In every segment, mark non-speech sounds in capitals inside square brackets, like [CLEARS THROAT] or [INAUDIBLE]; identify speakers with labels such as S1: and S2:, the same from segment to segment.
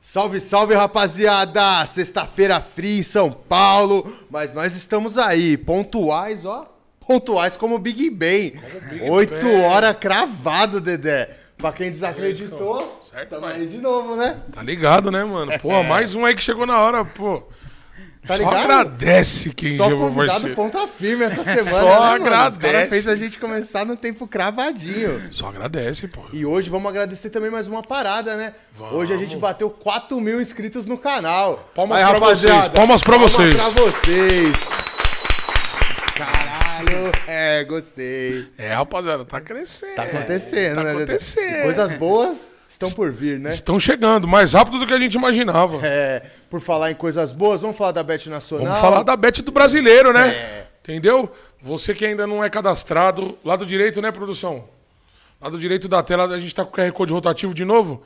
S1: Salve, salve, rapaziada! Sexta-feira fria em São Paulo, mas nós estamos aí, pontuais, ó. Pontuais como o Big Ben.
S2: Big
S1: Oito
S2: Ben.
S1: horas cravado, Dedé. Pra quem desacreditou,
S2: Certo,
S1: tamo
S2: pai.
S1: aí de novo, né?
S2: Tá ligado, né, mano?
S1: [LAUGHS]
S2: Pô, mais um aí que chegou na hora, pô.
S1: É. Tá
S2: Só
S1: ligado?
S2: agradece quem
S1: Só
S2: chegou
S1: convidado
S2: você.
S1: ponta firme
S2: [LAUGHS]
S1: essa semana.
S2: Só
S1: né, mano? Os
S2: agradece.
S1: caras fez a gente começar no tempo cravadinho.
S2: Só agradece, pô.
S1: E hoje vamos agradecer também mais uma parada, né? Hoje a gente bateu 4 mil inscritos no canal.
S2: Palmas pra vocês, palmas pra vocês.
S1: Palmas pra vocês. Caralho, é, gostei.
S2: É, rapaziada, tá crescendo.
S1: Tá acontecendo,
S2: tá
S1: né? Dedé?
S2: acontecendo.
S1: Coisas boas estão por vir, né?
S2: Estão chegando, mais rápido do que a gente imaginava.
S1: É, por falar em coisas boas, vamos falar da Bet Nacional.
S2: Vamos falar da bet do brasileiro, né?
S1: É.
S2: Entendeu? Você que ainda não é cadastrado, lado direito, né, produção? Lado direito da tela, a gente tá com o QR Code rotativo de novo?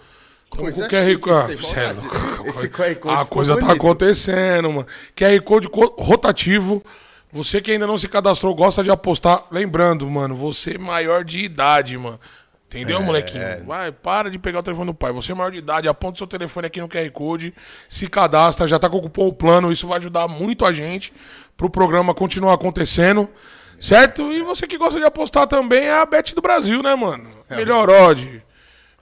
S2: Tamo
S1: Coisa
S2: com o QR
S1: chique,
S2: Code.
S1: sem
S2: Ah, cê é
S1: maldade.
S2: louco.
S1: Esse QR Code
S2: A
S1: ficou
S2: coisa tá
S1: bonito.
S2: acontecendo, mano. QR Code co- rotativo. Você que ainda não se cadastrou, gosta de apostar. Lembrando, mano, você é maior de idade, mano. Entendeu,
S1: É.
S2: molequinho? Vai, para de pegar o telefone do pai. Você é maior de idade, aponta seu telefone aqui no QR Code, se cadastra, já tá com o cupom o plano. Isso vai ajudar muito a gente pro programa continuar acontecendo. Certo? E você que gosta de apostar também é a Bet do Brasil, né, mano?
S1: É.
S2: Melhor odd.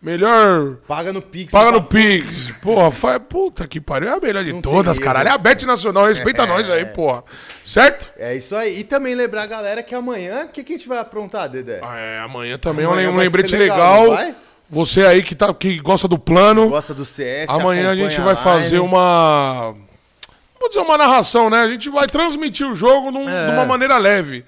S2: Melhor
S1: Paga no Pix.
S2: Paga no
S1: tá?
S2: Pix. Porra, faz. Puta que pariu. É a melhor de
S1: tem
S2: todas,
S1: erro.
S2: caralho. É a Bet Nacional. Respeita nós aí, porra. Certo?
S1: É isso aí. E também lembrar a galera que amanhã, o que, que a gente vai aprontar, Dedé?
S2: Ah, é, amanhã também
S1: Amanhã
S2: é um
S1: vai
S2: lembrete
S1: ser legal,
S2: legal.
S1: não vai?
S2: Você aí que, tá, que gosta do plano.
S1: Gosta do CS?
S2: amanhã a gente
S1: acompanha
S2: vai fazer
S1: live.
S2: uma. Vou dizer uma narração, né? A gente vai transmitir o jogo num-
S1: É.
S2: de uma maneira leve.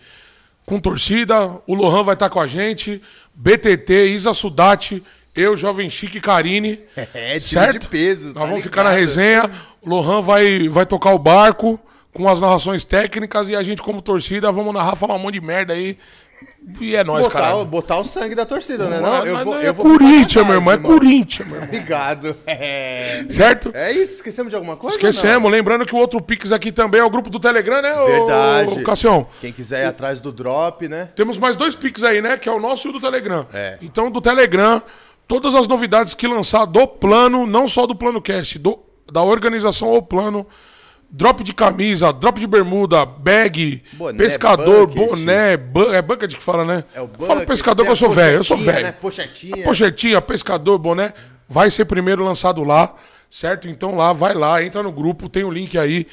S2: Com torcida, o Lohan vai estar com a gente, BTT, Isa Sudati, eu, Jovem Chique e Karine.
S1: [LAUGHS] É, tiro de
S2: certo?
S1: peso,
S2: Nós
S1: tá
S2: vamos
S1: ligado?
S2: ficar na resenha. O Lohan vai, vai tocar o barco com as narrações técnicas e a gente, como torcida, vamos narrar, falar um monte de merda aí. E é nóis,
S1: botar,
S2: cara.
S1: botar o sangue da torcida, né?
S2: Não,
S1: Não, eu vou,
S2: é
S1: eu vou
S2: Corinthians,
S1: ficar
S2: meu irmão. É
S1: atrás, irmão.
S2: Corinthians, meu irmão.
S1: Obrigado. [LAUGHS] É.
S2: Certo?
S1: É isso? Esquecemos de alguma coisa? ou não?
S2: Esquecemos, lembrando que o outro Pix aqui também é o grupo do Telegram, né, ô-
S1: Verdade.
S2: ô Cassião?
S1: Quem quiser ir atrás do drop, né?
S2: Temos mais dois Pix aí, né, que é o nosso e o do Telegram.
S1: É.
S2: Então, do Telegram, todas as novidades que lançar do plano, não só do plano cast, do, da organização ao plano, drop de camisa, drop de bermuda, bag,
S1: Boné,
S2: pescador,
S1: bucket.
S2: boné, bu- é bucket que fala, né?
S1: É o
S2: eu falo
S1: bucket, tem
S2: pescador que eu
S1: a
S2: sou velho, eu sou
S1: pochetinha,
S2: velho.
S1: né? Pochetinha.
S2: Pochetinha, pescador, boné, vai ser primeiro lançado lá, certo? Então lá, vai lá, entra no grupo, tem o link aí.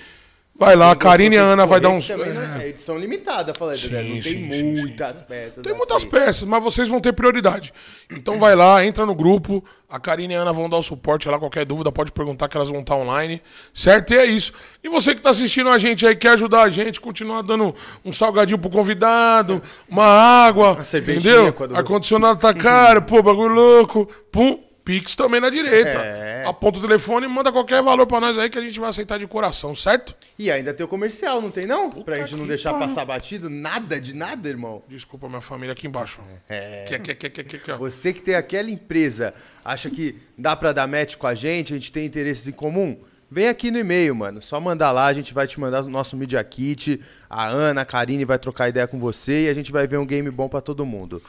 S2: Vai lá, a Karine e a Ana vai dar uns.
S1: Também, né? É edição limitada, falei, Dedé. Não tem
S2: sim, sim,
S1: muitas peças.
S2: Tem
S1: assim.
S2: muitas peças, mas vocês vão ter prioridade. Então vai lá, entra no grupo. A Karine e a Ana vão dar o suporte lá. Qualquer dúvida, pode perguntar que elas vão estar online. Certo? E é isso. E você que está assistindo a gente aí, quer ajudar a gente, continuar dando um salgadinho pro convidado, uma água.
S1: cervejinha
S2: entendeu?
S1: quando-
S2: Ar-condicionado tá caro, pô, bagulho louco. Pum. Pix também na direita.
S1: É.
S2: Aponta o telefone e manda qualquer valor pra nós aí que a gente vai aceitar de coração, certo?
S1: E ainda tem o comercial, não tem não? pra gente não
S2: que
S1: deixar
S2: pariu.
S1: passar batido nada de nada, irmão.
S2: Desculpa minha família aqui embaixo.
S1: É.
S2: Que, que, que, que, que, que, ó.
S1: Você que tem aquela empresa, acha que dá pra dar match com a gente, a gente tem interesses em comum? Vem aqui no e-mail, mano. Só mandar lá, a gente vai te mandar o nosso Media Kit. A Ana, a Karine vai trocar ideia com você e a gente vai ver um game bom pra todo mundo.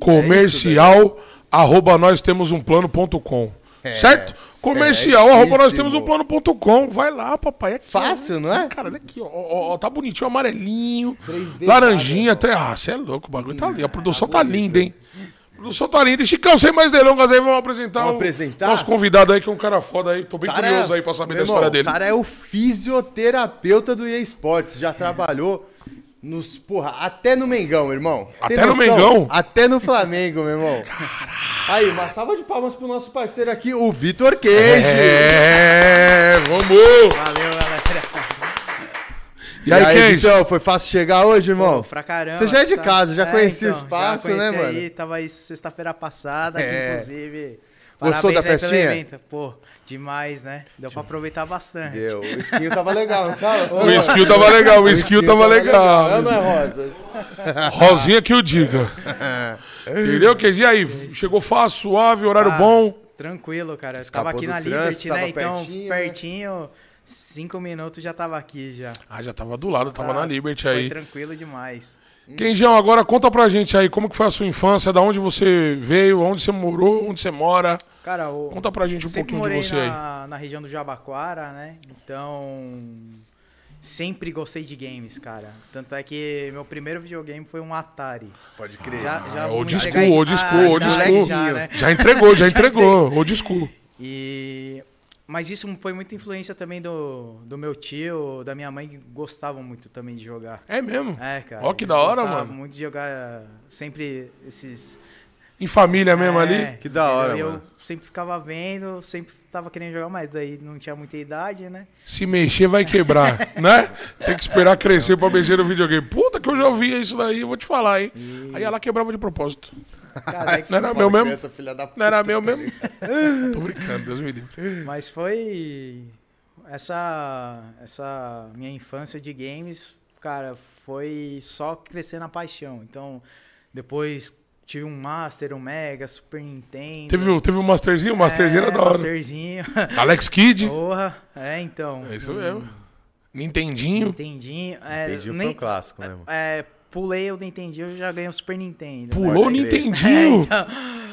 S2: comercial arroba nós temos um plano.com.
S1: É,
S2: certo? Comercial arroba nós temos um plano.com. Vai lá, papai. É aqui,
S1: Fácil,
S2: ó.
S1: não é?
S2: Cara, olha aqui, ó, ó, ó, Tá bonitinho, amarelinho,
S1: 3D
S2: laranjinha. tre- Ah, você é louco, o bagulho tá lindo. A produção tá linda, hein? A produção tá linda. E Chicão, sem mais delongas aí, vamos apresentar,
S1: Vamos
S2: o
S1: apresentar?
S2: nosso convidado aí, que é um cara foda aí. Tô bem
S1: Cara,
S2: curioso aí pra saber
S1: meu
S2: da
S1: irmão,
S2: história dele.
S1: O cara é o fisioterapeuta do EA Sports.
S2: É.
S1: Já trabalhou nos. Porra, até no Mengão, irmão. Tem
S2: Até no Mengão?
S1: Até no Flamengo, meu
S2: [LAUGHS]
S1: irmão. Aí, uma salva de palmas pro nosso parceiro aqui, o Vitor Queijo.
S2: É, vamos!
S3: Valeu, galera.
S2: E aí, Kenji?
S1: Vitão, foi fácil chegar hoje, irmão?
S3: Pra caramba.
S1: Você já é de
S3: tá?
S1: casa, já
S3: É,
S1: conhecia
S3: então,
S1: o espaço,
S3: já
S1: né,
S3: conheci
S1: mano?
S3: Aí, tá tava aí sexta-feira passada, que,
S1: É.
S3: inclusive.
S1: Gostou
S3: parabéns
S1: da
S3: aí pelo
S1: festinha?
S3: evento. Pô, demais, né? Deu pra aproveitar bastante.
S1: Deu, O esquinho tava legal, não tava? Ô,
S2: O
S1: mano,
S2: skill tava legal, né, o skill
S1: [LAUGHS]
S2: tava legal.
S1: Não, não é rosas.
S2: Rosinha que eu diga. Entendeu? Que e aí? Chegou fácil, suave, horário
S3: Ah,
S2: bom.
S3: Tranquilo, cara. Eu
S1: Escapou
S3: tava aqui
S1: do
S3: na
S1: trânsito,
S3: Liberty,
S1: tava
S3: né? Então,
S1: pertinho, né?
S3: pertinho, cinco minutos já tava aqui já.
S2: Ah, já tava do lado, tava
S3: Tá?
S2: na Liberty
S3: Foi
S2: aí.
S3: tranquilo demais.
S2: Kenjão, agora conta pra gente aí como que foi a sua infância, da onde você veio, onde você morou, onde você mora.
S3: Cara, o...
S2: Conta pra gente um
S3: sempre
S2: pouquinho
S3: morei
S2: de você
S3: na, na região do Jabaquara, né? Então, sempre gostei de games, cara. Tanto é que meu primeiro videogame foi um Atari.
S1: Pode crer.
S3: Já, já
S2: aí. Ah, é Old
S3: vou
S2: school,
S3: entregar em-
S2: old
S3: Ah,
S2: school, old
S3: já,
S2: school.
S3: [LAUGHS] já, né?
S2: Já entregou, já entregou. Old school.
S3: E... Mas isso foi muita influência também do, do meu tio, da minha mãe, que gostavam muito também de jogar.
S2: É mesmo.
S3: É, cara.
S2: Ó, que
S3: eles
S2: da hora,
S3: gostavam
S2: mano.
S3: muito de jogar sempre esses...
S2: Em família É
S3: É.
S2: mesmo ali.
S1: Que da hora,
S3: eu,
S1: mano.
S3: Eu sempre ficava vendo, sempre tava querendo jogar, mas daí não tinha muita idade,
S1: [LAUGHS]
S3: né?
S2: Se mexer vai quebrar, [LAUGHS] né? Tem que esperar crescer pra mexer no videogame. Puta que eu já ouvia isso daí, eu vou te falar, hein? Aí ela quebrava de propósito.
S3: Cara, é que-
S2: Não era meu mesmo? Né,
S1: Criança, filha da
S2: Não era meu [LAUGHS] mesmo? Tô brincando, Deus me livre.
S3: mas foi essa essa minha infância de games, cara, foi só crescer na paixão. Então, depois tive um Master, um Mega, Super Nintendo.
S2: Teve, o- teve o Masterzinho? O Masterzinho
S3: é,
S2: era da hora. [LAUGHS]
S3: Masterzinho.
S2: Alex Kidd.
S1: Oh.
S3: Porra. É, então.
S2: É isso
S3: um
S2: mesmo. Nintendinho.
S3: Nintendinho. É,
S1: Entendi, foi um
S3: nem,
S1: clássico, né, mano?
S3: é, pulei o Nintendinho, eu já ganhei o Super Nintendo. né?
S2: Pulou o
S1: Pode crer. [LAUGHS] É, então.
S2: Nintendinho.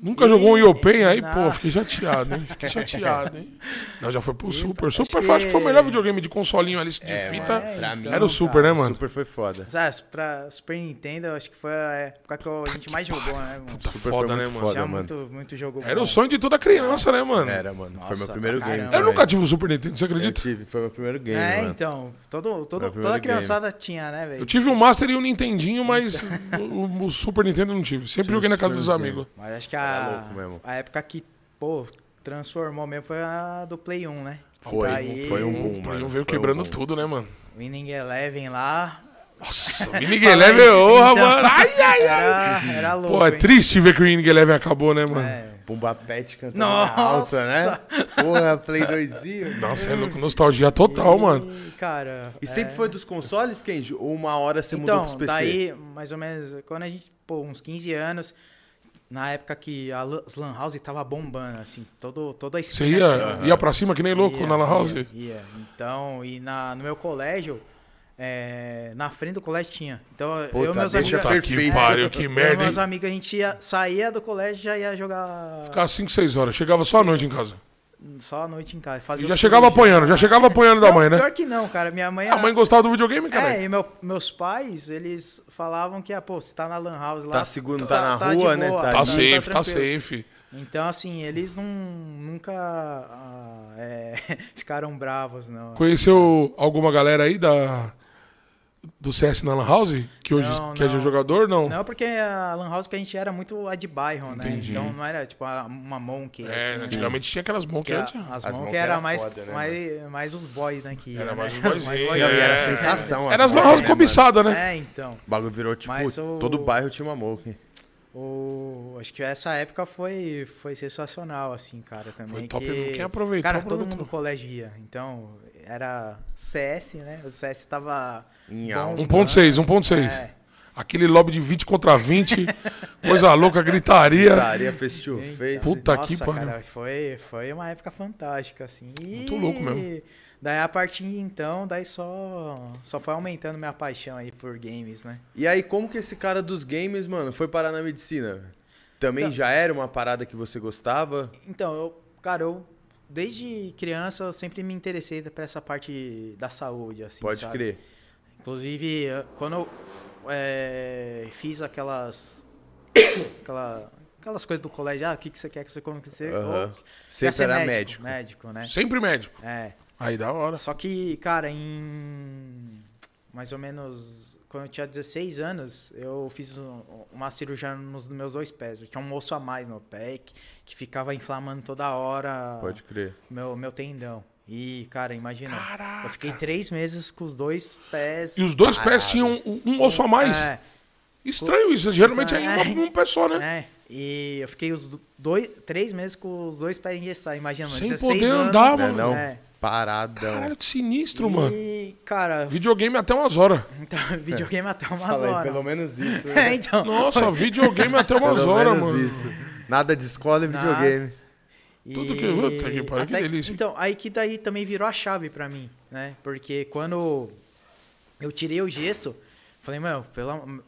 S2: Nunca jogou um Iopen aí, pô,
S3: Nossa.
S2: fiquei chateado, hein? Fiquei chateado, hein?
S1: [LAUGHS]
S2: Não, já foi pro Super.
S3: acho
S2: Super
S3: que-
S2: foi- acho que foi o melhor videogame de consolinho ali, de fita.
S1: É, mano, então, pra mim,
S2: Era o Super, né, mano?
S1: tá. Super foi foda.
S3: Ah, pra Super Nintendo, eu acho que foi a época que a gente mais jogou, né, mano?
S2: Puta
S1: Super foi
S2: foda, né,
S1: muito
S2: mano?
S1: foda,
S3: Tinha
S1: mano.
S3: muito, muito jogo
S2: Era
S3: bom.
S2: o sonho de toda criança, né, mano?
S1: Era, mano. foi meu
S3: Nossa,
S1: primeiro
S3: caramba.
S1: game.
S2: Eu
S1: também.
S2: nunca tive o Super Nintendo, você
S1: Eu
S2: acredita?
S1: tive, foi meu primeiro game,
S3: É,
S1: mano.
S3: então, todo, todo,
S1: Meu primeiro
S3: toda criançada tinha, né, velho?
S2: Eu tive o Master e o Nintendinho, mas o, o Super Nintendo eu não tive. Sempre joguei na casa dos
S1: Super
S2: amigos.
S3: Mas acho que
S1: Era
S3: a,
S1: louco mesmo.
S3: a época que, pô, transformou mesmo foi a do Play 1, né?
S1: Foi,
S3: Aí,
S1: foi um boom,
S2: O
S1: mano.
S2: Play veio
S1: Foi um
S2: quebrando
S1: boom.
S2: tudo, né, mano?
S3: Winning Eleven lá. [LAUGHS]
S2: Nossa, o Mini Eleven é
S3: então.
S2: honra, mano. Ai, ai, ai.
S3: Era, era louco,
S2: Pô, é
S3: hein?
S2: triste ver que o Winning Eleven acabou, né, mano?
S3: É.
S1: Pumba Pet cantando
S3: Nossa!
S1: alta, né? Porra, Play 2zinho.
S2: Nossa, é louco. Nostalgia total,
S3: E,
S2: Tá, mano.
S3: Cara,
S1: E sempre
S3: é.
S1: foi dos consoles, Kenji? Ou uma hora você mudou
S3: Então,
S1: pros PC?
S3: daí, mais ou menos, quando a gente, pô, uns 15 anos, na época que a lan- as Lan House tava bombando, assim, todo, toda a
S2: Você
S3: esquina.
S2: ia, ia pra cima que nem louco na Lan House?
S3: É, Ia, ia. Então, e na, no meu colégio, é, na frente do colégio tinha. Então, eu e
S1: Puta,
S3: meus
S1: deixa
S3: amigos.
S1: pra-
S2: Puta que
S1: Perfeito.
S2: tá pariu, que
S3: eu e
S2: merda, hein?
S3: meus amigos, a gente ia, saía do colégio e já ia jogar
S2: Ficava 5, 6 horas. Chegava só à noite em casa.
S3: só a noite em casa. Fazia
S2: E
S3: os
S2: já chegava
S3: corujinhos.
S2: apanhando, já chegava apanhando da
S3: um Não,
S2: mãe, né?
S3: Pior que não, cara. Minha mãe.
S2: A mãe gostava do videogame,
S3: É,
S2: cara.
S3: e meu- meus pais, eles falavam que, ah, pô, você tá na Lan House lá.
S1: Tá seguro, não tá na rua, né? Tá
S2: Tá
S1: Tá
S2: safe, tá
S3: tranquilo.
S2: safe.
S3: Então, assim, eles não, nunca ah, é, [LAUGHS] ficaram bravos, não.
S2: Conheceu alguma galera aí da do CS na Lan House? Que hoje
S3: Não,
S2: que é
S3: não.
S2: jogador? Não.
S3: Não, porque a Lan House que a gente era muito a de bairro, né?
S2: Entendi.
S3: Então não era tipo a- uma Monkey.
S2: É,
S3: assim, né?
S2: antigamente tinha aquelas mãos
S3: Porque
S2: que
S3: a-
S2: antes.
S1: As
S3: as Monkey
S1: Monkey
S3: era
S1: era
S3: mais,
S1: foda, né,
S3: mais, mais os boys daqui.
S2: Era
S3: né? [LAUGHS]
S2: mais os
S3: Os
S2: boyzinhos,
S1: E
S2: é.
S1: era
S2: É.
S1: sensação.
S2: Era as Lan
S1: Monkey,
S2: House
S1: né,
S2: cobiçada, né?
S3: É, então.
S1: mano? O bagulho virou, tipo,
S3: Mas o-
S1: todo bairro tinha uma Moke.
S3: O, acho que essa época foi, foi sensacional, assim, cara, também.
S2: Foi top
S3: que-
S2: mesmo. Quem aproveitou,
S3: Cara, todo
S2: aproveitou.
S3: mundo do colégio ia. Então, era CS, né? O CS tava...
S1: Em
S3: bom,
S1: alta.
S2: 1.6, 1.6.
S3: É.
S2: Aquele lobby de 20 contra 20. coisa louca, gritaria.
S1: Putaria, face to
S3: Eita.
S1: face.
S2: Puta
S3: Nossa,
S2: que pariu.
S3: cara, foi, foi uma época fantástica, assim. E
S2: Muito louco mesmo.
S3: Daí a partir de então, daí só, só foi aumentando minha paixão aí por games, né?
S1: E aí, como que esse cara dos games, mano, foi parar na medicina? Também já era uma parada que você gostava?
S3: Então, eu, cara, eu desde criança eu sempre me interessei por essa parte da saúde, assim,
S1: Pode
S3: sabe?
S1: crer.
S3: Inclusive, eh, quando eu eh, fiz aquelas, aquela- aquelas coisas do colégio, ah, o que, que você quer que você como que você...
S1: Aham.
S3: ou-
S1: Sempre
S3: quer ser
S1: era médico.
S3: médico. Médico, né?
S2: Sempre médico.
S3: É.
S2: Aí da hora.
S3: Só que, cara, em mais ou menos quando eu tinha 16 anos, eu fiz um- uma cirurgia nos meus dois pés. Eu tinha um osso a mais no pé que, que ficava inflamando toda hora
S1: Pode crer.
S3: meu, meu tendão. E, cara, imagina.
S2: Caraca.
S3: Eu fiquei três meses com os dois pés.
S2: E os dois pés tinham um, um osso a mais.
S3: É,
S2: Estranho isso. Geralmente é,
S3: É.
S2: uma- um pé só, né?
S3: é. E eu fiquei os do- dois, três meses com os dois pés engessados. Imagina, mano,
S2: Sem
S3: 16
S2: poder
S3: anos,
S2: andar,
S1: Não é
S2: mano.
S1: não?
S3: É.
S1: Paradão.
S2: Caralho, que sinistro, mano.
S3: E, cara, [LAUGHS]
S2: Videogame até umas horas.
S1: [LAUGHS]
S3: então, videogame até umas
S1: Fala aí,
S3: horas. [LAUGHS]
S1: pelo menos isso. né?
S3: É, então. [LAUGHS]
S2: Nossa, videogame até umas
S1: Pelo
S2: horas,
S1: menos
S2: mano.
S1: isso. Nada de escola e videogame.
S2: Tudo que- Puta que pariu, que
S3: até
S2: delícia.
S3: Então, aí que daí também virou a chave pra mim, né? Porque quando eu tirei o gesso, falei, meu, pelo,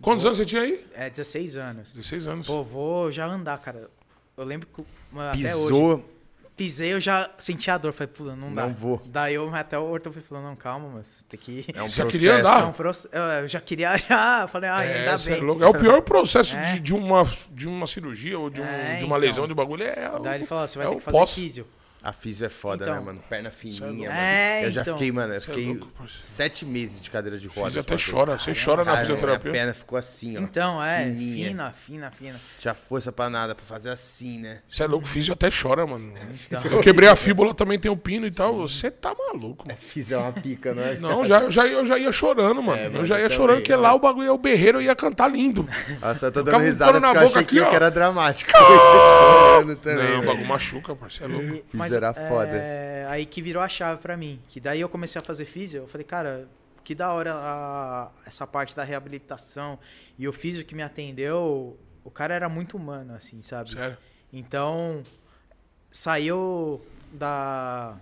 S2: Quantos anos você tinha aí?
S3: é 16 anos.
S2: 16 anos.
S3: Pô, vou já andar, cara. Eu lembro que. mano, até hoje.
S1: Pisou.
S3: Pisei, eu já senti a dor. Falei, pula, não dá.
S1: Não vou.
S3: Daí eu até o ortopedista fui falando, não, calma, mano, você tem que.
S1: É um
S2: Já
S1: processo.
S2: queria
S3: [LAUGHS] É um
S2: andar.
S3: proce- eu- Eu já queria, [LAUGHS] já. Falei, ah,
S2: É,
S3: ainda
S2: cê é
S3: bem.
S2: louco. É o pior processo
S3: É.
S2: de, de uma, de uma cirurgia ou de, um-
S3: É,
S2: de uma
S3: então.
S2: lesão de um bagulho. É, o-
S3: Daí ele falou, "Ó, você vai
S2: é
S3: ter
S2: o
S3: que fazer
S2: pós.
S3: físio.
S1: A Fis é foda,
S3: Então.
S1: né, mano? Perna fininha, mano.
S3: É,
S1: eu já
S3: então.
S1: fiquei, mano, eu
S2: Cê é
S1: fiquei
S2: louco, parceiro.
S1: sete meses de cadeira de rodas.
S2: Físio até
S1: quase.
S2: chora. Você chora na
S1: Cara,
S2: fisioterapia.
S1: Minha
S3: é
S1: perna ficou assim, ó.
S3: Então, é,
S1: Fininha.
S3: fina, fina, fina.
S1: Tinha força pra nada, pra fazer assim, né?
S2: Você é louco, físio até chora, mano.
S3: É, então.
S2: Eu quebrei a fíbula, também tem o pino e tal. Você tá maluco, mano.
S1: Fiz é uma pica, não é?
S2: [LAUGHS] Não, já, eu, já, eu já ia chorando,
S3: É,
S2: mano. eu
S1: mano,
S2: já ia
S1: eu também,
S2: chorando,
S3: né?
S2: porque lá o bagulho é o berreiro, eu ia cantar
S3: [LAUGHS]
S2: lindo.
S1: Nossa, eu tô dando
S2: Ficava um
S1: risada
S2: pano na
S1: porque eu achei
S2: boca
S1: que,
S2: aqui, ó.
S1: que era dramático. [LAUGHS] Olhando também,
S2: Não,
S3: né?
S2: o
S1: velho.
S2: bagulho machuca, parceiro. É louco.
S3: E-
S1: Físio era foda.
S3: é, aí que virou a chave pra mim. Que daí eu comecei a fazer físio, eu falei, cara, que da hora a- essa parte da reabilitação. E o físio que me atendeu, o cara era muito humano, assim, sabe?
S2: Sério.
S3: Então, saiu da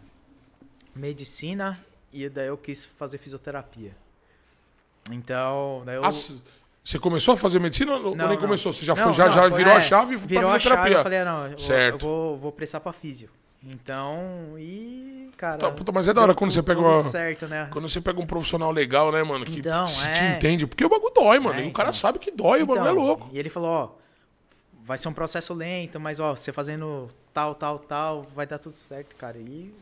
S3: medicina e daí eu quis fazer fisioterapia. Então, daí eu...
S2: Ah, c- você começou a fazer medicina ou ou
S3: Não,
S2: nem
S3: não.
S2: começou? Você já,
S3: Não,
S2: foi, já,
S3: não,
S2: já
S3: foi-
S2: virou a
S3: é,
S2: chave e foi
S3: virou
S2: pra
S3: a chave, eu
S2: fisioterapia.
S3: falei, ah, não, eu,
S2: Certo.
S3: eu vou, vou prestar pra físio. Então, e, cara...
S2: Tá, puta, mas é da hora
S3: deu
S2: quando você
S3: tudo-
S2: pega
S3: tudo
S2: uma-
S3: certo, né?
S2: Quando você pega um profissional legal, né, mano, que
S3: Então,
S2: se
S3: é.
S2: te entende, porque o bagulho dói, mano.
S3: É,
S2: e o cara
S3: então.
S2: sabe que dói, o bagulho é
S3: Então,
S2: louco.
S3: E ele falou, ó, vai ser um processo lento, mas ó, você fazendo tal, tal, tal, vai dar tudo certo, cara. E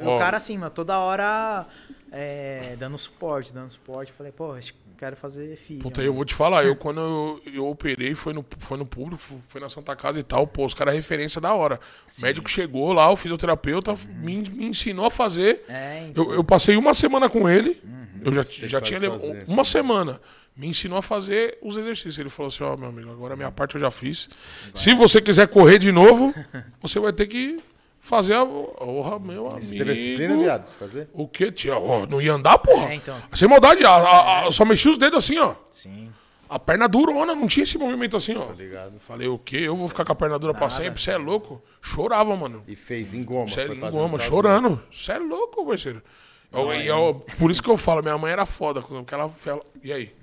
S2: Ó.
S3: o cara assim, mano, toda hora é, dando suporte, dando suporte. Eu falei, pô, acho que quero fazer filho.
S2: Puta, eu vou te falar, eu quando eu, eu operei, foi no, foi no público, fu- foi na Santa Casa e tal, pô, os caras é referência da hora. O médico chegou lá, o fisioterapeuta
S3: Uhum.
S2: me, me ensinou a fazer.
S3: É, então.
S2: Eu, eu passei uma semana com ele,
S3: Uhum.
S2: eu já, já
S1: faz
S2: tinha levado.
S1: sozinho,
S2: Uma semana. Me ensinou a fazer os exercícios. Ele falou assim: Ó, meu amigo, agora a
S1: Uhum.
S2: minha parte eu já fiz. Se você quiser correr de novo, [LAUGHS] você vai ter que fazer a. Porra, meu amigo.
S1: Você teve a disciplina, viado? de Fazer?
S2: O que, tia? Ó, não ia andar, porra.
S3: É, então.
S2: Sem maldade, a- a- a- eu só mexi os dedos assim, ó.
S3: Sim.
S2: A perna durona, não tinha esse movimento assim, ó.
S1: Ligado.
S2: Falei, o quê? Eu vou ficar com a perna dura pra sempre? Você é louco? Chorava, mano.
S1: E fez em goma.
S2: Você é
S1: foi
S2: em
S1: fazer
S2: goma,
S1: sozinho.
S2: chorando. Você é louco, parceiro. Eu- e eu- por isso que eu falo, minha mãe era foda. quando- Porque ela, ela. E aí?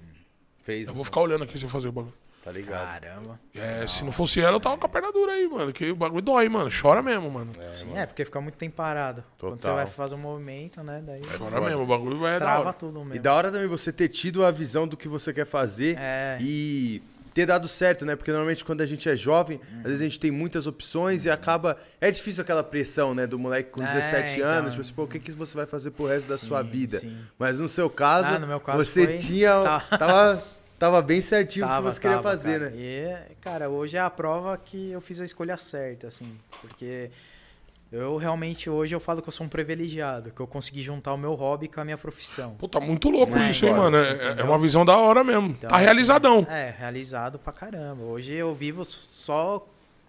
S1: Fez,
S2: Eu vou ficar olhando aqui você fazer o bagulho.
S1: tá ligado?
S3: Caramba.
S2: É, se não fosse ela, eu tava com a perna dura aí, mano. Que o bagulho dói, mano. Chora mesmo, mano.
S3: Sim, é, porque fica muito tempo parado. Quando você
S1: Total.
S3: vai fazer um movimento, né? Daí
S2: Chora mesmo, o bagulho vai dar.
S3: trava
S2: hora.
S3: tudo
S1: E
S3: mesmo.
S1: da É hora também você ter tido a visão do que você quer fazer
S3: É.
S1: e ter dado certo, né? Porque normalmente quando a gente é jovem,
S3: Uhum.
S1: às vezes a gente tem muitas opções e acaba. É difícil aquela pressão, né? Do moleque com
S3: É,
S1: 17
S3: então.
S1: anos, tipo assim, pô, o que, que você vai fazer pro resto da sua vida?
S3: sim.
S1: Mas no seu caso,
S3: Ah, no meu caso
S1: você
S3: foi- [LAUGHS]
S1: tinha.
S3: Tá.
S1: Tava, tava bem certinho o
S3: Tava,
S1: que você queria
S3: tava,
S1: fazer,
S3: cara.
S1: né?
S3: E, cara, hoje é a prova que eu fiz a escolha certa, assim, porque eu realmente hoje eu falo que eu sou um privilegiado, que eu consegui juntar o meu hobby com a minha profissão.
S2: Pô, tá muito louco
S3: É,
S2: isso, hein,
S1: agora,
S2: mano. É, é uma visão da hora mesmo.
S3: Então,
S2: tá
S3: assim,
S2: realizadão.
S3: É, realizado pra caramba. Hoje eu vivo só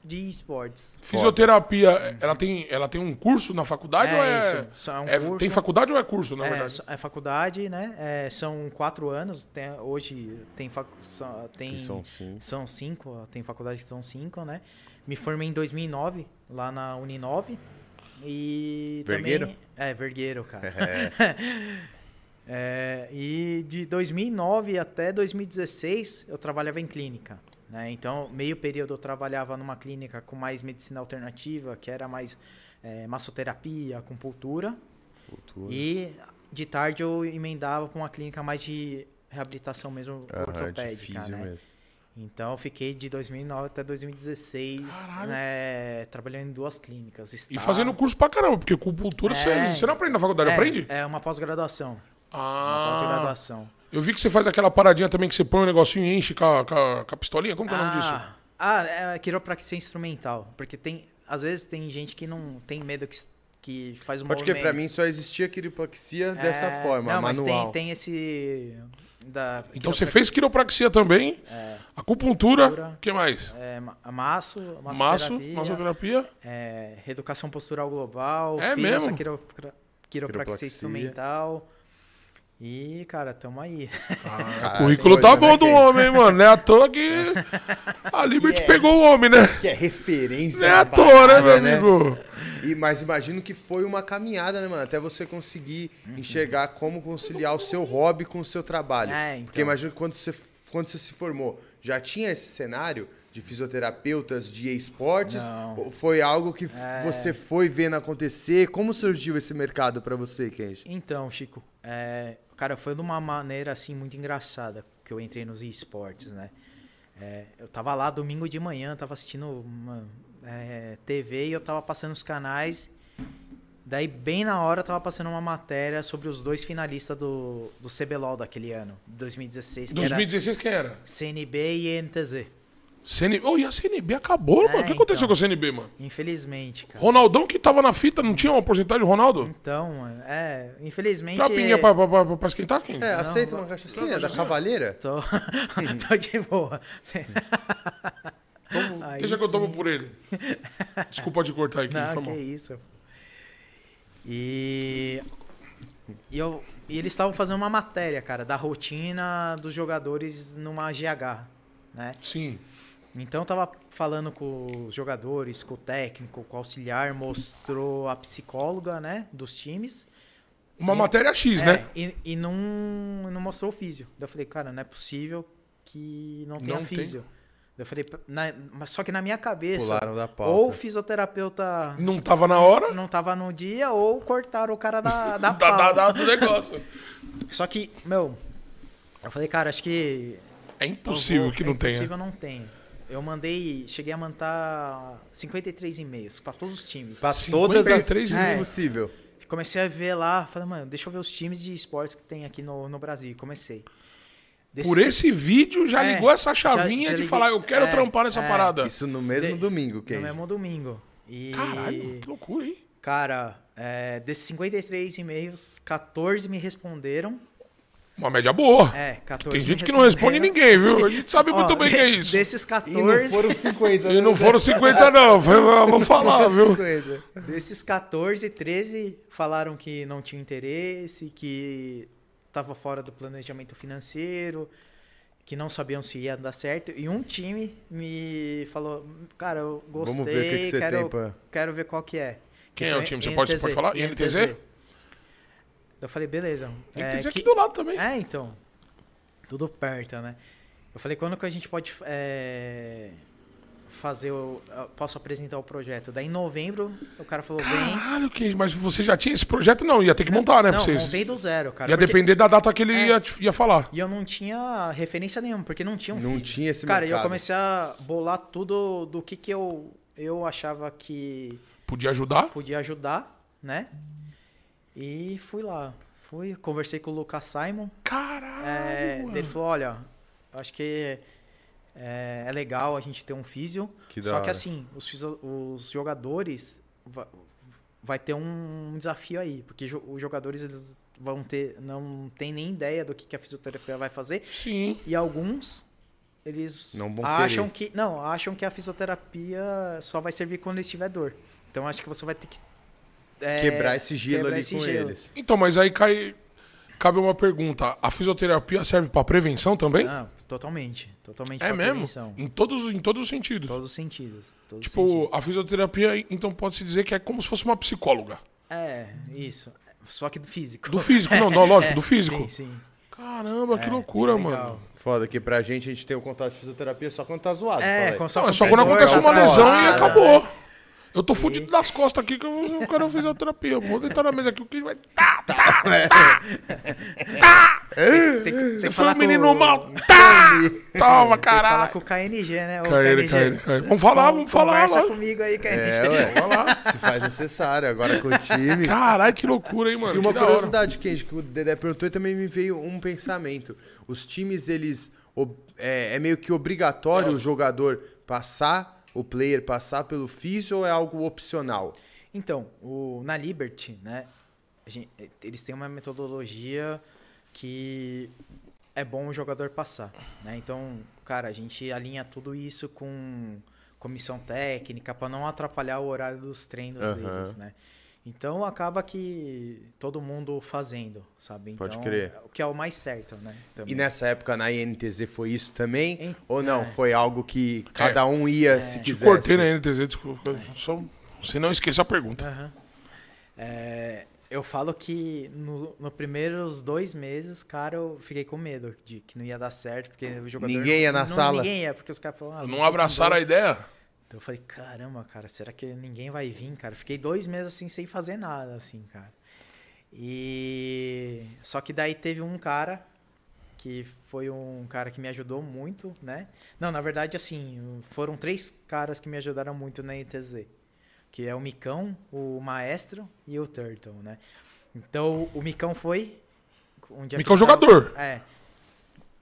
S3: de esportes.
S2: Fisioterapia, ela tem, ela tem um curso na
S1: Tá,
S2: faculdade
S3: É
S2: ou é.
S3: isso, só é um
S2: é-
S3: curso.
S2: Tem faculdade ou é curso, na
S3: é,
S2: verdade?
S3: so- é faculdade, né? É, são quatro anos. tem- hoje tem fac, só- tem
S1: Que são sim.
S3: São cinco, ó, tem faculdade que são cinco, né? Me formei em 2009, lá na Uninove. E
S1: Vergueiro?
S3: também... É, vergueiro, cara. [LAUGHS] É, e de 2009 até 2016, eu trabalhava em clínica. Né? Então, meio período eu trabalhava numa clínica com mais medicina alternativa, que era mais é, massoterapia, acupuntura. E de tarde eu emendava com uma clínica mais de reabilitação mesmo, ortopédica, né? Então, eu fiquei de 2009 até 2016, né, trabalhando em duas clínicas.
S2: E fazendo curso pra caramba, porque com cultura
S3: É.
S2: você, você não aprende na faculdade, aprende?
S3: É, uma pós-graduação. Uma
S2: Ah,
S3: pós-graduação.
S2: eu vi que você faz aquela paradinha também que você põe um negocinho e enche com a, com a- com a pistolinha. Como que é o nome disso?
S3: Ah, ah, é quiropraxia instrumental. Porque tem, às vezes tem gente que não tem medo que, que faz um
S1: Pode
S3: movimento.
S1: crer, pra mim só existia quiropraxia
S3: É,
S1: dessa forma,
S3: não,
S1: manual.
S3: mas tem, tem esse... Da
S2: Então você fez quiropraxia também, acupuntura, o
S3: Acupuntura.
S2: que mais?
S3: É, ma- maço,
S2: Maço,
S3: massoterapia,
S2: massoterapia.
S3: é, reeducação postural global,
S2: É
S3: fiz
S2: mesmo?
S3: essa quiropra-
S1: Quiropraxia.
S3: quiropraxia instrumental. E, cara, tamo aí.
S1: Ah,
S3: Ah,
S2: O currículo tá
S3: é
S1: coisa, né,
S2: bom do
S1: que-
S2: homem, hein, mano. Não é à toa que
S3: [LAUGHS]
S2: a Liberty pegou o homem, né?
S1: Que é referência.
S2: Não é
S1: na
S2: à toa, né, meu
S1: parada,
S2: amigo?
S1: E, mas imagino que foi uma caminhada, né, mano? Até você conseguir enxergar como conciliar o seu hobby com o seu trabalho.
S3: É, então.
S1: Porque imagino que quando você, quando você se formou, já tinha esse cenário, de fisioterapeutas de esportes?
S3: Não. É.
S1: Ou Foi algo que f- você foi vendo acontecer? Como surgiu esse mercado pra você, Kenji?
S3: [LAUGHS] Então, Chico, é, cara, foi de uma maneira assim muito engraçada que eu entrei nos esportes, né? É, eu tava lá domingo de manhã, tava assistindo uma, é, TV e eu tava passando os canais. Daí, bem na hora, eu tava passando uma matéria sobre os dois finalistas do, do CBLOL daquele ano, 2016, que era
S2: 2016 quem era?
S3: CNB e NTZ.
S2: CNB. Oh, e a CNB acabou,
S3: É,
S2: mano. O que aconteceu
S3: então.
S2: com a CNB, mano?
S3: Infelizmente, cara.
S2: Ronaldão que tava na fita, não tinha uma porcentagem do Ronaldo?
S3: Então, é, infelizmente.
S2: Tem uma pinga pra, pra, pra, pra esquentar quem?
S1: É, aceita
S3: não,
S1: uma cachaçinha da Cavaleira?
S3: [LAUGHS] Tô, tô de boa.
S2: Tomo-
S3: Aí
S2: um- deixa que eu
S3: sim.
S2: tomo por ele. Desculpa te cortar aqui,
S3: Não,
S2: foi
S3: que
S2: mal.
S3: isso. E, e eu, e eles estavam fazendo uma matéria, cara, da rotina dos jogadores numa GH, né?
S2: Sim.
S3: Então eu tava falando com os jogadores, com o técnico, com o auxiliar, mostrou a psicóloga, né, dos times.
S2: Uma
S3: E-
S2: matéria X,
S3: É,
S2: né?
S3: E, e não, não mostrou o físio. Daí eu falei, cara, não é possível que não tenha
S2: Não tem.
S3: físio. Daí eu falei, na- mas só que na minha cabeça,
S1: Pularam da pauta.
S3: ou o fisioterapeuta
S2: Não tava na hora tá
S3: não tava no dia ou cortaram o cara
S2: [LAUGHS]
S3: da, da
S2: da, da,
S3: pau.
S2: da- do negócio.
S3: Só que, meu, eu falei, cara, acho que.
S2: É impossível
S3: eu vou-
S2: que não
S3: é
S2: tenha.
S3: Impossível não tenha. Eu mandei, cheguei a mandar 53 e-mails pra todos os times.
S1: Pra todas as
S2: 53
S1: três
S3: mil.
S1: possível.
S3: Comecei a ver lá, falei, mano, deixa eu ver os times de esportes que tem aqui no, no Brasil. Comecei. Desse-
S2: Por esse vídeo já
S3: É,
S2: ligou essa
S3: já-
S2: chavinha
S3: já
S2: de
S3: liguei.
S2: falar, eu quero
S3: É,
S2: trampar nessa
S3: é.
S2: parada.
S1: Isso no mesmo
S3: De-
S1: domingo,
S3: No
S1: Kenji.
S3: mesmo é domingo. E,
S2: Caralho, que loucura, hein?
S3: cara, é, desses 53 e-mails, 14 me responderam.
S2: Uma média boa.
S3: É, 14
S2: Tem
S3: me
S2: gente que não responde
S3: responderam.
S2: ninguém, viu? A gente sabe muito
S3: [LAUGHS] Ó,
S2: bem que é isso.
S3: Desses
S1: E não
S3: 14,
S1: foram né? 50.
S2: [LAUGHS] E
S3: [LAUGHS]
S2: não foram 50 não, foi- vamos falar, viu?
S1: 50.
S3: desses 14, 13 falaram que não tinha interesse, que estava fora do planejamento financeiro, que não sabiam se ia dar certo. E um time me falou, cara, eu gostei,
S1: Vamos ver o que que você
S3: quero,
S1: tem pra-
S3: quero ver qual que é.
S2: Quem
S3: Que
S2: é o
S3: foi
S2: time? Você pode- você pode falar? INTZ?
S3: Eu falei, beleza.
S2: Tem
S3: é,
S2: que dizer aqui
S3: que-
S2: do lado também.
S3: É, então. Tudo perto, né? Eu falei, quando que a gente pode é, fazer o. eu Posso apresentar o projeto? Daí em novembro, o cara falou, vem.
S2: Caralho, Kenji, mas você já tinha esse projeto? Não, ia ter que montar, né? pra
S3: não,
S2: vocês.
S3: montei do zero, cara.
S2: Ia
S3: porque-
S2: depender da data que ele
S3: É.
S2: ia, te- ia falar.
S3: E eu não tinha referência nenhuma, porque não tinha um
S1: Não
S3: feed.
S1: tinha esse
S3: Cara, eu
S1: mercado.
S3: comecei a bolar tudo do que, que eu, eu achava que
S2: Podia ajudar?
S3: podia ajudar, né? E fui lá. Fui, conversei com o Lucas Simon.
S2: Caralho,
S3: É,
S2: mano.
S3: daí ele falou, olha, eu acho que é, é legal a gente ter um físio.
S1: Que da
S3: só que
S1: hora.
S3: assim, os, fisio- os jogadores va- vai ter um desafio aí, porque jo- os jogadores eles vão ter não tem nem ideia do que, que a fisioterapia vai fazer
S2: Sim.
S3: e alguns eles
S1: Não vão
S3: acham que não acham que a fisioterapia só vai servir quando ele tiver dor. Então acho que você vai ter que é,
S1: Quebrar esse gelo
S3: quebrar
S1: ali
S3: esse
S1: com
S3: gelo.
S1: eles.
S2: Então, mas aí cai... Cabe uma pergunta. A fisioterapia serve pra prevenção também?
S3: Não, totalmente, totalmente.
S2: é
S3: pra
S2: mesmo?
S3: prevenção.
S2: Em todos, em todos os sentidos.
S3: Todos os sentidos. todos os
S2: tipo,
S3: sentidos.
S2: a fisioterapia, então, pode-se dizer que é como se fosse uma psicóloga.
S3: É, isso. Só que do físico. [LAUGHS]
S2: Do físico, não, não, lógico,
S3: É,
S2: do físico.
S3: Sim, sim.
S2: Caramba, que
S3: É,
S2: loucura,
S3: legal.
S2: mano.
S1: Foda que pra gente, a gente tem o contato de fisioterapia só quando tá zoado. fala
S3: É,
S1: aí.
S3: com-
S2: Não, é
S3: com
S2: só quando
S3: dor,
S2: acontece
S3: tá
S2: uma
S3: pra
S2: lesão e
S3: hora.
S2: acabou. Eu tô fudido das costas aqui que eu, eu quero fisioterapia. Eu Vou deitar na mesa aqui, o que vai. Tá, tá,
S3: Tem que, tem
S2: você
S3: que
S2: foi
S3: falar
S2: um menino
S3: com,
S2: mal. Tá! Toma,
S3: Falar
S2: caralho.
S3: com o KNG, né? Ô,
S2: Caíra, caíra, caíra. Vamos falar, vamos falar.
S3: Conversa
S2: lógico.
S3: comigo aí, KNG.
S1: É, ué. Se faz necessário agora com o time.
S2: Caralho, que loucura, hein, mano.
S1: E uma
S2: que da hora.
S1: curiosidade, Kenji, que o Dedé perguntou e também me veio um pensamento. Os times, eles. ob- É, é meio que obrigatório o jogador passar, o player passar pelo físio ou é algo opcional?
S3: Então, o, na Liberty, né? a gen- eles têm uma metodologia que é bom o jogador passar, né? Então, cara, a gente alinha tudo isso com comissão técnica para não atrapalhar o horário dos treinos
S1: Aham.
S3: deles, né? Então acaba que todo mundo fazendo, sabe? Então,
S1: Pode crer.
S3: O que é o mais certo, né?
S1: E
S3: Também.
S1: nessa época na INTZ foi isso também?
S3: Em-
S1: ou não? Foi algo que cada um ia se
S2: Te
S3: assim.
S1: quisesse?
S2: cortei na NTZ, desculpa. Só, se não esqueça a pergunta.
S3: Aham. É, Eu falo que no, no primeiros dois meses, cara, eu fiquei com medo de que não ia dar certo, porque o jogador.
S1: Ninguém ia
S3: não-
S1: na
S3: não-
S1: sala.
S3: Ninguém ia, porque os caras falaram. ah,
S2: Não abraçaram a ideia?
S3: Então eu falei, caramba, cara, será que ninguém vai vir, cara? Fiquei dois meses assim sem fazer nada, assim, cara. E só que daí teve um cara que foi um cara que me ajudou muito, né? Não, na verdade, assim, foram três caras que me ajudaram muito na ITZ. Que é o Micão, o Maestro e o Turtle, né? Então o Micão foi. um Onde
S2: Micão
S3: eu tava-
S2: jogador.
S3: É.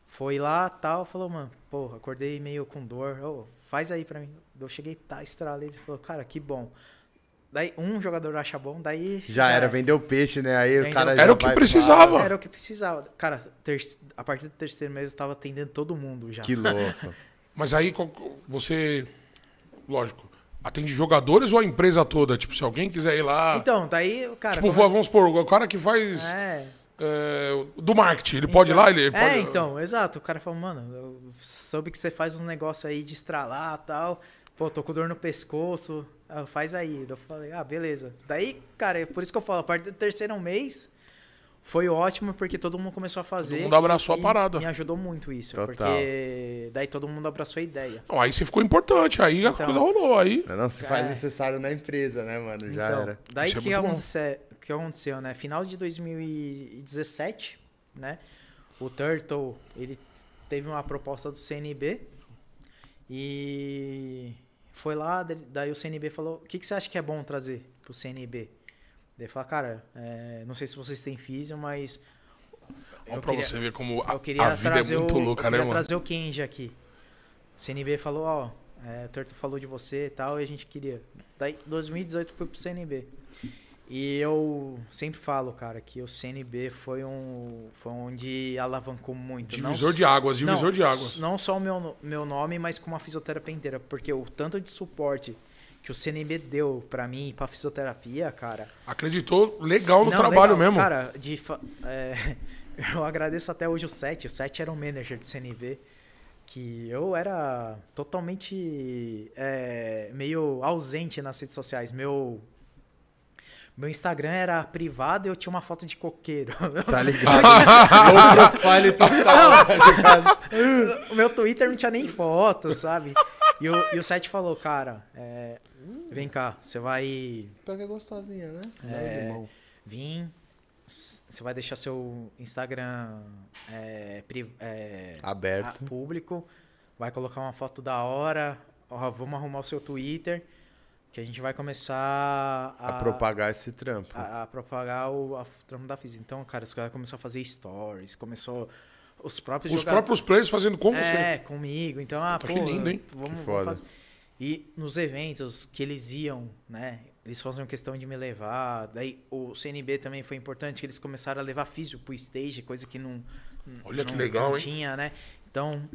S3: Foi lá tal, falou, mano, porra, acordei meio com dor. Ô, faz aí pra mim. Eu cheguei, tá, estralei. Ele falou, cara, que bom. Daí um jogador acha bom, daí.
S1: Já era, vendeu peixe, né? Aí o
S3: Vendeu
S1: cara
S3: peixe.
S1: já
S2: Era o que
S1: vai-
S2: precisava.
S3: Era o que precisava. Cara, ter- a partir do terceiro mês eu tava atendendo todo mundo já.
S1: Que louco.
S2: Mas aí qual- você. Lógico. Atende jogadores ou a empresa toda? Tipo, se alguém quiser ir lá.
S3: Então, daí, cara.
S2: tipo,
S3: como-
S2: vamos supor, o cara que faz.
S3: É.
S2: é, do marketing, ele pode ir lá? Ele
S3: É,
S2: pode...
S3: então, exato. O cara falou, mano, eu soube que você faz uns negócios aí de estralar e tal. Pô, tô com dor no pescoço. Ah, faz aí. Eu falei, ah, beleza. Daí, cara, é por isso que eu falo, a partir do terceiro mês foi ótimo, porque todo mundo começou um a fazer.
S2: mundo abraçou a
S3: e
S2: parada.
S3: Me ajudou muito isso,
S1: Total.
S3: porque daí todo mundo abraçou a ideia.
S2: Não, aí você ficou importante, aí a
S3: Então.
S2: coisa rolou. Aí.
S1: Não, se faz
S3: É.
S1: necessário na empresa, né, mano? Já
S3: então,
S1: era.
S3: Daí
S2: Isso é
S3: que,
S2: muito bom.
S3: acontece, que aconteceu, né? Final de 2017, né? O Turtle, ele teve uma proposta do CNB e foi lá, da- daí o CNB falou, o que, que você acha que é bom trazer pro CNB? Daí falou, cara, é, não sei se vocês têm físio, mas
S2: Ó,
S3: Eu
S2: pra
S3: queria-
S2: você ver como a,
S3: eu queria
S2: a vida é
S3: trazer
S2: muito
S3: o, eu
S2: louca, né,
S3: queria
S2: mano?
S3: trazer o Kenji aqui. CNB falou, ó, é, o Turtle falou de você e tal, e a gente queria. Daí, 2018 fui pro CNB. E eu sempre falo, cara, que o CNB foi um foi onde alavancou muito. Não
S2: Divisor de águas, divisor
S3: não,
S2: de águas.
S3: Não só o meu, no- meu nome, mas com uma fisioterapia inteira. Porque o tanto de suporte que o CNB deu pra mim e pra fisioterapia, cara,
S2: Acreditou legal no
S3: não,
S2: trabalho
S3: legal.
S2: mesmo.
S3: Cara, de fa- é, [LAUGHS] eu agradeço até hoje o Sete. O Sete era um manager do CNV que eu era totalmente é, meio ausente nas redes sociais. Meu meu Instagram era privado e eu tinha uma foto de coqueiro. [LAUGHS]
S1: Tá ligado? Low profile total, tá ligado?
S3: o meu Twitter não tinha nem foto, sabe? E o, e o Sete falou, cara, é, vem cá, você vai
S1: Pior que é gostosinha, né?
S3: É. vir, s- você vai deixar seu Instagram é, pri- é,
S1: Aberto.
S3: a- público, vai colocar uma foto da hora, ó, vamos arrumar o seu Twitter, que a gente vai começar a,
S1: A propagar esse trampo.
S3: a, a propagar o a, o trampo da FIS. Então, cara, os caras começaram a fazer stories, começou os próprios
S2: Os
S3: joga-
S2: próprios players fazendo como você.
S3: é, comigo. Então, ah,
S2: Puta,
S3: pô,
S2: que lindo, hein?
S3: vamos,
S1: Que
S3: vamos
S1: foda.
S3: fazer. E nos eventos que eles iam, né? Eles faziam questão de me levar. Daí o CNB também foi importante, que eles começaram a levar físio pro stage, coisa que não.
S2: Olha que
S3: não-
S2: legal,
S3: não
S2: hein?
S3: tinha, né? Então.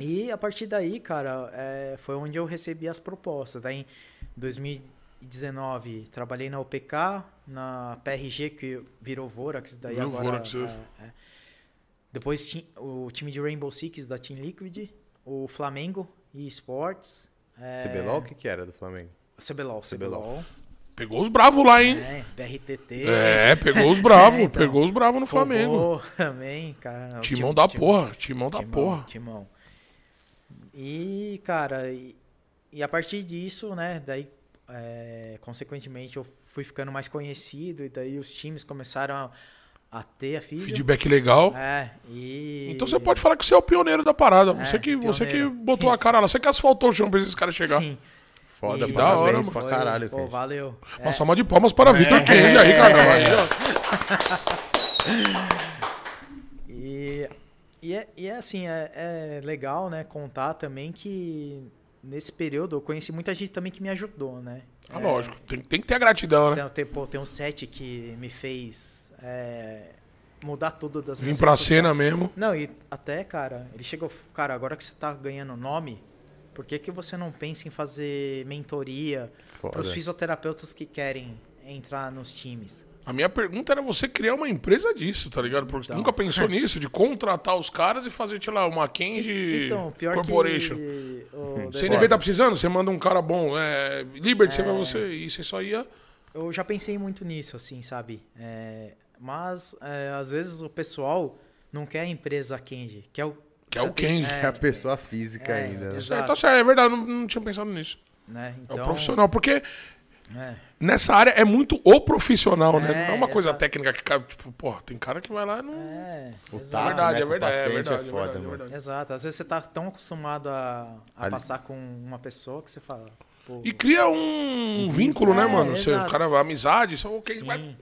S3: E a partir daí, cara, é, foi onde eu recebi as propostas. Daí em 2019, trabalhei na OPK, na PRG, que virou Vorax, daí
S2: Virou
S3: agora.
S2: Vorax, é.
S3: é, é. Depois ti- o time de Rainbow Six da Team Liquid, o Flamengo e Sports. É,
S1: CBLOL, o que que era do Flamengo?
S3: CBLOL, CBLOL.
S2: Pegou os bravos lá, hein?
S3: É, BRTT.
S2: É, pegou os bravos,
S3: [LAUGHS] É, então.
S2: pegou os bravos no Flamengo.
S3: Covô [LAUGHS] também, cara. é O
S2: Timão
S3: time-
S2: da
S3: time-
S2: porra, timão da porra.
S3: Timão. E, cara, e, e a partir disso, né, daí, é, consequentemente, eu fui ficando mais conhecido e daí os times começaram a, a ter a física.
S2: Feedback legal.
S3: É, e...
S2: Então você pode falar que você é o pioneiro da parada.
S3: É,
S2: você, que, você que
S3: pioneiro.
S2: botou a
S3: Isso.
S2: cara lá, você que asfaltou o chão pra esses caras chegar.
S3: Sim.
S1: Foda,
S3: E-
S2: Da hora,
S1: parabéns
S2: mano.
S1: pra
S3: Foi-
S1: caralho,
S3: Pô,
S1: cara.
S3: valeu. É,
S2: Uma salva de palmas para Vitor Kenji aí, cara. Aí, ó.
S3: E, e, é, e é assim, é, é legal, né, contar também que nesse período eu conheci muita gente também que me ajudou, né?
S2: Ah,
S3: É,
S2: lógico, tem, tem que ter a gratidão, né?
S3: Tem, tem, pô, tem um set que me fez é, mudar tudo das
S2: Vim
S3: minhas
S2: pra
S3: redes
S2: cena mesmo.
S3: Não, e até, cara, ele chegou, cara, agora que você tá ganhando nome, por que, que você não pensa em fazer mentoria
S1: Foda.
S3: pros fisioterapeutas que querem entrar nos times?
S2: A minha pergunta era você criar uma empresa disso, tá ligado? Porque você
S3: Então.
S2: nunca pensou
S3: [LAUGHS]
S2: nisso, de contratar os caras e fazer, sei lá, uma Kenji
S3: Então, pior
S2: Corporation. Hum,
S3: que... o- É.
S2: CNB tá precisando? Você manda um cara bom. É, Liberty, você vai você. E você só ia
S3: eu já pensei muito nisso, assim, sabe? É, mas é, às vezes o pessoal não quer a empresa Kenji, quer o.
S2: Quer o Kenji.
S1: [LAUGHS] É a pessoa física
S3: é,
S1: ainda. né?
S3: exato.
S2: É, tá certo, é verdade, não, não tinha pensado nisso.
S3: Né?
S2: É
S3: Então,
S2: o profissional, porque
S3: é.
S2: nessa área é muito o profissional, né? Não é uma
S3: É,
S2: coisa
S3: exato.
S2: técnica que, cara, tipo, porra, tem cara que vai lá e não.
S3: É,
S1: O
S3: exato.
S1: tato,
S2: verdade,
S1: né,
S2: é
S1: com o
S2: verdade, é
S1: paciente
S2: verdade, é
S1: foda,
S2: verdade, é
S1: mano.
S2: verdade.
S3: Exato. Às vezes você tá tão acostumado a, a
S1: Ali-
S3: passar com uma pessoa que você fala. Pô,
S2: E cria um, vínculo, né,
S3: É,
S2: mano? Você, o
S3: exato.
S2: cara vai, amizade, só o Kenji vai. [LAUGHS]
S3: sim.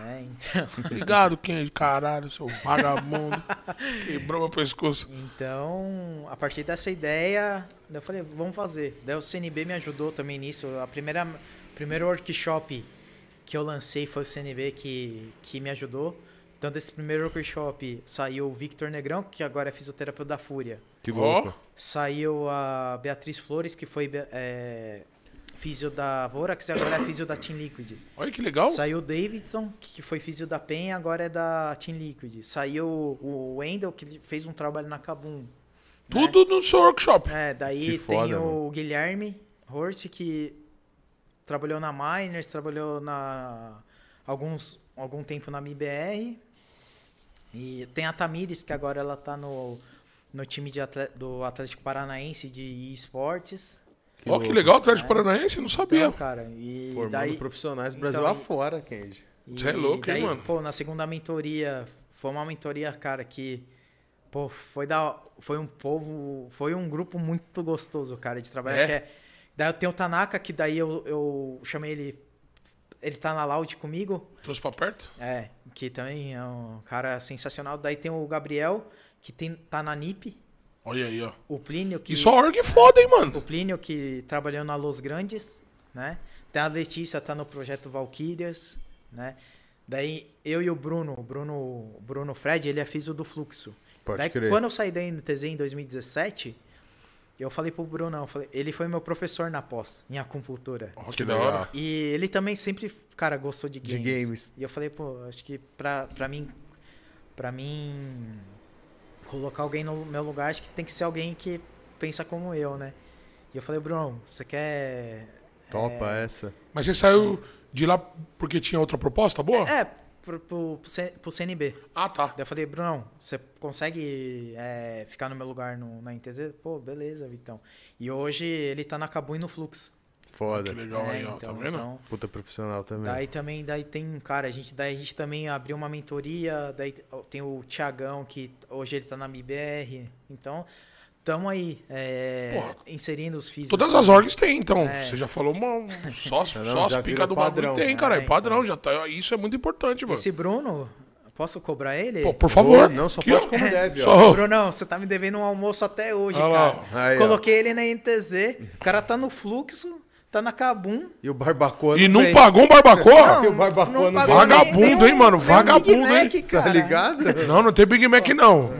S3: É, então,
S2: Obrigado, Kenji, é caralho, seu
S3: [LAUGHS]
S2: vagabundo. Quebrou meu pescoço.
S3: então, a partir dessa ideia, daí eu falei, vamos fazer. Daí o CNB me ajudou também nisso. A primeira primeiro workshop que eu lancei foi o CNB que, que me ajudou. Então, desse primeiro workshop saiu o Victor Negrão, que agora é fisioterapeuta da Fúria.
S1: Que
S2: Ó.
S1: louco.
S3: Saiu a Beatriz Flores, que foi é, físio da Vorax e agora é físio da Team Liquid.
S2: Olha que
S1: Oh.
S2: legal.
S3: Saiu o Davidson, que foi físio da PEN, agora é da Team Liquid. Saiu o Wendel, que fez um trabalho na Kabum.
S2: Tudo
S3: né?
S2: no seu workshop.
S3: É, daí
S1: Que foda,
S3: tem o
S1: mano.
S3: Guilherme Horst, que trabalhou na Miners, trabalhou na alguns, algum tempo na MIBR. E tem a Tamires, que agora ela tá no, no time de atle- do Atlético Paranaense de esportes.
S2: Ó, que legal, Atlético
S3: É.
S2: Paranaense, não sabia.
S3: Então, cara, e
S1: Formando
S3: daí...
S1: profissionais do Brasil
S3: então, e-
S1: afora, Kenji.
S3: E
S2: Cê é louco, hein,
S3: daí,
S2: mano?
S3: Pô, na segunda mentoria, foi uma mentoria, cara, que. Pô, foi da. Foi um povo. Foi um grupo muito gostoso, cara, de trabalhar.
S2: É?
S3: que é- daí eu tenho o Tanaka, que daí eu, eu chamei ele. Ele tá na Loud comigo.
S2: Trouxe pra perto?
S3: É, que também é um cara sensacional. Daí tem o Gabriel, que tem, tá na NIP.
S2: Olha aí, ó.
S3: O Plínio, que.
S2: E só org foda, hein,
S3: O
S2: mano.
S3: Plínio, que trabalhou na Los Grandes, né? Tem a Letícia, tá no projeto Valkyrias, né? Daí eu e o Bruno, o Bruno, o Bruno Fred, ele é físico do Fluxo.
S1: Pode
S3: Daí,
S1: crer.
S3: quando eu saí da NTZ em 2017, eu falei pro Bruno, eu falei, ele foi meu professor na pós, em acupuntura.
S2: Ó, que,
S1: Que
S2: da
S1: legal.
S2: hora.
S3: E ele também sempre, cara, gostou de
S1: Tipo, De
S3: games.
S1: games.
S3: E eu falei, pô, acho que pra, pra mim. para mim. Colocar alguém no meu lugar, acho que tem que ser alguém que pensa como eu, né? E eu falei, Bruno, você quer.
S1: Topa
S3: É.
S1: essa.
S2: Mas você saiu de lá porque tinha outra proposta boa?
S3: É, pro, pro, pro C- pro CNB.
S2: Ah, tá.
S3: Daí eu falei, Brunão, você consegue é, ficar no meu lugar no, na NTZ? Pô, beleza, Vitão. E hoje ele tá na Cabu e no Flux.
S2: Que
S1: Foda.
S2: legal
S3: né?
S2: aí, ó. tá vendo?
S3: então-
S1: Puta profissional
S2: É.
S1: também.
S3: Daí também, daí tem, cara, a gente, daí a gente também abriu uma mentoria, daí tem o Tiagão, que hoje ele tá na MBR. Então, tamo aí, é,
S2: Porra.
S3: inserindo os físicos.
S2: Todas as orgs tem, então.
S3: É.
S2: Você já falou
S3: [LAUGHS]
S2: uma. Só, as-
S1: Não,
S2: só as
S1: já
S2: picas
S1: virou
S2: do padrão
S1: padrão. né?
S2: tem, cara. É
S3: É,
S2: padrão, já tá. Isso é muito importante, mano.
S3: Esse Bruno, posso cobrar ele?
S2: Pô, por favor.
S1: Boa, não, só
S2: Aqui,
S1: pode
S2: ó.
S1: como deve, ó.
S2: Só-
S3: Brunão, você tá me devendo um almoço até hoje,
S2: Olha lá,
S3: cara.
S1: ó. Aí, ó.
S3: Coloquei ele na NTZ, o cara tá no fluxo, tá na Kabum.
S1: E o Barbacoa
S2: E não
S1: vem.
S2: pagou um barbacoa?
S1: E o Barbacoa não,
S3: pagou
S1: vem.
S3: nem- nem
S2: Vagabundo, hein, mano?
S3: um- nem um Big
S2: Vagabundo, hein?
S3: Mac,
S1: Tá
S2: [LAUGHS]
S3: cara.
S1: ligado?
S2: Não, não tem Big Mac, não.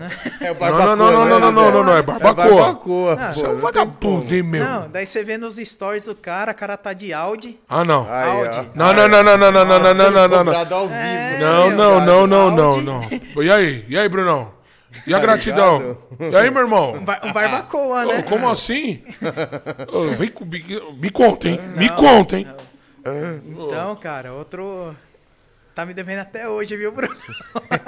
S1: É o
S2: não, não, não, não, não, não, não, não, é barbacoa.
S1: É barbacoa.
S3: Ah,
S1: pô,
S2: Você é um
S1: não tem
S2: vagabundo, hein, meu?
S3: Não, daí você vê nos stories do cara, o cara tá de Audi.
S2: Ah, não.
S1: como. Aí, ó.
S3: Audi.
S2: Não, não, não, não, não, não, não, não,
S1: é um
S2: não, não, não, não.
S1: Cobrado ao vivo.
S3: É,
S2: Não,
S3: meu,
S2: não, não, não, não,
S3: Audi.
S2: não. E aí? E aí, Brunão? E a
S1: Tá
S2: gratidão?
S1: ligado?
S2: E aí, meu irmão?
S3: Um, bar- um barbacoa, né?
S2: Ô,
S1: [LAUGHS]
S2: Como assim? Ô, Vem com Big- Me conta, hein? Me conta, hein?
S3: Então, cara, outro. Tá me devendo até hoje, viu, Bruno? [LAUGHS]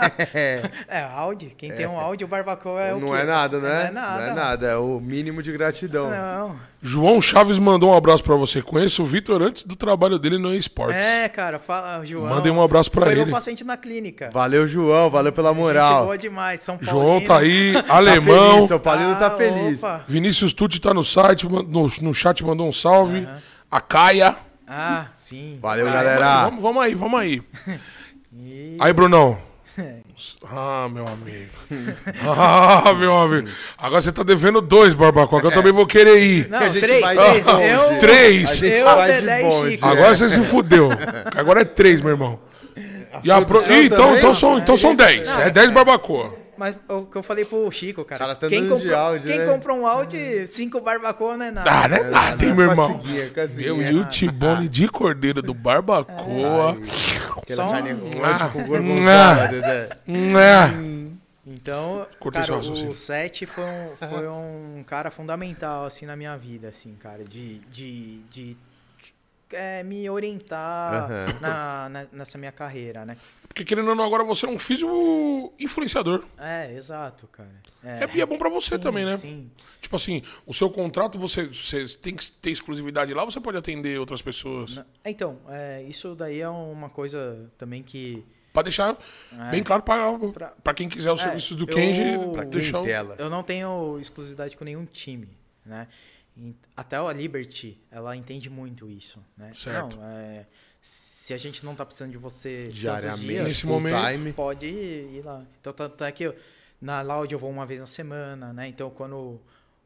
S3: é, Audi. Quem tem um Audi, o Barbacoa é o
S1: Não
S3: quê?
S1: é nada, né?
S3: Não é nada.
S1: Não é nada, é o mínimo de gratidão.
S3: Não.
S2: João Chaves mandou um abraço pra você. Conheço o Vitor antes do trabalho dele no esportes.
S3: É, cara, fala, João.
S2: Mandem um abraço pra
S3: Foi
S2: ele.
S3: meu paciente na clínica.
S1: Valeu, João, valeu pela
S3: Gente
S1: moral.
S3: boa demais, São Paulo.
S2: João tá aí,
S1: Tá
S2: alemão.
S1: feliz, São Paulino
S3: Ah,
S1: tá feliz.
S2: Vinícius Tucci tá no site, man- no, no chat mandou um salve. A Caia.
S3: Ah, sim.
S1: Valeu, galera.
S2: Vamos, vamos aí, vamos aí.
S3: E-
S2: Aí, Brunão. Ah, meu amigo. Ah, meu amigo. Agora você tá devendo dois, Barbacoa, que eu também vou querer ir.
S3: Não,
S1: A gente
S3: três,
S1: vai
S3: três.
S1: longe.
S3: Eu,
S1: A
S2: Três.
S1: gente
S3: Eu,
S1: vai
S3: Dedé
S1: de
S3: e
S1: bonde.
S3: Chico.
S2: Agora você se fudeu. Agora é três, meu irmão. E a pro...
S1: produção
S2: Ih, então,
S1: também?
S2: então, são, então são dez.
S3: Não,
S2: É dez Barbacoa.
S3: Mas o que eu falei pro Chico, cara.
S1: Cara, tá
S3: quem
S1: andando de
S3: comprou,
S1: Audi,
S3: quem
S1: né?
S3: comprou um Audi, cinco Barbacoa não é nada.
S2: Ah, não é nada, hein, meu irmão.
S1: Conseguia, conseguia.
S2: Meu, e o tibone de cordeiro do Barbacoa.
S1: Aquela
S3: Só-
S1: carne
S2: Ah.
S1: um... com gorgonzola,
S2: Ah.
S1: Dedé.
S2: Né?
S3: Então,
S2: Cortei
S3: cara,
S2: seu raciocínio.
S3: o Sete foi um, foi um cara fundamental, assim, na minha vida, assim, cara, de, de, de é, me orientar na- na- nessa minha carreira, né?
S2: Porque querendo ou não, agora você é um físico influenciador.
S3: É, exato, cara.
S2: É, e é bom pra você
S3: Sim,
S2: também, né?
S3: Sim.
S2: Tipo assim, o seu contrato, você, você tem que ter exclusividade lá, você pode atender outras pessoas.
S3: Na- Então, é, isso daí é uma coisa também que. né,
S2: Pra deixar bem claro pra, É. pra, É, quem quiser o serviço do Kenji,
S3: eu-
S1: Pra
S2: deixar o-
S1: clientela.
S3: Eu não tenho exclusividade com nenhum time, né? E Até a Liberty, ela entende muito isso, né?
S2: Certo.
S3: Não, é, se a gente não tá precisando de você todos os
S1: Diariamente,
S3: dias,
S2: Nesse
S1: full
S2: momento-
S1: time.
S3: pode ir ir lá. Então, tá, tá aqui, ó, na Loud eu vou uma vez na semana, né? Então, quando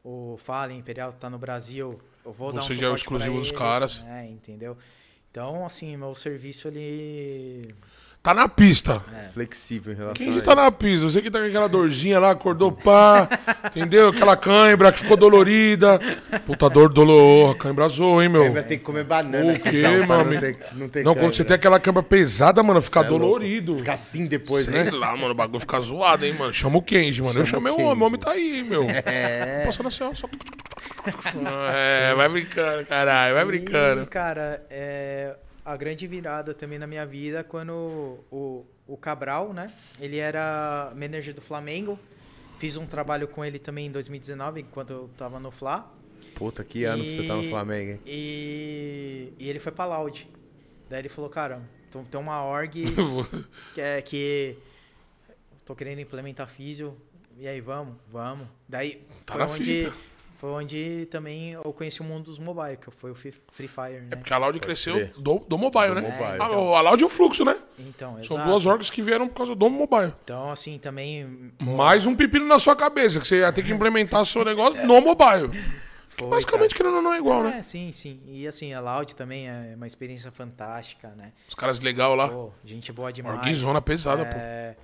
S3: o Fallen Imperial tá no Brasil, eu vou dar um
S2: Você já é o
S3: suporte pra
S2: exclusivo dos
S3: eles,
S2: caras.
S3: Né? Entendeu? Então, assim, meu serviço, ele...
S2: Tá na pista.
S3: É.
S1: Flexível em relação
S2: Quem já
S1: a
S2: tá
S1: isso.
S2: na pista? Você que tá com aquela dorzinha lá, acordou pá, entendeu? Aquela cãibra que ficou dolorida. Puta dor dolor, cãibra zoou, hein, meu?
S1: Vai ter que comer banana
S2: O
S1: aqui,
S2: quê,
S1: Sal, pra
S2: meu
S1: não
S2: amigo?
S1: ter, não ter
S2: Não, quando você tem
S1: câimbra.
S2: aquela cãibra pesada, mano, fica
S1: Cê é louco.
S2: dolorido.
S1: Fica assim depois,
S2: Sei [LAUGHS]
S1: né?
S2: lá, mano, o bagulho fica zoado, hein, mano. Chama o Kenji, mano. Eu chamei o homem, o homem tá aí, meu. É. Passando assim, ó, só... É, vai brincando, caralho, vai
S3: E,
S2: brincando.
S3: cara, é, a grande virada também na minha vida é quando o, o Cabral, né? Ele era manager do Flamengo. Fiz um trabalho com ele também em 2019, enquanto eu tava no Fla.
S1: Puta, que ano que você tá no
S3: E-
S1: Flamengo, hein?
S3: E, e ele foi pra Loud. Daí ele falou, cara, então tem uma org
S2: [LAUGHS] Eu vou-
S3: que, é, que tô querendo implementar físio. E aí, vamos, vamos. Daí
S2: Tá
S3: foi
S2: na
S3: onde.
S2: fita.
S3: Foi onde também eu conheci o mundo dos mobile, que foi o Fi- Free Fire, né?
S2: É porque a Loud cresceu
S1: crer.
S2: do, do mobile,
S1: Do
S2: né?
S1: mobile.
S2: Ah, A Loud e o Fluxo, né?
S3: Então,
S2: São
S3: exato.
S2: duas orgs que vieram por causa do mobile.
S3: Então, assim, também
S2: Mais um pepino na sua cabeça, que você ia ter que implementar seu negócio no mobile.
S3: foi,
S2: Basicamente, querendo ou não, é igual,
S3: cara.
S2: né?
S3: É, sim, sim. E assim, a Loud também é uma experiência fantástica, né?
S2: Os caras legal lá.
S3: Pô, gente boa demais.
S2: Orguizona pesada, pô.
S3: É,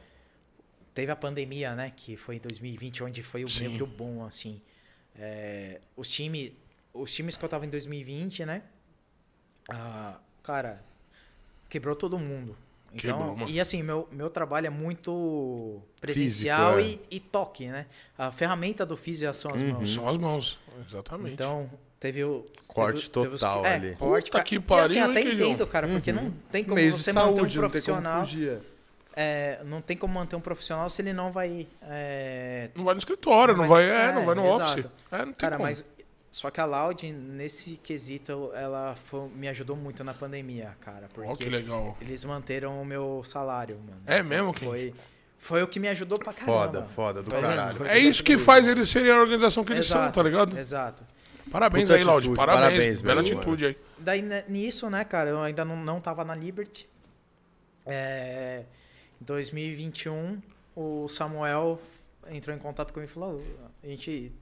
S3: Teve a pandemia, né? Que foi em 2020, onde foi o
S2: Sim.
S3: meio que o bom, assim. É, os, time, os times que eu tava em 2020, né? Ah, cara, quebrou todo mundo. Então,
S2: Quebrou, mano.
S3: E assim, meu, meu trabalho é muito presencial
S2: é.
S1: Físico,
S3: e, e toque, né? A ferramenta do físico são as mãos.
S2: São as mãos. Exatamente.
S3: Então, teve o.
S1: Corte
S3: teve, teve os-
S1: total
S3: é,
S1: ali.
S3: Corte,
S2: Puta
S3: cara.
S2: que
S3: E, assim,
S2: pariu, hein,
S3: até
S2: Keijão?
S3: entendo, cara, porque não tem como
S1: Meios de
S3: você manter
S1: saúde,
S3: um
S1: não tem como
S3: profissional.
S1: fugir.
S3: é, não tem como manter um profissional se ele não vai. é,
S2: Não vai no escritório, não,
S3: Não
S2: vai,
S3: vai-
S2: é, não
S3: é,
S2: vai no
S3: exato.
S2: office. É, não tem
S3: cara,
S2: como.
S3: mas. Só que a Loud, nesse quesito, ela foi- me ajudou muito na pandemia, cara.
S2: Ó, que
S3: Porque
S2: legal.
S3: eles manteram o meu salário, mano. Então,
S2: É mesmo, Kenji?
S3: Foi, foi o que me ajudou pra caramba.
S1: Foda, foda do
S3: Foi-
S1: caralho.
S3: foi-
S2: É isso que faz eles serem a organização que eles são,
S3: Exato,
S2: tá
S3: É.
S2: ligado?
S3: Exato.
S2: Parabéns
S1: Puta
S2: aí, Laude.
S1: atitude,
S2: Parabéns.
S1: parabéns,
S2: Bela
S1: meu
S2: atitude aí.
S3: Daí né, nisso, né, cara, eu ainda não, não tava na Liberty. É, em 2021, o Samuel entrou em contato comigo e falou: "Ô, a gente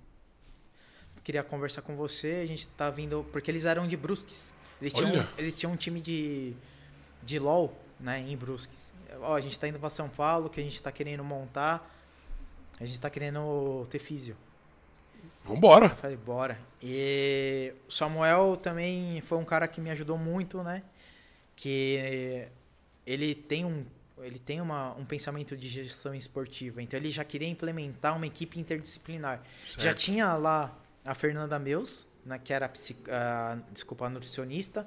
S3: queria conversar com você, a gente tá vindo. Porque eles eram de Brusques. Eles tinham,
S2: Olha.
S3: eles tinham um time de, de LOL, né, em Brusques. Ó, a gente tá indo pra São Paulo, que a gente tá querendo montar, a gente tá querendo ter físio.
S2: Vambora.
S3: Falei, bora. E o Samuel também foi um cara que me ajudou muito, né? Que ele tem um ele tem uma, um pensamento de gestão esportiva, então ele já queria implementar uma equipe interdisciplinar. Já
S2: Certo.
S3: tinha lá a Fernanda Meus, né, que era psic- ah, desculpa, a nutricionista.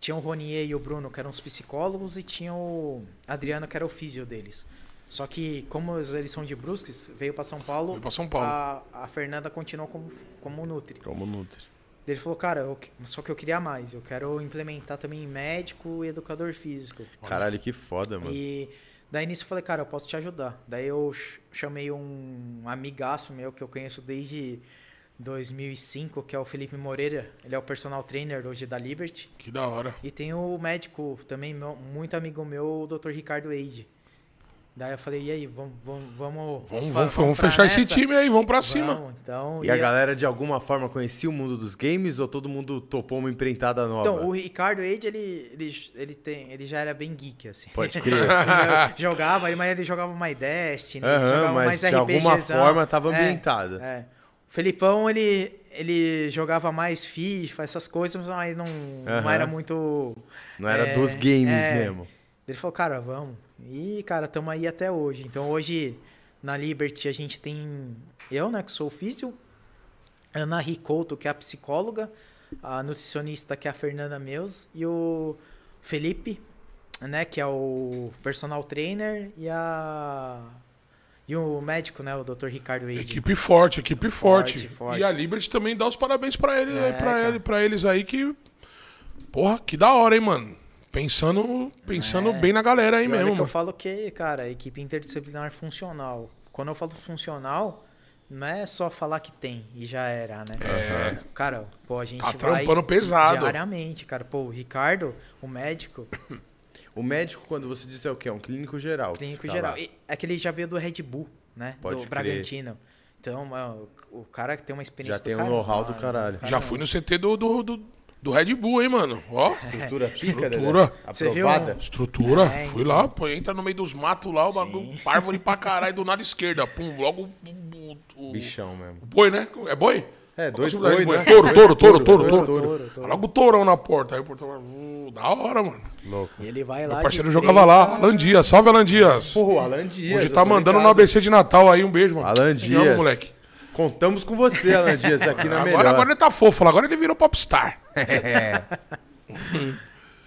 S3: Tinha o Ronier e o Bruno, que eram os psicólogos, e tinha o Adriano, que era o físio deles. Só que, como eles são de Brusques, veio para São Paulo
S2: Vem pra São Paulo.
S3: a, a Fernanda continuou como, como Nutri.
S1: Como nutre.
S3: Ele falou, cara, eu que- só que eu queria mais. Eu quero implementar também médico e educador físico.
S1: Caralho, que foda, mano.
S3: E daí nisso eu falei, cara, eu posso te ajudar. Daí eu ch- chamei um amigaço meu que eu conheço desde 2005, que é o Felipe Moreira. Ele é o personal trainer hoje da Liberty.
S2: Que da hora.
S3: E tem o médico também, meu- muito amigo meu, o Dr. Ricardo Eide. Daí eu falei, e aí, vamos vamos vamos
S2: Vamos,
S3: fa-
S2: vamos, vamos
S3: pra
S2: fechar esse
S3: nessa?
S2: time aí, vamos pra cima.
S3: Vamos, então,
S1: E a
S3: eu-
S1: galera de alguma forma conhecia o mundo dos games ou todo mundo topou uma empreitada nova?
S3: Então, o Ricardo Eide, ele, ele, ele, tem, ele já era bem geek, assim. [LAUGHS]
S1: Pode crer.
S3: Ele jogava, ele- mas ele jogava mais Destiny,
S1: Aham,
S3: jogava
S1: mas
S3: mais
S1: de
S3: RPGzão.
S1: alguma forma tava
S3: É,
S1: ambientada.
S3: é. O Felipão, ele, ele jogava mais FIFA, essas coisas, mas não, não
S1: Aham.
S3: era muito...
S1: Não era
S3: é,
S1: dos games
S3: é.
S1: mesmo.
S3: Ele falou, cara, vamos. E, cara, estamos aí até hoje. Então, hoje, na Liberty, a gente tem eu, né, que sou o físio, Ana Ricouto, que é a psicóloga, a nutricionista, que é a Fernanda Meus, e o Felipe, né, que é o personal trainer, e a. E o médico, né, o Dr. Ricardo Eide.
S2: Equipe forte, equipe forte.
S3: Forte, forte.
S2: E a Liberty também dá os parabéns pra, ele,
S3: É,
S2: pra,
S3: cara.
S2: ele, pra eles aí que. Porra, que da hora, hein, mano. Pensando, pensando
S3: É.
S2: bem na galera aí
S3: E olha
S2: mesmo.
S3: que eu
S2: mano.
S3: falo que, cara, equipe interdisciplinar é funcional. Quando eu falo funcional, não é só falar que tem e já era, né?
S2: É.
S3: Cara, pô, a gente
S2: Tá
S3: vai
S2: trampando pesado.
S3: diariamente, cara. Pô, o Ricardo,
S1: [LAUGHS]
S3: o médico,
S1: O médico, quando você diz é o quê? É um clínico geral. que
S3: clínico
S1: fica
S3: geral.
S1: Tá lá.
S3: E é que ele já veio do Red Bull, né?
S1: Pode
S3: do
S1: crer.
S3: Bragantino. Então, mano, o cara que tem uma experiência
S1: Já tem um
S3: do caramba,
S1: know-how do
S3: né?
S1: caralho.
S2: Já fui no CT do, do, do, do Red Bull, hein, mano.
S3: [LAUGHS]
S2: Ó,
S1: Estrutura pica, Dedé?
S2: Estrutura.
S3: Você viu
S1: Aprovada.
S3: um-
S2: estrutura.
S3: É,
S2: fui lá, pô, entra no meio dos matos lá, o bagulho, árvore pra caralho, do nada esquerda. Pum, logo o, o- o-
S1: Bichão mesmo.
S2: boi, né? É boi?
S1: É,
S2: Qual
S1: dois
S2: que é o nome
S1: boi,
S2: do
S1: né?
S2: Touro, touro, touro,
S1: Dois
S2: touro,
S1: touro,
S2: touro.
S3: touro, touro.
S2: Logo o tourão na porta. Aí o portão, uh, da hora, mano.
S1: Louco.
S3: E ele vai
S2: Meu
S3: lá. Tá de
S2: parceiro
S3: três
S2: jogava lá,
S3: a-
S2: Alan Dias. Salve, Alan Dias.
S1: Porra, o Alan Dias.
S2: Hoje
S1: eu
S2: tá
S1: tô
S2: mandando no
S1: ligado.
S2: ABC de Natal aí, um beijo, mano.
S1: Alan
S2: Te amo,
S1: Dias.
S2: moleque.
S1: Contamos com você, Alan Dias, aqui na é melhor.
S2: Agora, agora ele tá fofo, lá, agora ele virou popstar.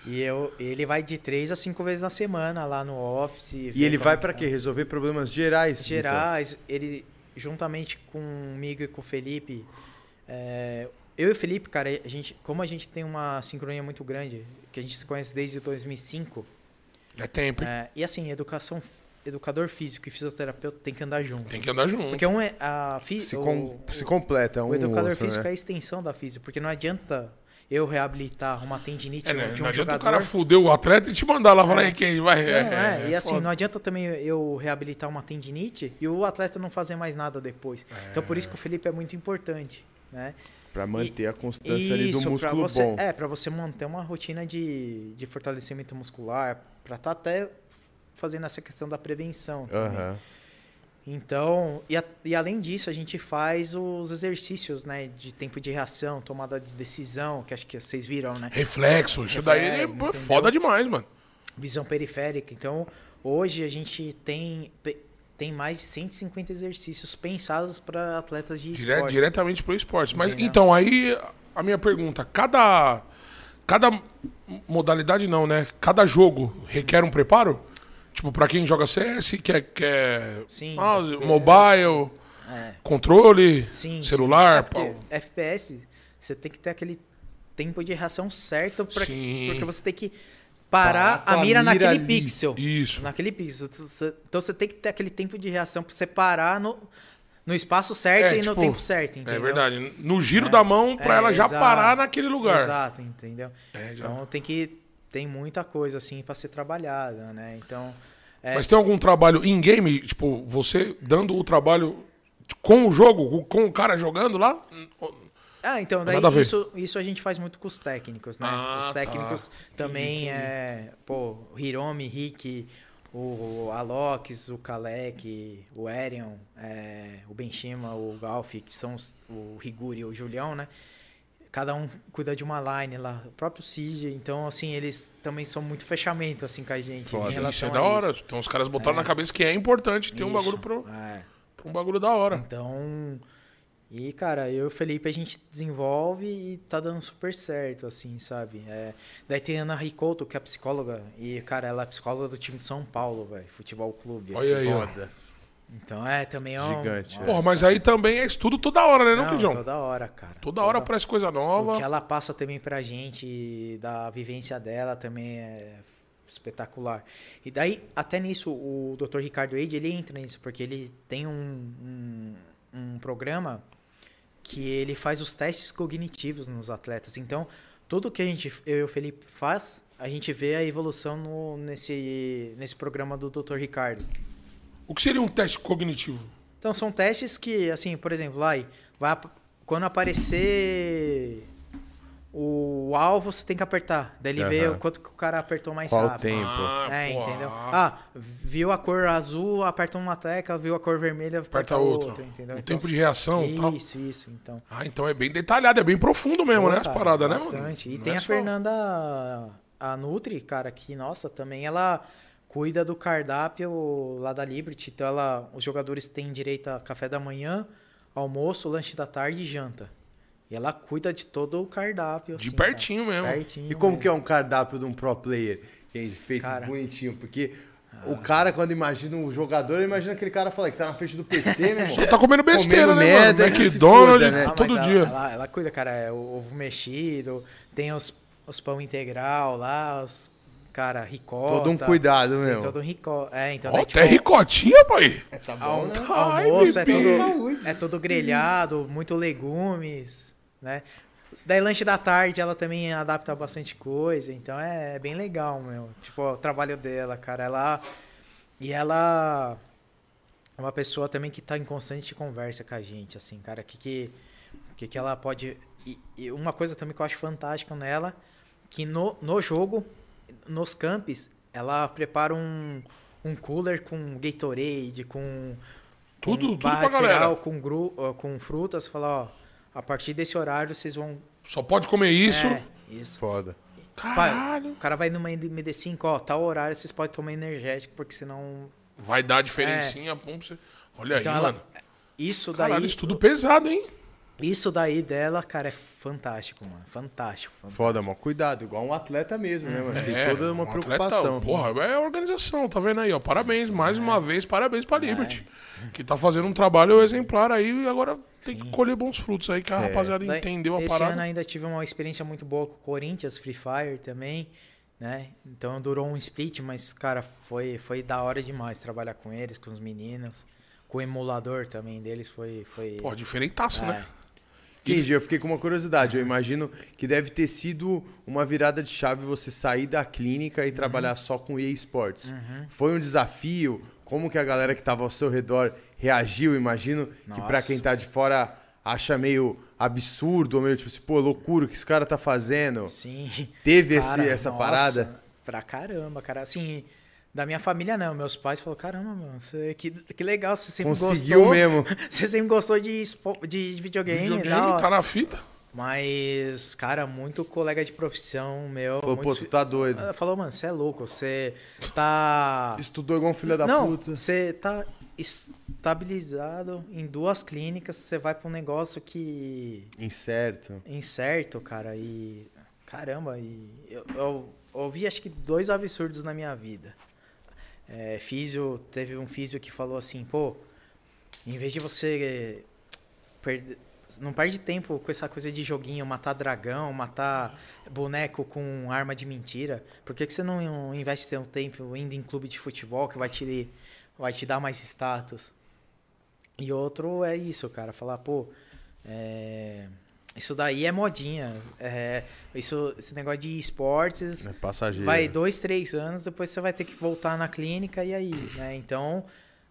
S3: E eu, ele vai de três a cinco vezes na semana lá no office.
S1: E ele vai pra quê? Resolver problemas gerais. Vitor?
S3: Gerais, ele juntamente comigo e com o Felipe, é, eu e o Felipe, cara, a gente, como a gente tem uma sincronia muito grande, que a gente se conhece desde 2005,
S2: É tempo, hein?
S3: é, e assim, educação, educador físico e fisioterapeuta tem que andar junto.
S2: Tem que andar junto.
S3: Porque um é a fi,
S1: Se,
S3: o,
S1: com- se completa um
S3: o educador
S1: outro,
S3: físico é
S1: né?
S3: a extensão da física, porque não adianta eu reabilitar, arrumar tendinite
S2: É,
S3: de um-
S2: né?
S3: de
S2: Não
S3: um
S2: adianta
S3: jogador.
S2: o cara fuder o atleta e te mandar lá falar aí quem vai.
S3: Não, é, e assim,
S2: foda.
S3: não adianta também eu reabilitar uma tendinite e o atleta não fazer mais nada depois. Então por isso que o Felipe é muito importante, né?
S1: Pra manter a constância Então, ali do
S3: Isso, pra
S1: músculo
S3: você,
S1: bom.
S3: é, para você manter uma rotina de, de fortalecimento muscular, pra estar até fazendo essa questão da prevenção. também.
S1: Aham.
S3: Então, e, a- e além disso, a gente faz os exercícios, né, de tempo de reação, tomada de decisão, que acho que vocês viram, né?
S2: Reflexo, isso daí é,
S3: Reflexo,
S2: pô, é
S3: entendeu?
S2: foda demais, mano.
S3: visão periférica. Então, hoje a gente tem, pe- tem mais de 150 exercícios pensados para atletas de
S2: Dire-
S3: esporte.
S2: diretamente pro esporte. Mas
S3: Entendeu?
S2: então, aí a minha pergunta: cada. Cada m- modalidade não, né? Cada jogo requer um preparo? Tipo, pra quem joga CS, quer. quer
S3: Sim.
S2: ah, mobile,
S3: É.
S2: controle,
S3: Sim,
S2: celular.
S3: sim. É
S2: pau.
S3: porque FPS, você tem que ter aquele tempo de reação certo pra,
S2: Sim.
S3: porque você tem que parar
S1: Parar com
S3: a
S1: a
S3: mira
S1: mira
S3: naquele
S1: ali.
S3: pixel.
S2: Isso.
S3: Naquele pixel. Você- Então você tem que ter aquele tempo de reação para você parar no, no espaço certo
S2: É,
S3: e
S2: tipo,
S3: no tempo certo, entendeu?
S2: É verdade. No giro da mão, pra
S3: É,
S2: ela já
S3: exato.
S2: parar naquele lugar.
S3: Exato, entendeu?
S2: É, já-
S3: Então tem que tem muita coisa assim para ser trabalhada, né? Então é,
S2: Mas tem algum trabalho in-game, tipo, você dando o trabalho com o jogo, com o cara jogando lá?
S3: ah, então daí
S2: nada a ver.
S3: isso isso a gente faz muito com os técnicos, né?
S2: Ah,
S3: os técnicos
S2: tá.
S3: também
S2: Entendi,
S3: é, pô, o Hiromi, Rick, o Alox, o Kalec, o Erion, é, o Benchima, o Galf, que são os, o Riguri e o Julião, né? Cada um cuida de uma line lá, o próprio Cid, então assim, eles também são muito fechamento assim com a gente em relação
S2: Isso é da
S3: a isso.
S2: hora. Então os caras botaram na cabeça que é importante ter um
S3: Isso,
S2: bagulho pro,
S3: é.
S2: um bagulho da hora.
S3: Então. E, cara, eu e o Felipe a gente desenvolve e tá dando super certo, assim, sabe? É, daí tem a Ana Ricouto, que é psicóloga, e, cara, ela é psicóloga do time de São Paulo, velho, futebol clube.
S2: Olha aí, ó.
S1: Foda.
S3: Então é, também é um.
S1: Gigante,
S3: Nossa.
S2: Porra, mas aí também é estudo toda hora, né, não,
S3: Não,
S2: Quijão? Toda,
S3: toda hora, cara.
S2: hora aparece coisa
S3: O
S2: nova.
S3: que ela passa também pra gente, da vivência dela também é espetacular. E daí, até nisso, o Dr. Ricardo Eide, ele entra nisso, porque ele tem um, um, um programa que ele faz os testes cognitivos nos atletas. Então, tudo que a gente, eu e o Felipe faz, a gente vê a evolução no, nesse, nesse programa do Dr. Ricardo.
S2: O que seria um teste cognitivo?
S3: Então são testes que, assim, por exemplo, lá vai ap- quando aparecer o alvo, você tem que apertar. Daí ele vê
S1: Aham.
S3: o quanto que o cara apertou mais
S1: Qual
S3: rápido.
S1: tempo?
S3: É,
S2: pô,
S3: entendeu?
S2: ah,
S3: Ah, viu a cor azul, aperta uma tecla, viu a cor vermelha, aperta,
S2: aperta
S3: outra,
S2: outro.
S3: entendeu?
S2: O
S3: Então,
S2: tempo de reação e tal.
S3: Isso, isso, então.
S2: Ah, então é bem detalhado, é bem profundo mesmo,
S3: Pô,
S2: né? As
S3: cara,
S2: paradas, né, mano?
S3: Bastante. E
S2: Não
S3: tem
S2: é
S3: a
S2: só-
S3: Fernanda, a Nutri, cara, que, nossa, também ela cuida do cardápio lá da Liberty. Então, ela, os jogadores têm direito a café da manhã, almoço, lanche da tarde e janta. E ela cuida de todo o cardápio.
S2: De
S3: assim,
S2: pertinho mesmo.
S3: Pertinho.
S1: E como
S3: mesmo.
S1: que é um cardápio de um pro player? Que é feito
S3: Cara.
S1: bonitinho, porque
S2: Ah.
S1: o cara, quando imagina um jogador, ele imagina aquele cara fala que tá na frente do PC,
S2: [LAUGHS]
S1: meu irmão.
S2: Só tá comendo besteira,
S1: Comendo
S2: né,
S1: merda,
S2: mano?
S1: que se
S2: McDonald's,
S1: foda, né?
S3: Ah, mas
S2: todo
S3: ela,
S2: dia.
S3: Ela, ela cuida, cara. É o ovo mexido, tem os, os pão integral lá, os. Cara, ricota.
S1: Todo um cuidado
S3: Tem
S1: mesmo.
S3: todo um ricota. É, então
S2: Ó,
S3: daí, é
S2: até ricotinha, pai.
S1: Tá bom,
S3: Al-
S1: né?
S2: Ai,
S3: almoço é
S2: bebê.
S3: todo, é todo grelhado, muito legumes, né? Daí lanche da tarde ela também adapta bastante coisa, então é, é bem legal, meu. Tipo, ó, o trabalho dela, cara, ela e ela é uma pessoa também que tá em constante conversa com a gente, assim, cara, que que que, que ela pode e, e uma coisa também que eu acho fantástica nela, que no, no jogo, nos campos, ela prepara um, um cooler com Gatorade, com
S2: Tudo-
S3: com
S2: tudo
S3: barra
S2: pra
S3: de cereal,
S2: galera.
S3: com, gru, ó, com frutas, fala, ó, a partir desse horário vocês vão...
S2: Só pode comer isso.
S3: É, isso.
S1: Foda.
S3: Pai,
S2: Caralho.
S3: o cara vai numa MD5, ó, tal horário vocês podem tomar energético, porque senão...
S2: Vai dar a diferencinha, pum, você... Olha
S3: é. Então
S2: aí,
S3: ela-
S2: mano.
S3: Isso daí,
S2: Caralho, isso tudo pesado, hein?
S3: isso daí dela, cara, é fantástico, mano. Fantástico, fantástico.
S1: Foda, mano. Cuidado, igual um atleta mesmo, né, mano? Tem toda uma
S2: um atleta,
S1: preocupação. É.
S2: porra, é organização, tá vendo aí, ó. Parabéns, mais uma vez, parabéns pra Liberty. Que tá fazendo um trabalho exemplar aí e agora tem que colher bons frutos aí, que
S1: É.
S2: a rapaziada
S3: Daí,
S2: entendeu a
S3: esse ano
S2: parada.
S3: ainda tive uma experiência muito boa com o Corinthians, Free Fire também, né? Então durou um split, mas, cara, foi, foi da hora demais trabalhar com eles, com os meninos. Com o emulador também deles, foi... foi...
S2: Pô, diferentaço,
S3: É.
S2: né?
S1: Kenji, eu fiquei com uma curiosidade. Eu imagino que deve ter sido uma virada de chave você sair da clínica e trabalhar só com EA Sports.
S3: Uhum.
S1: Foi um desafio? Como que a galera que estava ao seu redor reagiu? Imagino que pra
S3: Nossa.
S1: quem tá de fora acha meio absurdo, ou meio tipo assim, pô, loucura, o que esse cara tá fazendo?
S3: Sim.
S1: Teve esse- essa parada?
S3: Pra caramba, cara. Assim, da minha família não. Meus pais falaram, caramba, mano, você- que, que legal, você sempre
S1: Conseguiu
S3: gostou.
S1: mesmo.
S3: [LAUGHS] Você sempre gostou de, espo- de videogame,
S2: Videogame
S3: da hora.
S2: tá na fita.
S3: Mas, cara, muito colega de profissão meu.
S1: Falou, pô,
S3: muitos-
S1: tu tá doido.
S3: Ah, Falou, mano, você é louco, você tá...
S1: Estudou igual um filho da
S3: não,
S1: puta.
S3: você tá estabilizado em duas clínicas, você vai pra um negócio que
S1: Incerto.
S3: incerto, cara, e caramba, e eu, eu ouvi acho que dois absurdos na minha vida. É, físio, teve um físio que falou assim, pô, em vez de você eh, perder, não perde tempo com essa coisa de joguinho, matar dragão, matar boneco com arma de mentira, por que, que você não investe seu tempo indo em clube de futebol que vai te, vai te dar mais status? E outro é isso, cara, falar, pô, é, isso daí é modinha. é, isso, esse negócio de esportes
S1: É passageiro.
S3: vai então, dois, três anos, depois você vai ter que voltar na clínica e
S2: [CLEARS THROAT]
S3: aí, né? Então,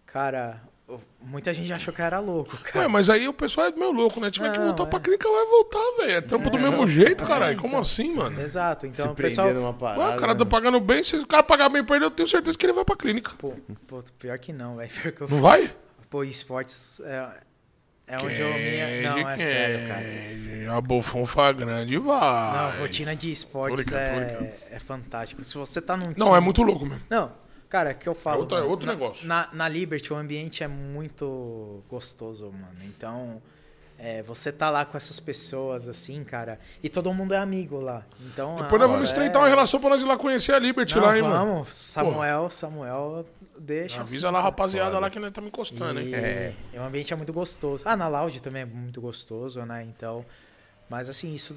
S3: cara, o- muita gente achou que eu era louco, cara.
S2: Ué, mas aí o pessoal é meio louco, né? Tiver que
S3: Não,
S2: voltar
S3: é. então.
S2: pra clínica, vai voltar, velho. É trampo do mesmo jeito, caralho. Como assim, mano?
S3: Exato. Então,
S1: Se
S3: o pessoal.
S1: prender numa
S2: Ué,
S1: É parada.
S2: o cara tá
S1: né?
S2: pagando bem, se o cara pagar bem pra ele, eu tenho certeza que ele vai pra clínica.
S3: Pô, pô, pior que não, velho. pior que eu-
S2: Não vai?
S3: Pô, esportes é, é onde eu me. Não, é sério, cara.
S2: cara. A bufunfa grande um vai.
S3: Não, rotina de esportes
S2: Tô ligado, tô ligado.
S3: é, é fantástico. Se você tá num
S2: Não, é
S3: time-
S2: muito louco mesmo.
S3: Não, cara, é que eu falo.
S2: É outro- é
S3: mano,
S2: outro
S3: na-
S2: negócio.
S3: Na, na Liberty, o ambiente é muito gostoso, mano. Então, é, você tá lá com essas pessoas, assim, cara, e todo mundo é amigo lá. Então,
S2: Depois nós
S3: nossa,
S2: vamos
S3: é-
S2: estreitar uma relação pra nós ir lá conhecer a Liberty
S3: Não,
S2: lá, hein,
S3: vamos,
S2: mano.
S3: Samuel, Samuel, deixa.
S2: Avisa né?
S3: assim,
S2: lá a
S3: cara.
S2: rapaziada lá que nós estamos encostando, hein?
S3: E e o ambiente é muito gostoso. Ah, na lounge também é muito gostoso, né? Então, mas assim, isso,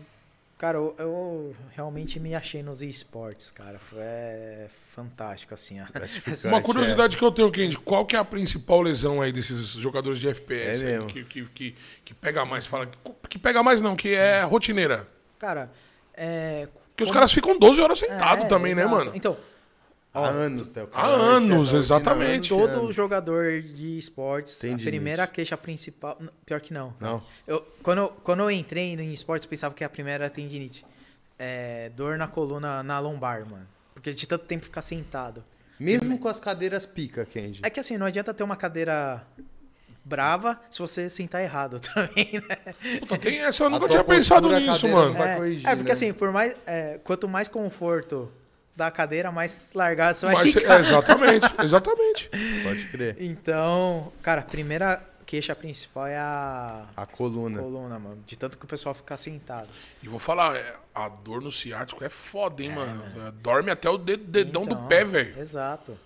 S3: cara, eu, eu realmente me achei nos esportes, cara. Foi é fantástico, [LAUGHS] assim. ó.
S2: Uma curiosidade que eu tenho, Kendi, qual que é a principal lesão aí desses jogadores de FPS
S1: É
S2: aí,
S1: mesmo.
S2: que, que, que, que pega mais? Fala que, que pega mais não, que é rotineira.
S3: Cara, é.
S2: Porque os
S3: quando-
S2: caras ficam 12 horas
S3: é,
S2: sentados também,
S3: exato.
S2: né, mano?
S3: Então,
S1: Há anos, né? O cara
S2: Há
S1: é um
S2: anos,
S1: atleta,
S2: exatamente.
S1: anos,
S3: todo
S1: anos.
S3: jogador de esportes,
S1: Entendi
S3: a primeira
S1: nisso.
S3: queixa principal. n- Pior que não.
S1: Não.
S3: Eu, quando, eu- quando eu entrei em esportes, eu pensava que a primeira era tendinite. É, dor na coluna, na lombar, mano. Porque de tanto tempo ficar sentado.
S1: Mesmo com as cadeiras pica, Kendi.
S3: É que assim, não adianta ter uma cadeira brava se você sentar errado [LAUGHS] também, né?
S2: Puta,
S3: [LAUGHS]
S2: tem essa, eu
S1: A
S2: nunca
S1: tua
S2: tinha pensado
S1: postura, a
S2: nisso,
S1: cadeira
S2: mano.
S1: Vai
S3: é,
S1: corrigir,
S3: é, porque
S1: né?
S3: assim, por mais, é, quanto mais conforto da cadeira, mais largado você vai
S2: Mas,
S3: ficar. [LAUGHS]
S2: é, exatamente, exatamente.
S1: Pode crer.
S3: Então, cara, primeira queixa principal é a
S1: A
S2: Né.
S1: coluna.
S3: coluna, mano. De tanto que o pessoal fica sentado.
S2: E vou falar, é, a dor no ciático é foda, hein, mano? Dorme até o dedo- dedão Um
S3: Então.
S2: do pé, velho.
S3: Exato.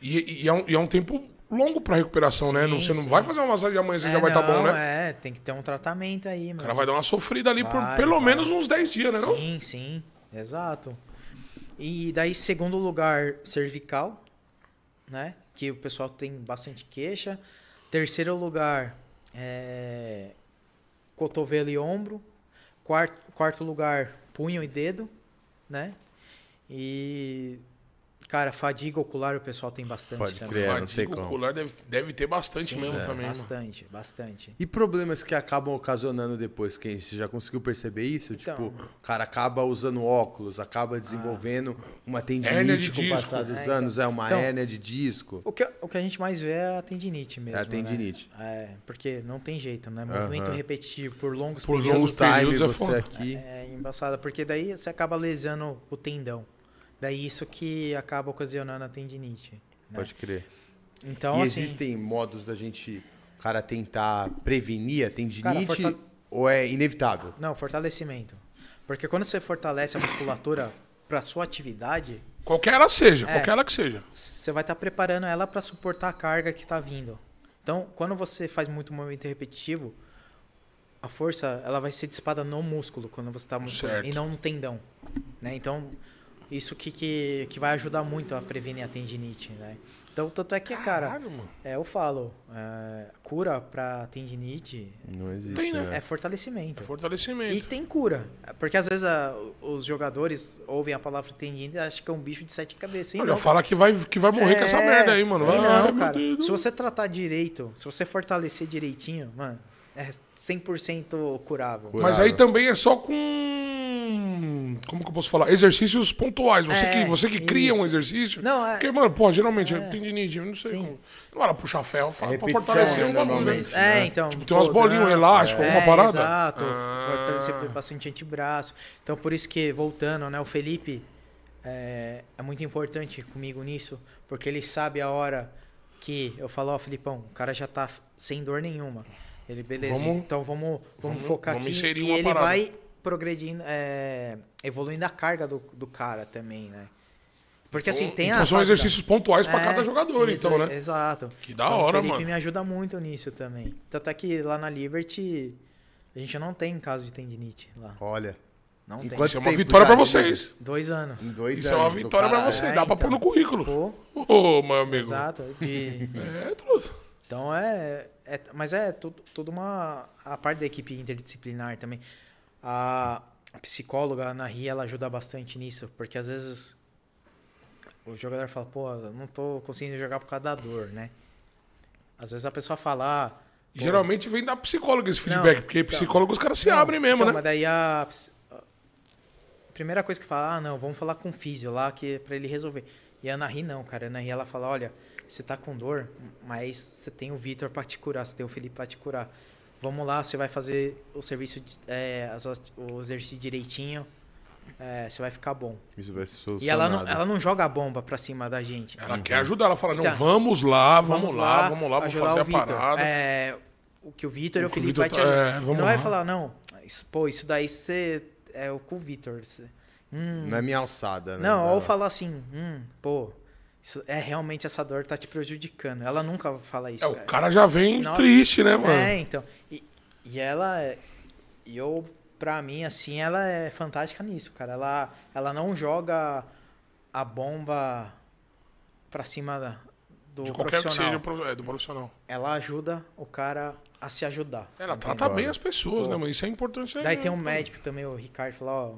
S2: E, e é um, e é um tempo longo pra recuperação, né? Não,
S3: Sim,
S2: você não
S3: sim.
S2: vai fazer uma massagem de amanhã, você já vai estar tá bom,
S3: não,
S2: né?
S3: É, tem que ter um tratamento aí, mano.
S2: O cara vai dar uma sofrida ali por
S3: Vai,
S2: pelo
S3: vai.
S2: menos uns 10 dias, né? Não?
S3: Sim, sim, exato. E daí, segundo lugar, cervical, né? Que o pessoal tem bastante queixa. Terceiro lugar, é... cotovelo e ombro. Quarto, quarto lugar, punho e dedo, né? E, cara, fadiga ocular o pessoal tem bastante
S1: Pode
S3: também.
S1: crer, É, não sei
S2: Fadiga
S1: como.
S2: ocular deve, deve ter bastante mesmo também, mano.
S3: é, Bastante, bastante.
S1: E problemas que acabam ocasionando depois, quem você já conseguiu perceber isso?
S3: Então.
S1: Tipo, o cara acaba usando óculos, acaba desenvolvendo uma
S2: Hérnia de
S1: tendinite com o
S2: disco.
S1: passar dos
S3: Ah. É, então.
S1: anos, é uma
S3: Então.
S1: hérnia de disco.
S3: O que, o que a gente mais vê é a tendinite mesmo.
S1: É a tendinite.
S3: né? É, porque não tem jeito, né? Movimento
S1: Aham.
S3: repetitivo por longos
S2: Por
S3: períodos
S2: longos
S1: Full time,
S2: períodos é
S1: você
S2: foda.
S1: aqui.
S3: é embaçada, porque daí você acaba lesando o tendão. Daí isso que acaba ocasionando a tendinite. né?
S1: Pode crer.
S3: Então,
S1: e
S3: assim,
S1: existem modos da gente, o cara tentar prevenir a tendinite
S3: Cara, fortale-
S1: ou é inevitável?
S3: não, fortalecimento. Porque quando você fortalece a musculatura para sua atividade,
S2: Qualquer ela seja,
S3: É.
S2: qualquer ela que seja.
S3: você vai estar preparando ela para suportar a carga que está vindo. Então, quando você faz muito movimento repetitivo, a força ela vai ser dissipada no músculo quando você está musculando
S2: Certo.
S3: e não no tendão, né? Então, isso que, que, que vai ajudar muito a prevenir a tendinite, né? Então, tanto é que, cara,
S2: Caralho, mano.
S3: é, eu falo, é, cura para tendinite
S1: Não existe,
S2: Tem, né?
S1: né?
S3: é fortalecimento.
S2: Fortalecimento.
S3: E tem cura. Porque às vezes a- os jogadores ouvem a palavra tendinite e acham que é um bicho de sete cabeças. E
S2: Olha,
S3: não,
S2: fala que vai, que vai morrer com essa
S3: é,
S2: merda aí, mano.
S3: é
S2: Vai lá,
S3: não,
S2: meu
S3: cara.
S2: Deus.
S3: Se você tratar direito, se você fortalecer direitinho, mano, é 100% curável.
S1: Cura-
S2: Mas
S1: Curado.
S2: aí também é só com. Como que eu posso falar? Exercícios pontuais. Você,
S3: É,
S2: que, você que cria um
S3: isso.
S2: exercício.
S3: Não, é-
S2: Porque, mano, pô, geralmente tem tendinite, eu não sei
S3: Sim.
S2: como. Na hora puxar ferro, fala
S1: É
S2: pra
S1: repetição,
S2: fortalecer
S1: né,
S2: um bagulho. né?
S1: normalmente.
S3: É,
S1: né?
S3: então.
S2: Tipo, tem umas bolinhas, um elástico, alguma
S3: é,
S2: parada?
S3: Exato,
S2: Ah.
S3: fortalecer bastante antebraço. Então, por isso que, voltando, né, o Felipe é, é muito importante comigo nisso, porque ele sabe a hora que eu falo, ó, Felipão, o cara já tá sem dor nenhuma. Ele, beleza,
S2: Vamos-
S3: então vamos, vamos,
S2: vamos-
S3: focar
S2: vamos
S3: aqui.
S2: inserir
S3: E
S2: uma
S3: ele
S2: parada.
S3: vai progredindo, é, evoluindo a carga do, do cara também, né? Porque assim, tem
S2: então
S3: a
S2: são
S3: fase da-
S2: exercícios pontuais pra
S3: é,
S2: cada jogador,
S3: exa-
S2: então, né?
S3: Exato.
S2: Que da
S3: Então,
S2: hora, mano.
S3: O Felipe me ajuda muito nisso também. Tanto é que lá na Liberty, a gente não tem caso de tendinite lá.
S1: Olha.
S3: Não tem.
S1: Enquanto
S2: Isso é uma
S1: tempo
S2: vitória
S1: já
S2: pra
S1: de-
S2: vocês.
S3: Dois anos.
S1: em dois
S2: Isso é uma
S1: anos do
S2: vitória pra
S1: caralho.
S2: você.
S3: É,
S2: Dá pra
S3: então.
S2: pôr no currículo.
S3: Pô,
S2: Ô, meu amigo.
S3: exato. de-
S2: [LAUGHS] É, truta.
S3: Então é, é- Mas é tu- toda uma. A parte da equipe interdisciplinar também. A psicóloga, a Ana Ria, ela ajuda bastante nisso, porque às vezes o jogador fala, pô, eu não tô conseguindo jogar por causa da dor, né? Às vezes a pessoa fala, ah, pô,
S2: Geralmente vem da psicóloga esse feedback,
S3: Não,
S2: porque
S3: então.
S2: psicólogo os caras se
S3: Não,
S2: abrem mesmo,
S3: então,
S2: né?
S3: Mas daí a ps- a primeira coisa que fala, ah, não, vamos falar com o físio lá que para ele resolver. E a Ana Ri não, cara. A Ana Ri ela fala, olha, você tá com dor, mas você tem o Vitor pra te curar, você tem o Felipe pra te curar. Vamos lá, você vai fazer o serviço, de- é, as at- o exercício direitinho, é, você vai ficar bom.
S1: Isso vai ser solucionado.
S3: E ela não, ela não joga a bomba pra cima da gente.
S2: Ela quer ajudar, ela fala, não,
S3: Então,
S2: vamos lá, Ah, vamos, lá, vamos lá, vamos
S3: ajudar
S2: fazer
S3: o
S2: a
S3: Vitor.
S2: parada.
S3: É, o que o Vitor e
S2: O
S3: o
S2: que o
S3: Felipe
S2: Vitor
S3: vai te
S2: tá-
S3: ajudar.
S2: é, vamos
S3: não vai
S2: lá.
S3: falar, não, isso- pô, isso daí você é o com o Vitor. você- Hum,
S1: Não é minha alçada, né?
S3: não,
S1: Ela-
S3: ou falar assim, hum, pô, isso é realmente essa dor tá te prejudicando. Ela nunca fala isso,
S2: É, o
S3: cara.
S2: cara já vem
S3: Nossa.
S2: triste, né, mano?
S3: É, então. E, e ela é. E eu, pra mim, assim, ela é fantástica nisso, cara. Ela, ela não joga a bomba pra cima da- do
S2: de qualquer que
S3: profissional. Tá
S2: seja o prof- é, do profissional.
S3: Ela ajuda o cara a se ajudar.
S2: Ela tá
S3: entendeu?
S2: trata bem as pessoas,
S3: Pô.
S2: né, mano? Isso é importante. né,
S3: Daí tem um
S2: cara?
S3: médico também, o Ricardo, fala, ó,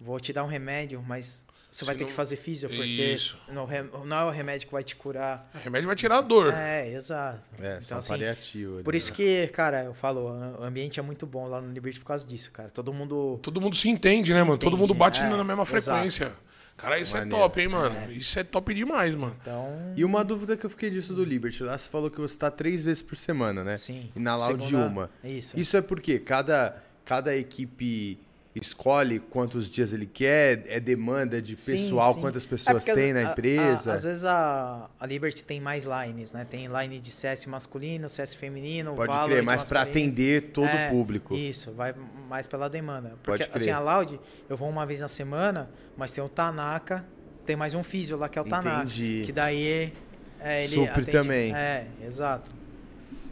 S3: vou te dar um remédio, mas você vai
S2: Se
S3: ter
S2: não-
S3: que fazer físio, porque
S2: Isso.
S3: não, re- não é o remédio que vai te curar.
S2: O remédio vai tirar a dor.
S3: É, exato. assim,
S1: É, só paliativo. ali,
S3: Por isso
S1: né?
S3: que, cara, eu falo, o ambiente é muito bom lá no Liberty por causa disso, cara. Todo mundo.
S2: Todo mundo se entende, né, mano? Todo
S3: entende,
S2: mundo bate
S3: é,
S2: na mesma
S3: exato.
S2: frequência. Cara, isso é
S1: Maneiro.
S2: top, hein, mano? Isso é top demais, mano.
S3: Então.
S1: E uma dúvida que eu fiquei disso do Liberty. Lá você falou que você tá três vezes por semana, né?
S3: Sim.
S1: E na Loud
S3: Segunda- É
S1: uma.
S3: assim, Isso.
S1: Isso é porque cada, cada equipe escolhe quantos dias ele quer, é demanda de
S3: Sim,
S1: pessoal,
S3: sim.
S1: quantas
S3: É
S1: pessoas
S3: porque
S1: tem
S3: às- a-
S1: na
S3: a-
S1: empresa.
S3: às vezes a, a Liberty tem mais lines, né? Tem line de CS masculino, CS feminino,
S1: Pode
S3: Valorant
S1: crer, mas para
S3: masculino.
S1: atender todo
S3: É,
S1: o público.
S3: Isso, vai mais pela demanda.
S1: Pode
S3: Porque
S1: crer.
S3: assim, a Loud, eu vou uma vez na semana, mas tem o Tanaka, tem mais um físio lá que é o Tanaka.
S1: Entendi.
S3: Que daí é, ele
S1: Supre
S3: atende-
S1: também.
S3: É, exato.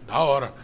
S2: Da hora.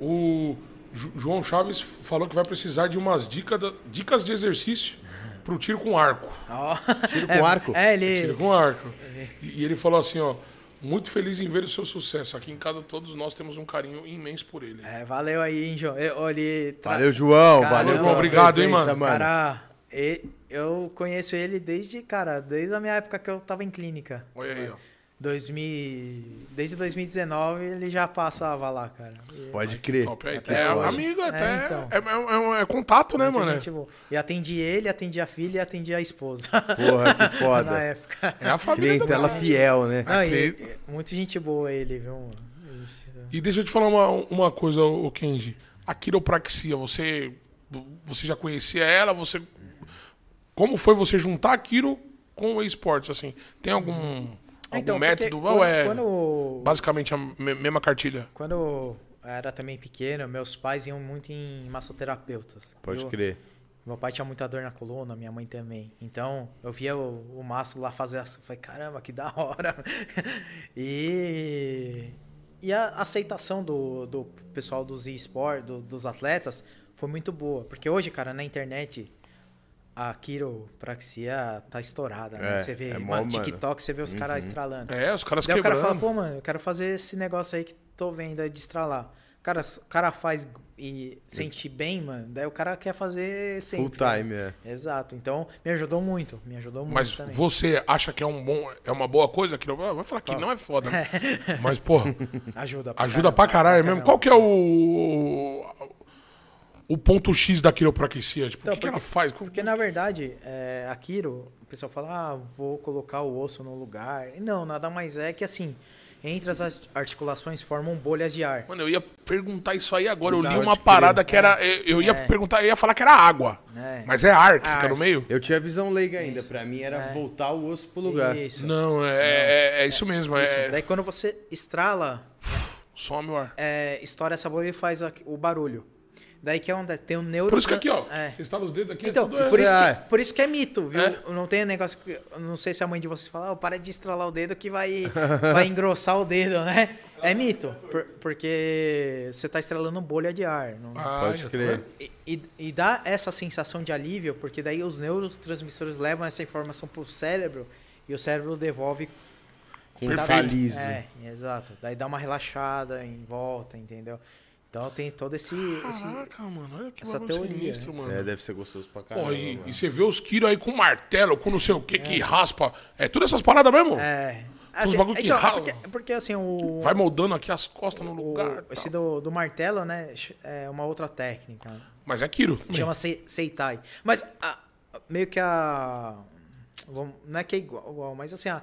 S2: O Ju- João Chaves falou que vai precisar de umas dicas, dicas de exercício pro tiro com arco.
S3: Ó.
S1: Tiro com
S3: [LAUGHS] É,
S1: arco?
S3: É,
S2: Tiro
S3: ele.
S2: com arco.
S3: É
S2: E, e ele falou assim, ó. Muito feliz em ver o seu sucesso. Aqui em casa todos nós temos um carinho imenso por ele.
S3: É, valeu aí, hein, João. Eu, ele tra-
S1: Valeu, João.
S3: Caramba.
S1: valeu,
S3: João,
S1: pela
S2: obrigado, hein,
S1: presença,
S2: mano.
S3: Cara, e- eu conheço ele desde, cara, desde a minha época que eu tava em clínica.
S2: Olha aí, ó.
S3: 2000, desde 2019 ele já passava lá, cara. E-
S1: Pode crer.
S2: Top. É,
S1: Que
S2: é
S1: foda.
S2: amigo,
S3: É,
S2: até. É,
S3: então.
S2: é, é- é- é contato, né,
S3: muita
S2: mano?
S3: gente boa. E tipo, atendi ele, atendi a filha e atendi a esposa.
S1: Porra,
S3: [LAUGHS]
S1: que
S3: Na
S1: foda.
S3: época.
S2: É a família do
S1: Clientela
S2: cara.
S1: fiel, né?
S3: Não, e,
S2: Acredito.
S3: e muito gente boa ele, viu, mano? Ixi,
S2: E deixa eu te falar uma, uma coisa, o Kenji. A quiropraxia, você, você já conhecia ela? Você, como foi você juntar a quiro com o esportes? Assim, tem algum, algum
S3: Então, porque
S2: método?
S3: quando-
S2: Ou é
S3: quando-
S2: basicamente a me- mesma cartilha?
S3: Quando eu era também pequeno, meus pais iam muito em massoterapeutas.
S1: Pode
S3: Eu-
S1: crer.
S3: Meu pai tinha muita dor na coluna, minha mãe também. Então, eu via o, o Márcio lá fazer assim, eu falei, caramba, que da hora. [LAUGHS] e e a aceitação do, do pessoal dos e-sport, do- dos atletas, foi muito boa. Porque hoje, cara, na internet, a quiropraxia tá estourada, né?
S1: É,
S3: você vê,
S1: é mó,
S3: mano,
S1: mano. Uhum.
S3: TikTok, você vê os caras estralando.
S2: É, os
S1: Tá
S2: caras
S3: Daí o cara
S2: quebrando.
S3: fala, pô, mano, eu quero fazer esse negócio aí que tô vendo aí de estralar. Cara, s- o cara faz e sente bem, mano, daí o cara quer fazer sempre.
S1: Full time, é.
S3: né? Exato. Então, me ajudou muito. Me ajudou muito
S2: Mas
S3: um também.
S2: você acha que é, um bom, é uma boa coisa? Quiro... Vai falar que não é foda.
S3: [LAUGHS]
S2: né? Mas, porra,
S3: Ajuda
S2: ajuda pra caralho mesmo. Qual que é o... O ponto X da quiropraxia? Tipo,
S3: Então,
S2: o que, que ela
S3: porque-
S2: faz? Como-
S3: Porque, na verdade, é, a Kiro, o pessoal fala, ah, vou colocar o osso no lugar. Não, nada mais é que, assim, entre as art- articulações formam bolhas de ar.
S2: Mano, eu ia perguntar isso aí agora.
S1: Exato,
S2: eu li uma
S1: pode
S2: parada que era. Eu eu ia
S3: É.
S2: perguntar, eu ia falar que era água.
S3: É.
S2: Mas é ar que
S3: Ar.
S2: fica no meio?
S1: Eu tinha visão leiga ainda. Pra mim era voltar o osso pro lugar.
S3: É. Isso.
S2: Não, é, é, é isso mesmo. É,
S3: Daí, quando você estrala,
S2: some o ar.
S3: é, estoura essa bolha e faz a- o barulho. Daí que é onde tem o neuro...
S2: Por isso que aqui, ó.
S3: É.
S2: Você instala os dedos aqui.
S3: Então,
S2: é tudo-
S3: por, isso
S1: é-
S3: que, por isso que é mito, viu?
S2: É.
S3: Não tem negócio que... eu Não sei se a mãe de vocês fala, "Ah, para de estralar o dedo que vai, [LAUGHS] vai engrossar o dedo, né? É mito, por- porque você tá estralando bolha de ar. não-
S2: Ah, já
S1: Pode
S2: tá
S1: crer.
S2: vendo?
S3: E, e- e dá essa sensação de alívio, porque daí os neurotransmissores levam essa informação pro cérebro e o cérebro devolve...
S1: Com
S2: Perfeito.
S1: taliso.
S3: É, exato. Daí dá uma relaxada em volta, entendeu? Então tem todo esse... esse-
S2: Caraca, mano, olha que
S3: essa
S2: bagulho
S3: teoria, né?
S2: sinistro, mano.
S1: É, deve ser gostoso pra
S2: Porra,
S1: caramba.
S2: e,
S1: mano.
S2: e você vê os Kiro aí com martelo, com não sei o que, que raspa. É tudo essas paradas mesmo?
S3: É.
S2: Os bagulho que
S3: então,
S2: rala.
S3: é porque, é porque, assim, o.
S2: Vai moldando aqui as costas no
S3: o-
S2: lugar. tal.
S3: esse do, do martelo, né? É uma outra técnica.
S2: Mas é Kiro também.
S3: Chama se- Seitai. Mas a- meio que a. vamos- Não é que é igual, igual, mas assim, a,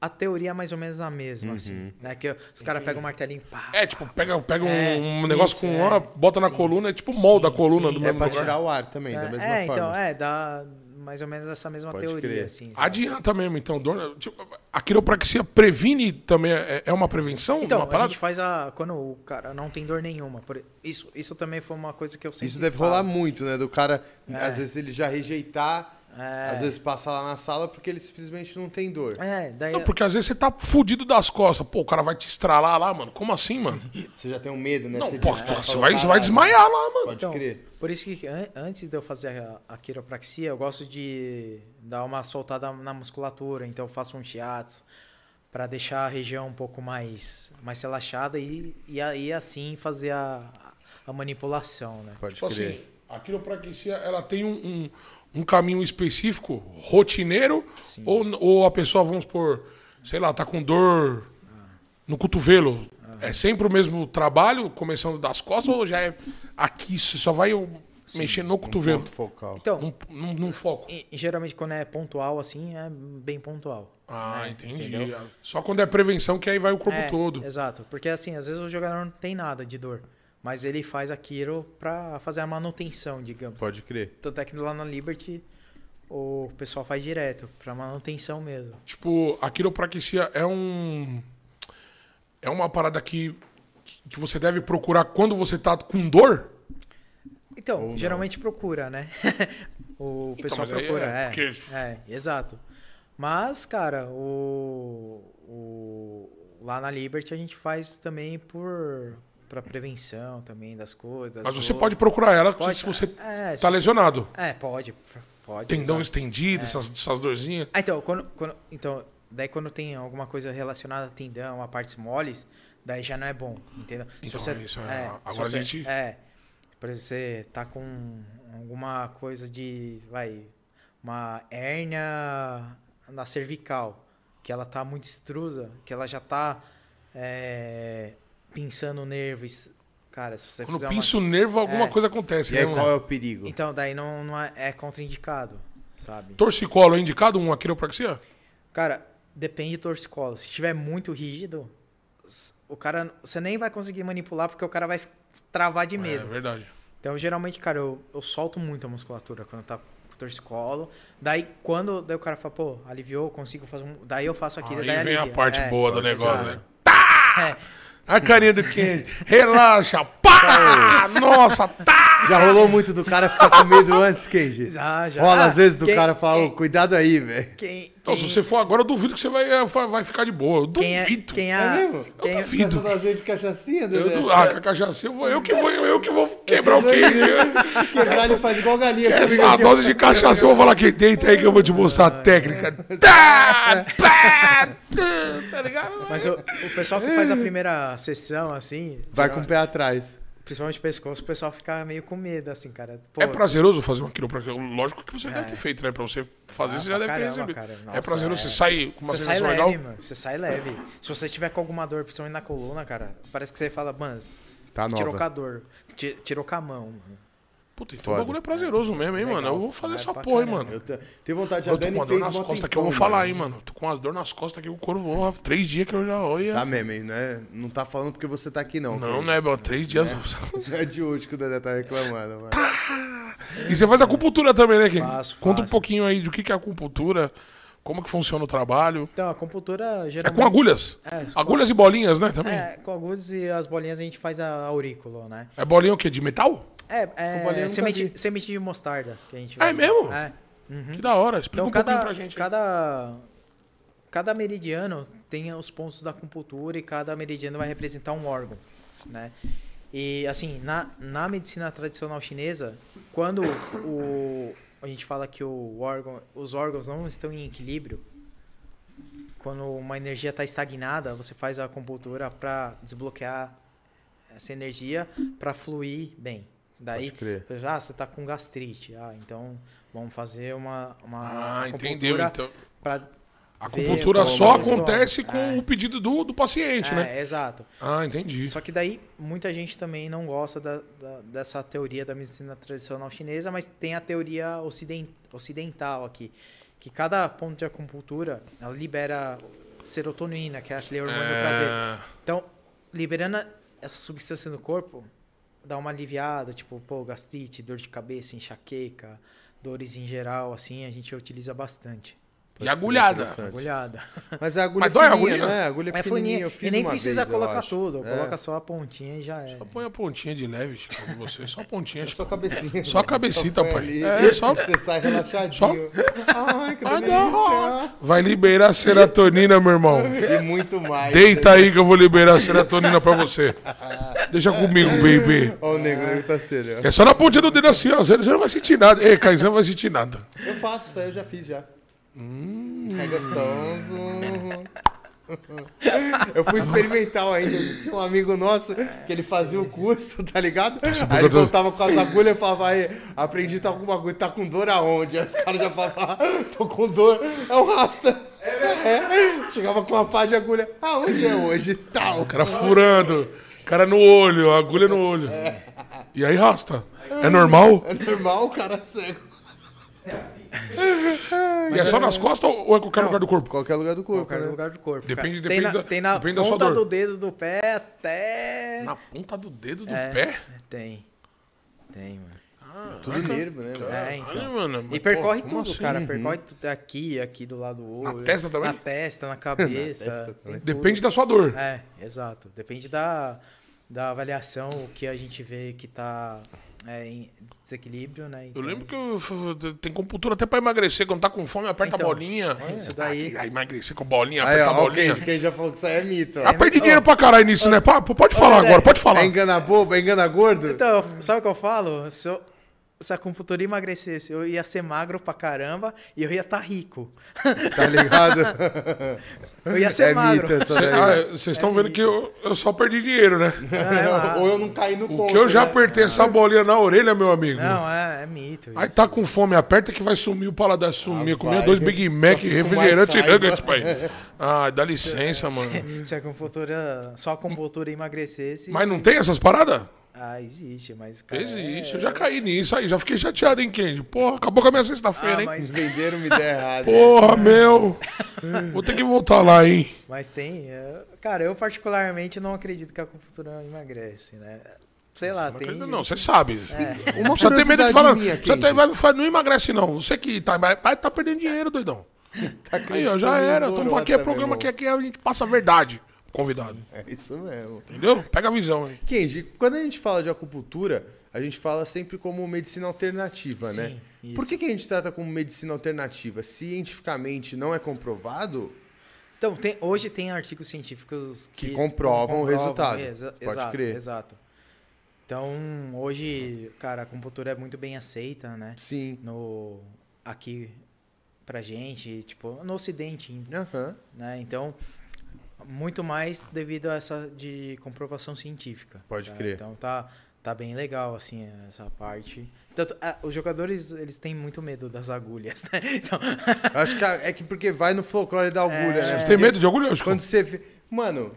S3: a teoria é mais ou menos a mesma,
S1: Uhum.
S3: assim. Né? Que os caras pegam o martelinho e pá.
S2: É, tipo, pega, pega um,
S3: É,
S2: um negócio com
S3: isso, é.
S2: uma, bota na
S3: Sim.
S2: coluna, é tipo molda a
S3: Sim,
S2: coluna
S3: sim.
S2: do
S1: É
S2: mesmo
S1: pra
S2: um lugar.
S1: tirar o ar também, da
S3: É,
S1: mesma
S3: é,
S1: forma.
S3: então, é, dá mais ou menos essa mesma
S1: Pode
S3: teoria,
S1: crer.
S3: assim. sabe?
S2: Adianta mesmo, então, dor. Tipo, a quiropraxia previne também, é, é uma prevenção?
S3: Então,
S2: uma
S3: a
S2: parada?
S3: gente faz a. Quando o cara não tem dor nenhuma. por- isso, isso também foi uma coisa assim que eu sempre.
S1: Isso deve
S3: falo.
S1: rolar muito, né? Do cara, às vezes ele já rejeitar,
S3: É.
S1: às vezes passar lá na sala porque ele simplesmente não tem dor.
S3: É, daí.
S2: Não, porque às vezes você tá fudido das costas. Pô, o cara vai te estralar lá, mano. Como assim, mano?
S3: É,
S1: Você já tem um medo, né?
S2: Não,
S1: você
S2: pô,
S1: já-
S2: você,
S1: fala,
S2: vai, você vai
S1: "Caralho".
S2: desmaiar lá, mano.
S3: então.
S1: Pode crer.
S3: Por isso que an- antes de eu fazer a, a quiropraxia, eu gosto de dar uma soltada na musculatura, então eu faço um shiatsu para deixar a região um pouco mais, mais relaxada e, e aí assim fazer a, a manipulação, né?
S1: Pode
S2: Tipo
S1: crer.
S2: assim, a quiropraxia, ela tem um, um, um caminho específico, rotineiro, ou, ou a pessoa, vamos por, sei lá, tá com dor no cotovelo. É sempre o mesmo trabalho, começando das costas, ou já é aqui, você só vai eu, mexer no cotovelo?
S1: Ponto focal.
S3: Então,
S2: Num, um, num- num foco.
S3: e- e geralmente quando é pontual assim, é bem pontual.
S2: Ah, entendi.
S3: entendeu?
S2: Só quando é prevenção que aí vai o corpo
S3: É,
S2: todo.
S3: Exato, porque assim, às vezes o jogador não tem nada de dor. Mas ele faz a Kiro pra fazer a manutenção, digamos.
S1: Pode crer.
S3: Tanto é que lá na Liberty o pessoal faz direto, pra manutenção mesmo.
S2: Tipo, a quiropraxia é um. É uma parada que, que você deve procurar quando você tá com dor?
S3: Então, geralmente procura, né? [LAUGHS] o pessoal
S2: mas aí
S3: procura,
S2: é,
S3: é,
S2: porque-
S3: é, exato. Mas, cara, o, o- lá na Liberty a gente faz também por para prevenção também das coisas. das
S2: Mas você
S3: dores.
S2: pode procurar ela
S3: Pode,
S2: se você
S3: é, se
S2: tá
S3: você-
S2: lesionado.
S3: É, pode, pode.
S2: Tendão
S3: exato.
S2: estendido,
S3: É.
S2: essas, essas dorzinhas.
S3: Ah, então, quando, quando, então, daí quando tem alguma coisa relacionada a tendão, a partes moles, daí já não é bom, entendeu? Se
S2: Então, isso é-
S3: se
S2: agora a
S3: você-
S2: gente-
S3: É, por exemplo, você tá com alguma coisa de, vai, uma hérnia na cervical, que ela tá muito estrusa, que ela já tá é, pinçando o nervo, isso- cara, se você
S2: Quando
S3: fizer
S2: pinça o nervo, alguma
S3: É.
S2: coisa acontece,
S1: E
S2: né,
S1: aí,
S2: mano?
S1: qual é o perigo?
S3: uma... Então, daí não, não é, é contraindicado, sabe?
S2: Torcicolo é indicado uma quiropraxia?
S3: Cara, depende do torcicolo. Se tiver muito rígido, s- o cara, você nem vai conseguir manipular porque o cara vai f- travar de
S2: É
S3: medo.
S2: verdade.
S3: Então, geralmente, cara, eu, eu solto muito a musculatura quando tá com torcicolo. Daí, quando daí o cara fala, pô, aliviou, consigo fazer um... Daí eu faço aquilo,
S2: Aí
S3: daí
S2: vem a
S3: alivia.
S2: parte
S3: É,
S2: boa do
S3: exato.
S2: negócio, né? Tá! A carinha do Kenji. Relaxa. Pá! Nossa, tá!
S1: Já rolou muito do cara ficar com medo antes, Kenji?
S3: [LAUGHS] Já, já.
S1: Rola
S3: Ah,
S1: às vezes do
S3: quem-
S1: cara falar, "Ô,
S3: quem-
S1: cuidado aí, velho.
S3: Quem,
S2: Então,
S3: quem-
S2: se você for agora, eu duvido que você vai, é, fa- vai ficar de boa. Eu
S3: quem é-
S2: duvido.
S3: Quem é...
S1: É mesmo?
S3: quem é-
S2: Ah, duvido. Essa
S1: de cachaçinha,
S2: Eu du- Ah, com a cachaça, eu, vou, eu, que vou, eu que vou quebrar o [LAUGHS] Kenji.
S1: Quebrar ele faz igual galinha.
S2: Essa dose de cachaça, eu vou falar que deita aí que eu vou te mostrar a técnica. Tá! Pá! Tá Tá ligado?
S3: Mas o, o pessoal que faz a primeira sessão, assim...
S1: Vai com o pé atrás.
S3: Principalmente o pescoço, o pessoal fica meio com medo, assim, cara. Pô, É.
S2: É prazeroso fazer uma quiropraxia. Lógico que você deve ter feito, né? Pra você fazer,
S3: Ah,
S2: você já
S3: pra
S2: deve ter
S3: caramba,
S2: recebido.
S3: cara.
S2: é
S3: Nossa,
S2: prazeroso,
S3: é.
S2: você sai com uma
S3: Você sai
S2: sensação
S3: leve,
S2: legal.
S3: mano. Você sai leve. Se você tiver com alguma dor, principalmente na coluna, cara, parece que você fala, mano,
S1: Tá
S3: tirou com a
S1: nova.
S3: dor. ti- Tirou com a mão. mano."
S2: Puta, então
S1: Foda.
S2: o bagulho é prazeroso mesmo, hein,
S3: Legal.
S2: mano? Eu vou fazer
S3: Vai
S2: essa
S3: pra
S2: porra, hein,
S3: caramba.
S2: mano.
S1: Eu te- tenho vontade de
S2: Eu tô com
S1: Adani
S2: uma
S1: fez
S2: dor nas
S1: mó
S2: costas que eu
S1: tempão,
S2: vou falar,
S1: mano.
S2: hein, mano. Tô com uma dor nas costas aqui, o corpo ó, três dias que eu já olha.
S1: Tá mesmo, hein? Não, é, não tá falando porque você tá aqui, não.
S2: Não, né, mano? Três dias.
S1: Isso é de hoje que o Dedé tá reclamando, mano.
S2: [LAUGHS] E você faz acupuntura também, né, Ken?
S3: Faço,
S2: Conta um
S3: faço.
S2: pouquinho aí do que que é acupuntura, como que funciona o trabalho.
S3: Então, a compultura
S2: É
S3: geralmente...
S2: com agulhas.
S3: É, com-
S2: Agulhas e bolinhas, né, também? É,
S3: É, com agulhas e as bolinhas a gente faz a aurícula, né?
S2: bolinha o quê? De metal?
S3: É,
S1: Com bolinha eu
S3: é
S1: nunca
S3: semente,
S1: vi.
S3: semente de mostarda que a gente
S2: É
S3: usa.
S2: mesmo?
S3: É.
S2: Que da hora. Explica
S3: Então,
S2: um
S3: cada,
S2: pouquinho pra gente. aí.
S3: cada, cada meridiano tem os pontos da acupuntura e cada meridiano vai representar um órgão, né? E, assim, na, na medicina tradicional chinesa, quando o, a gente fala que o órgão, os órgãos não estão em equilíbrio, quando uma energia está estagnada, você faz a acupuntura para desbloquear essa energia para fluir bem. Daí,
S1: Pode crer.
S3: ah, você tá com gastrite. Ah, então vamos fazer uma, uma
S2: Ah,
S3: acupuntura
S2: entendeu, então.
S3: pra-
S2: A
S3: ver
S2: acupuntura
S3: como
S2: só
S3: eles estão.
S2: acontece com
S3: É.
S2: o pedido do, do paciente, né?
S3: É, exato.
S2: Ah, entendi.
S3: Só que daí muita gente também não gosta da- da- dessa teoria da medicina tradicional chinesa, mas tem a teoria ociden- ocidental aqui, que cada ponto de acupuntura ela libera serotonina, que é aquele hormônio do prazer.
S2: É,
S3: Então, liberando essa substância no corpo, dá uma aliviada, tipo, pô, gastrite, dor de cabeça, enxaqueca, dores em geral, assim, a gente utiliza bastante.
S2: E agulhada.
S3: Agulhada.
S1: Mas a agulha
S2: Mas dói a
S1: fininha,
S2: agulha?
S1: né? A agulha
S3: É
S1: pequenininha,
S3: fininha.
S1: eu
S3: E
S1: fiz
S3: nem
S1: uma
S3: precisa
S1: vez, eu
S3: colocar
S1: acho.
S3: tudo,
S1: É.
S3: coloca só a pontinha e já é.
S2: Só põe a pontinha de leve, tipo, de você. Só a pontinha.
S1: Só a cabecinha.
S2: Só a cabecita,
S1: Põe
S2: pai.
S1: ali,
S2: É, só-
S1: Você sai relaxadinho. Ai, que
S2: Ah,
S1: delícia.
S2: não. Vai liberar a serotonina, meu irmão.
S1: E muito mais. né?
S2: Deita aí que eu vou liberar a serotonina pra você. Deixa comigo, baby.
S1: Olha o negro, o negro tá sério.
S2: É só na pontinha do dedo assim, ó. Você não vai sentir nada. Ei, Caio, você não vai sentir nada.
S1: Eu faço isso aí, eu já fiz já. É gostoso. Eu fui experimental ainda. Tinha um amigo nosso que ele fazia o curso, tá ligado? Aí ele
S2: eu tô-
S1: voltava com as agulhas e falava, aí, aprendi tá com alguma coisa, tá com dor aonde? Aí os caras já falavam, ah, tô com dor, é o rasta. É, chegava com uma pá de agulha, aonde é hoje? Tal.
S2: O cara furando. O cara no olho, a agulha no olho. E aí rasta. É normal?
S1: É normal o cara cego.
S2: E é só nas costas ou ou é qualquer
S3: Não.
S2: lugar do corpo?
S1: Qualquer lugar do corpo,
S3: Qualquer
S1: né?
S3: lugar do corpo.
S2: Depende-
S3: cara.
S2: depende
S3: tem na,
S2: da-
S3: tem na
S2: depende da sua
S3: ponta
S2: dor.
S3: do dedo do pé até.
S2: Na ponta do dedo do
S3: É,
S2: pé?
S3: Tem. Tem, mano.
S1: Tudo nervo, né? mano?
S3: É, então.
S2: Caralho, mano, mas,
S3: E percorre
S2: pô, como
S3: tudo,
S2: assim?
S3: cara.
S1: Uhum.
S3: Percorre tudo aqui, aqui do lado do olho.
S2: testa também?
S3: Na testa, na cabeça.
S1: testa
S3: tem
S1: também.
S3: tudo.
S2: Depende da sua dor.
S3: É, exato. Depende da, da avaliação, o que a gente vê que tá é, em desequilíbrio, né?
S2: Eu
S3: Então,
S2: lembro que eu f- f- tem compultura até pra emagrecer. Quando tá com fome, aperta
S3: Então,
S2: a bolinha.
S3: é isso daí.
S2: Ah, que- ah, emagrecer com bolinha,
S1: Aí,
S2: aperta a
S1: ó, o
S2: bolinha.
S1: Kenji, o Kenji já falou que isso aí é mito. ó.
S2: Ah, perdi dinheiro pra caralho nisso, né? Pá, pô, Pode falar
S3: Dedé.
S2: agora, pode falar.
S1: É engana bobo, é engana gordo?
S3: Então, sabe o que eu falo? Se, eu, se a computadora emagrecesse, eu ia ser magro pra caramba e eu ia estar rico.
S1: Tá ligado?
S3: [LAUGHS] Eu ia ser
S1: é
S3: magro.
S1: mito essa
S2: Cê-
S1: daí.
S2: ah, Vocês estão vendo que eu, eu só perdi dinheiro, né?
S3: é lá.
S1: Ou eu não caí no
S2: O
S1: conto,
S2: que eu já
S1: né?
S2: apertei essa bolinha na orelha, meu amigo.
S3: Não, é, é mito.
S2: Aí
S3: isso.
S2: tá com fome, aperta que vai sumir o paladar. Sumir,
S1: Ah,
S2: comia
S1: vai.
S2: dois Big Mac,
S1: Só fica
S2: refrigerante e
S1: mais raiva.
S2: nuggets, pai. Ah, dá licença,
S3: [LAUGHS]
S2: mano.
S3: Se a computadora, só a computadora emagrecesse.
S2: Mas não tem essas paradas?
S3: Ah, existe, mas. Cara,
S2: Existe,
S3: É.
S2: eu já caí nisso aí, já fiquei chateado, hein, Candy? Porra, acabou com a minha sexta-feira,
S3: Ah,
S2: hein?
S3: mas, é.
S1: Venderam me ideia errada.
S2: Porra,
S3: [LAUGHS]
S2: meu! Vou ter que voltar lá, hein?
S3: mas tem. é, Cara, eu particularmente não acredito que a computadora emagrece, né? Sei lá, tem.
S2: Acredita Não, você sabe.
S3: É.
S1: Uma
S2: Você tem medo
S1: curiosidade
S2: de falar.
S1: minha,
S2: Você tem,
S1: Kenji.
S2: vai, vai- não emagrece, não. Você que tá, vai, vai tá perdendo dinheiro, doidão.
S1: Tá
S2: Aí, ó,
S1: acreditando
S2: já
S1: em
S2: era. Tamo
S1: gorota,
S2: aqui, é
S1: meu
S2: programa que
S1: irmão.
S2: aqui a gente passa a verdade. pro Convidado.
S1: É isso mesmo.
S2: Entendeu? Pega a visão, hein?
S1: Kenji, quando a gente fala de acupuntura, a gente fala sempre como medicina alternativa,
S3: Sim,
S1: né?
S3: isso.
S1: Por que, que a gente trata como medicina alternativa? Cientificamente não é comprovado?
S3: Então, tem- hoje tem artigos científicos que,
S1: Que comprovam o resultado. Pode
S3: exato,
S1: crer.
S3: Exato. Então, hoje, cara, a compultura é muito bem aceita, né?
S1: Sim.
S3: No, aqui pra gente, tipo, no ocidente,
S1: Aham.
S3: né? Então, muito mais devido a essa de comprovação científica.
S1: Pode
S3: né?
S1: crer.
S3: Então tá, tá bem legal, assim, essa parte. Tanto, ah, os jogadores, eles têm muito medo das agulhas, né? [LAUGHS] Então,
S1: Acho que a- é que porque vai no folclore
S3: É.
S1: da agulha, né?
S2: Você
S1: Porque
S2: tem medo de agulha? Chico?
S1: Quando você vê. Mano,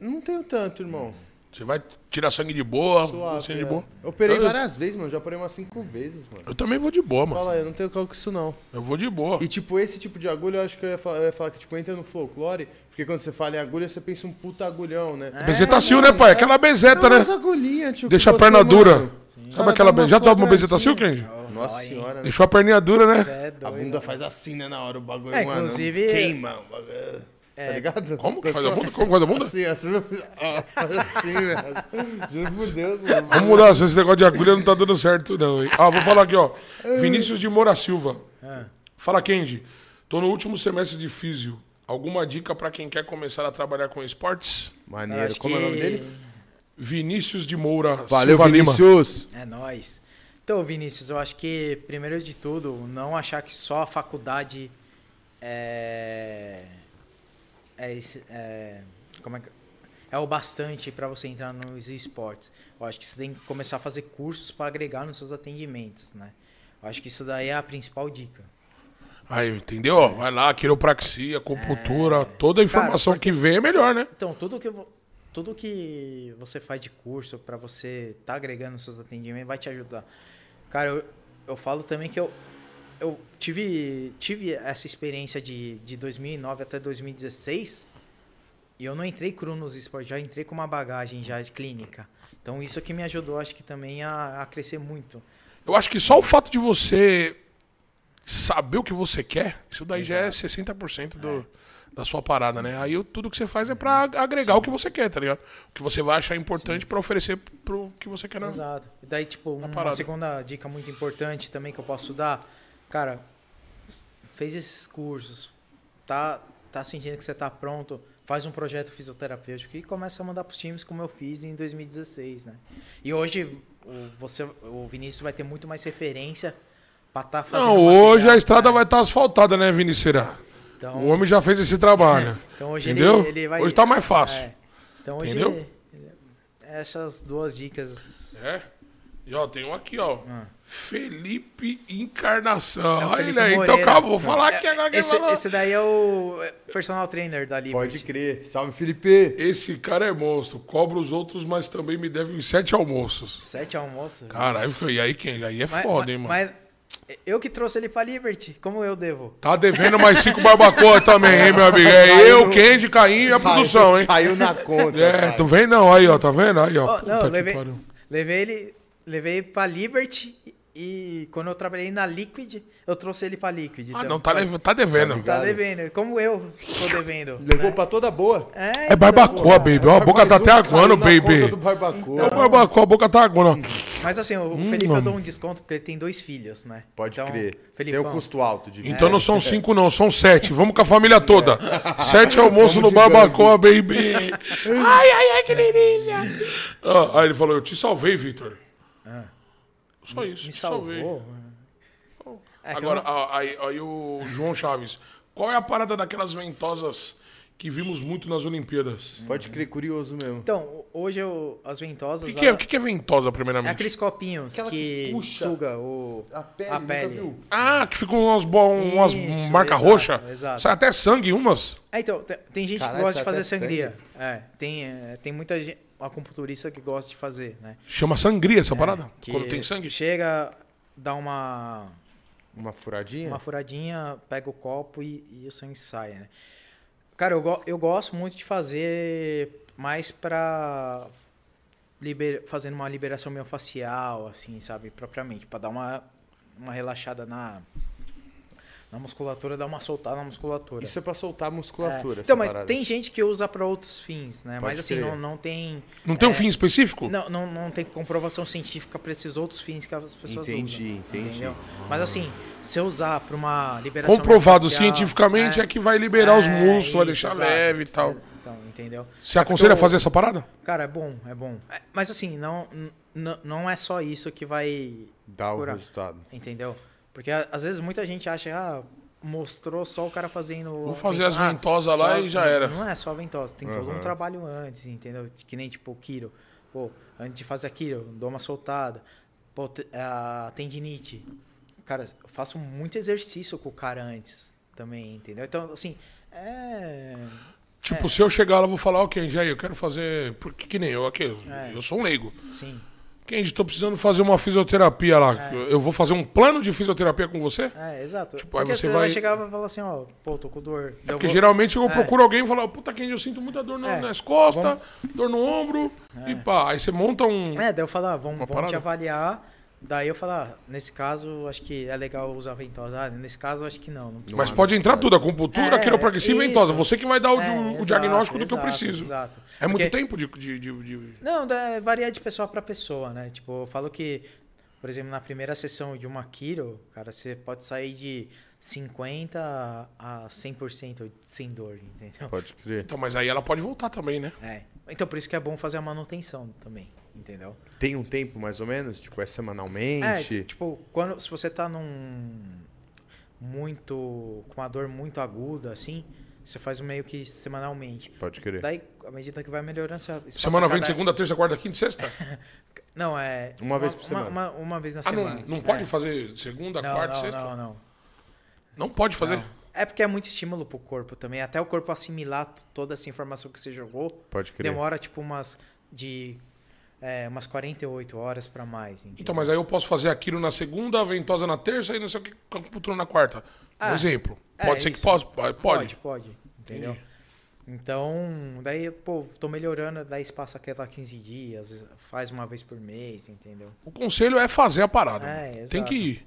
S1: não tenho tanto, irmão.
S2: Você vai tirar sangue de boa,
S1: Suave.
S2: sangue
S1: é.
S2: de boa.
S1: Eu operei
S2: Eu-
S1: várias vezes, mano. Já operei umas cinco vezes, mano.
S2: Eu também vou de boa, mano.
S1: Fala aí, eu não tenho calco com isso, não.
S2: Eu vou de boa.
S1: E, tipo, esse tipo de agulha, eu acho que eu ia falar, eu ia falar que, tipo, entra no folclore, porque quando você fala em agulha, você pensa um puta agulhão, né?
S2: Bezetacil, né, pai? Aquela bezeta, né?
S1: Mas agulhinha, tio,
S2: Deixa
S1: que
S2: a perna
S1: você,
S2: dura.
S1: mano,
S2: Sabe
S1: Cara,
S2: aquela
S1: dá uma
S2: be... Já tomou uma bezetacil,
S1: quadradinha.
S2: Kenji?
S1: Nossa
S3: Dói, hein?
S1: senhora, né?
S2: Deixou a perninha dura,
S3: Cê
S2: né?
S3: é
S1: A
S3: doido.
S1: bunda faz assim, né, na hora o bagulho,
S3: É,
S1: mano.
S3: inclusive-
S1: Queima, o bagulho. Tá ligado?
S2: Como que faz a bunda? Como que faz a bunda?
S1: Assim, assim, ó, faz assim, velho. [LAUGHS] Juro por Deus, mano.
S2: Vamos mudar, esse negócio de agulha não tá dando certo, não. hein? Ah, vou falar aqui, ó. Vinícius de Moura Silva. Fala, Kenji. Tô no último semestre de físio. Alguma dica pra quem quer começar a trabalhar com esportes?
S1: Maneiro,
S3: acho
S1: como é o nome
S3: que-
S1: dele?
S2: Vinícius de Moura
S1: Valeu,
S2: Silva Lima.
S1: Vinícius.
S3: É nóis. Então, Vinícius, eu acho que, primeiro de tudo, não achar que só a faculdade é. É. esse- é- como é que. É o bastante para você entrar nos esportes. Eu acho que você tem que começar a fazer cursos para agregar nos seus atendimentos, né? Eu acho que isso daí é a principal dica.
S2: Aí, entendeu? Ó, Vai lá, quiropraxia, compultura, toda a informação que vem é melhor, né?
S3: Então, tudo que, vo- tudo que você faz de curso para você tá agregando seus atendimentos vai te ajudar. Cara, eu, eu falo também que eu, eu tive, tive essa experiência de, de 2009 até 2016 e eu não entrei cru nos esportes, já entrei com uma bagagem já de clínica. Então, isso que me ajudou, acho que também a, a crescer muito.
S2: Eu acho que só o fato de você saber o que você quer, isso daí já é 60% do, da sua parada, né? Aí eu- tudo que você faz é pra agregar o que você quer, tá ligado? O que você vai achar importante pra oferecer pro que você quer na
S3: Exato. E daí, tipo, uma
S2: parada.
S3: segunda dica muito importante também que eu posso dar, cara, fez esses cursos, tá, tá sentindo que você tá pronto, faz um projeto fisioterapêutico e começa a mandar pros times como eu fiz em 2016, né? E hoje o, você, o Vinícius vai ter muito mais referência pra tá fazendo
S2: Não,
S3: material,
S2: hoje a estrada
S3: né?
S2: vai estar asfaltada, né, Vinicera?
S3: Então,
S2: O homem já fez esse
S3: [LAUGHS]
S2: trabalho.
S3: então hoje ele-
S2: entendeu?
S3: ele vai-
S2: Hoje tá mais fácil.
S3: é. Então hoje
S2: Entendeu?
S3: essas duas dicas
S2: É. E ó, tem um aqui, ó. Felipe Encarnação.
S3: Ah. É o
S2: Olha
S3: Felipe
S2: ele aí. Então
S3: Moreira. É,
S2: calma, vou falar aqui agora quem
S3: esse,
S2: falou.
S3: esse daí é o personal trainer da Liberty.
S1: Pode crer. Salve, Felipe.
S2: Esse cara é monstro. Cobra os outros, mas também me deve uns sete almoços.
S3: Sete almoços.
S2: Caralho, e aí quem? Aí é
S3: Mas-
S2: foda,
S3: mas-
S2: hein, mano.
S3: Mas Eu que trouxe ele pra Liberty, como eu devo.
S2: Tá devendo mais cinco barbacoa também, hein, meu amigo? É eu, Candy, Caim e a produção, hein?
S1: Caiu na conta.
S2: [LAUGHS] É,
S1: cara.
S2: não vem não, aí, ó, tá vendo? Aí, ó.
S3: Ó, Oh, não,
S2: puta
S3: eu
S2: que
S3: levei,
S2: pariu.
S3: levei ele levei pra Liberty e quando eu trabalhei na Liquid, eu trouxe ele pra Liquid.
S2: Ah,
S3: então,
S2: não, tá, leve- tá devendo.
S3: Tá devendo, como eu tô
S1: [LAUGHS]
S3: devendo.
S1: Levou pra toda boa.
S3: É,
S2: É barbacoa, baby. Ó, a boca tá até
S1: Mais um
S2: aguando,
S1: caiu na Conta do
S2: baby.
S1: barbacoa.
S3: Então,
S2: É barbacoa, a boca tá aguando, ó.
S3: Mas assim, o
S2: Hum,
S3: Felipe eu dou um desconto porque ele tem dois filhos, né?
S1: Pode
S3: Então,
S1: crer.
S3: Felipão, É.
S1: Tem um custo alto de
S2: Então não são cinco, não, são sete. Vamos com a família toda. Sete almoço no
S1: Vamos É. de
S2: barbacoa, baby. Ai, ai, ai, que delícia. Ah, aí ele falou: Eu te salvei, Victor. Só isso.
S3: Ah. me
S2: te salvei.
S3: salvou. É que eu
S2: Oh, Agora,
S3: não-
S2: a- aí, aí o João Chaves, qual é a parada daquelas ventosas que vimos muito nas Olimpíadas?
S1: Pode crer, curioso mesmo.
S3: Então, hoje eu, as
S2: O
S3: ventosas.
S2: que, que é, o
S3: ela-
S2: que que é ventosa,
S3: É
S2: primeiramente?
S3: aqueles copinhos
S1: Aquela que
S3: que,
S1: puxa
S3: suga o, a pele.
S2: Ah, que ficam umas, bo- umas
S3: Isso,
S2: marca
S3: exato,
S2: roxa.
S3: exato.
S2: Sai até sangue, umas.
S3: É, então, te- tem gente
S1: Caralho,
S3: que gosta de
S1: isso até
S3: fazer sangria. É, tem, é, tem muita gente, acupunturista que gosta de fazer, né?
S2: Chama sangria essa parada.
S3: Que
S2: Quando tem sangue.
S3: Chega, dá uma,
S1: Uma furadinha?
S3: uma furadinha, pega o copo e, e o sangue sai, né? Cara, eu, go- eu gosto muito de fazer mais pra liber, fazendo uma liberação miofascial, assim, sabe? Propriamente, pra dar uma, uma relaxada na, na musculatura, dar uma soltada na musculatura.
S1: Isso é pra soltar a musculatura.
S3: É.
S1: essa
S3: Então, mas
S1: parada.
S3: tem gente que usa para outros fins, né?
S1: Pode
S3: mas assim,
S1: crer.
S3: não, não tem.
S2: Não tem um fim específico?
S3: é. Não, não, não tem comprovação científica para esses outros fins que as pessoas
S1: Entendi,
S3: usam. né?
S1: entendi.
S3: Entendeu? Mas assim, se eu usar para uma liberação.
S2: Comprovado
S3: miofascial,
S2: cientificamente é,
S3: né?
S2: que vai liberar os
S3: É,
S2: músculos, vai
S3: isso,
S2: deixar
S3: exato.
S2: leve e tal.
S3: Então, entendeu?
S2: Você
S3: É
S2: aconselha a
S3: porque o-
S2: fazer essa parada?
S3: Cara, é bom, é bom. É, Mas assim, não, n- n- não é só isso que vai
S1: Dá o
S3: curar,
S1: resultado.
S3: Entendeu? Porque a- às vezes muita gente acha, ah, mostrou só o cara fazendo.
S2: Vou fazer as ventosas lá
S3: só-
S2: e já era.
S3: Não é só a ventosa, tem todo
S1: Aham.
S3: um trabalho antes, entendeu? Que nem tipo o Kiro. Pô, antes de fazer a Kiro, dou uma soltada. Pô, te- a tendinite. Cara, eu faço muito exercício com o cara antes também, entendeu? Então, assim, é.
S2: Tipo, se eu chegar lá, eu vou falar, ok, já eu quero fazer. Porque que nem eu aqui, eu-
S3: É.
S2: eu sou um leigo.
S3: Sim.
S2: Kendi, tô tá precisando fazer uma fisioterapia lá. Eu- Eu vou fazer um plano de fisioterapia com você?
S3: É, exato.
S2: Tipo, aí
S3: Porque
S2: você
S3: você vai...
S2: vai- É
S3: chegar e vai falar assim, ó, pô, tô com dor. Eu
S2: Porque
S3: vou-
S2: geralmente eu
S3: É.
S2: procuro alguém e falo, "Ah, puta, Kendi, eu sinto muita dor na-
S3: É.
S2: nas costas, dor no ombro, e pá. Aí você monta um.
S3: É, daí eu falo, ah, vamos,
S2: Uma
S3: vamos te
S2: parada?
S3: avaliar. Daí eu falo, ah, nesse caso, acho que é legal usar ventosa. Ah, nesse caso, acho que não. não precisa.
S2: Mas pode entrar tudo, acupuntura,
S3: É,
S2: quiropraxia e
S3: isso.
S2: ventosa. Você que vai dar o,
S3: É,
S2: di- o
S3: exato,
S2: diagnóstico do que eu
S3: exato,
S2: preciso.
S3: Exato.
S2: É muito
S3: Porque-
S2: tempo de. de, de- de-
S3: Não, da- varia de pessoa para pessoa, né? Tipo, eu falo que, por exemplo, na primeira sessão de uma Kiro, cara, você pode sair de 50% a 100% sem dor,
S1: [LAUGHS]
S3: entendeu?
S1: Pode crer.
S2: Então, mas aí ela pode voltar também, né?
S3: É. Então, por isso que é bom fazer a manutenção também, entendeu?
S1: Tem um tempo, mais ou menos? Tipo, é
S3: É,
S1: semanalmente?
S3: tipo, quando, se você tá num. Muito. com uma dor muito aguda, assim, você faz meio que semanalmente.
S1: Pode crer.
S3: Daí, à medida que vai melhorando, você. espaça
S2: Semana vem de
S3: cada-
S2: segunda, terça, quarta, quinta e
S3: [LAUGHS]
S2: sexta?
S3: Não, é.
S1: Uma vez por semana.
S3: Uma, uma vez na
S2: ah, não,
S3: semana.
S2: não pode
S3: é.
S2: fazer segunda,
S3: não,
S2: quarta,
S3: não,
S2: sexta? Não,
S3: Não, não.
S2: pode fazer?
S3: É porque é muito estímulo pro corpo também. Até o corpo assimilar t- toda essa informação que você jogou,
S1: Pode crer.
S3: demora tipo umas. de. é, umas 48 horas pra mais. entendeu?
S2: Então, mas aí eu posso fazer aquilo na segunda, a ventosa na terça e não sei o que, acupuntura na quarta. Um
S3: Ah,
S2: exemplo.
S3: é,
S2: Pode ser que
S3: isso.
S2: possa? Pode. pode.
S3: Pode, pode. Entendeu? Então, daí, pô, tô melhorando, daí passa aquela 15 dias, faz uma vez por mês, entendeu?
S2: O conselho é fazer a parada.
S3: É,
S2: mano.
S3: exato.
S2: Tem que ir.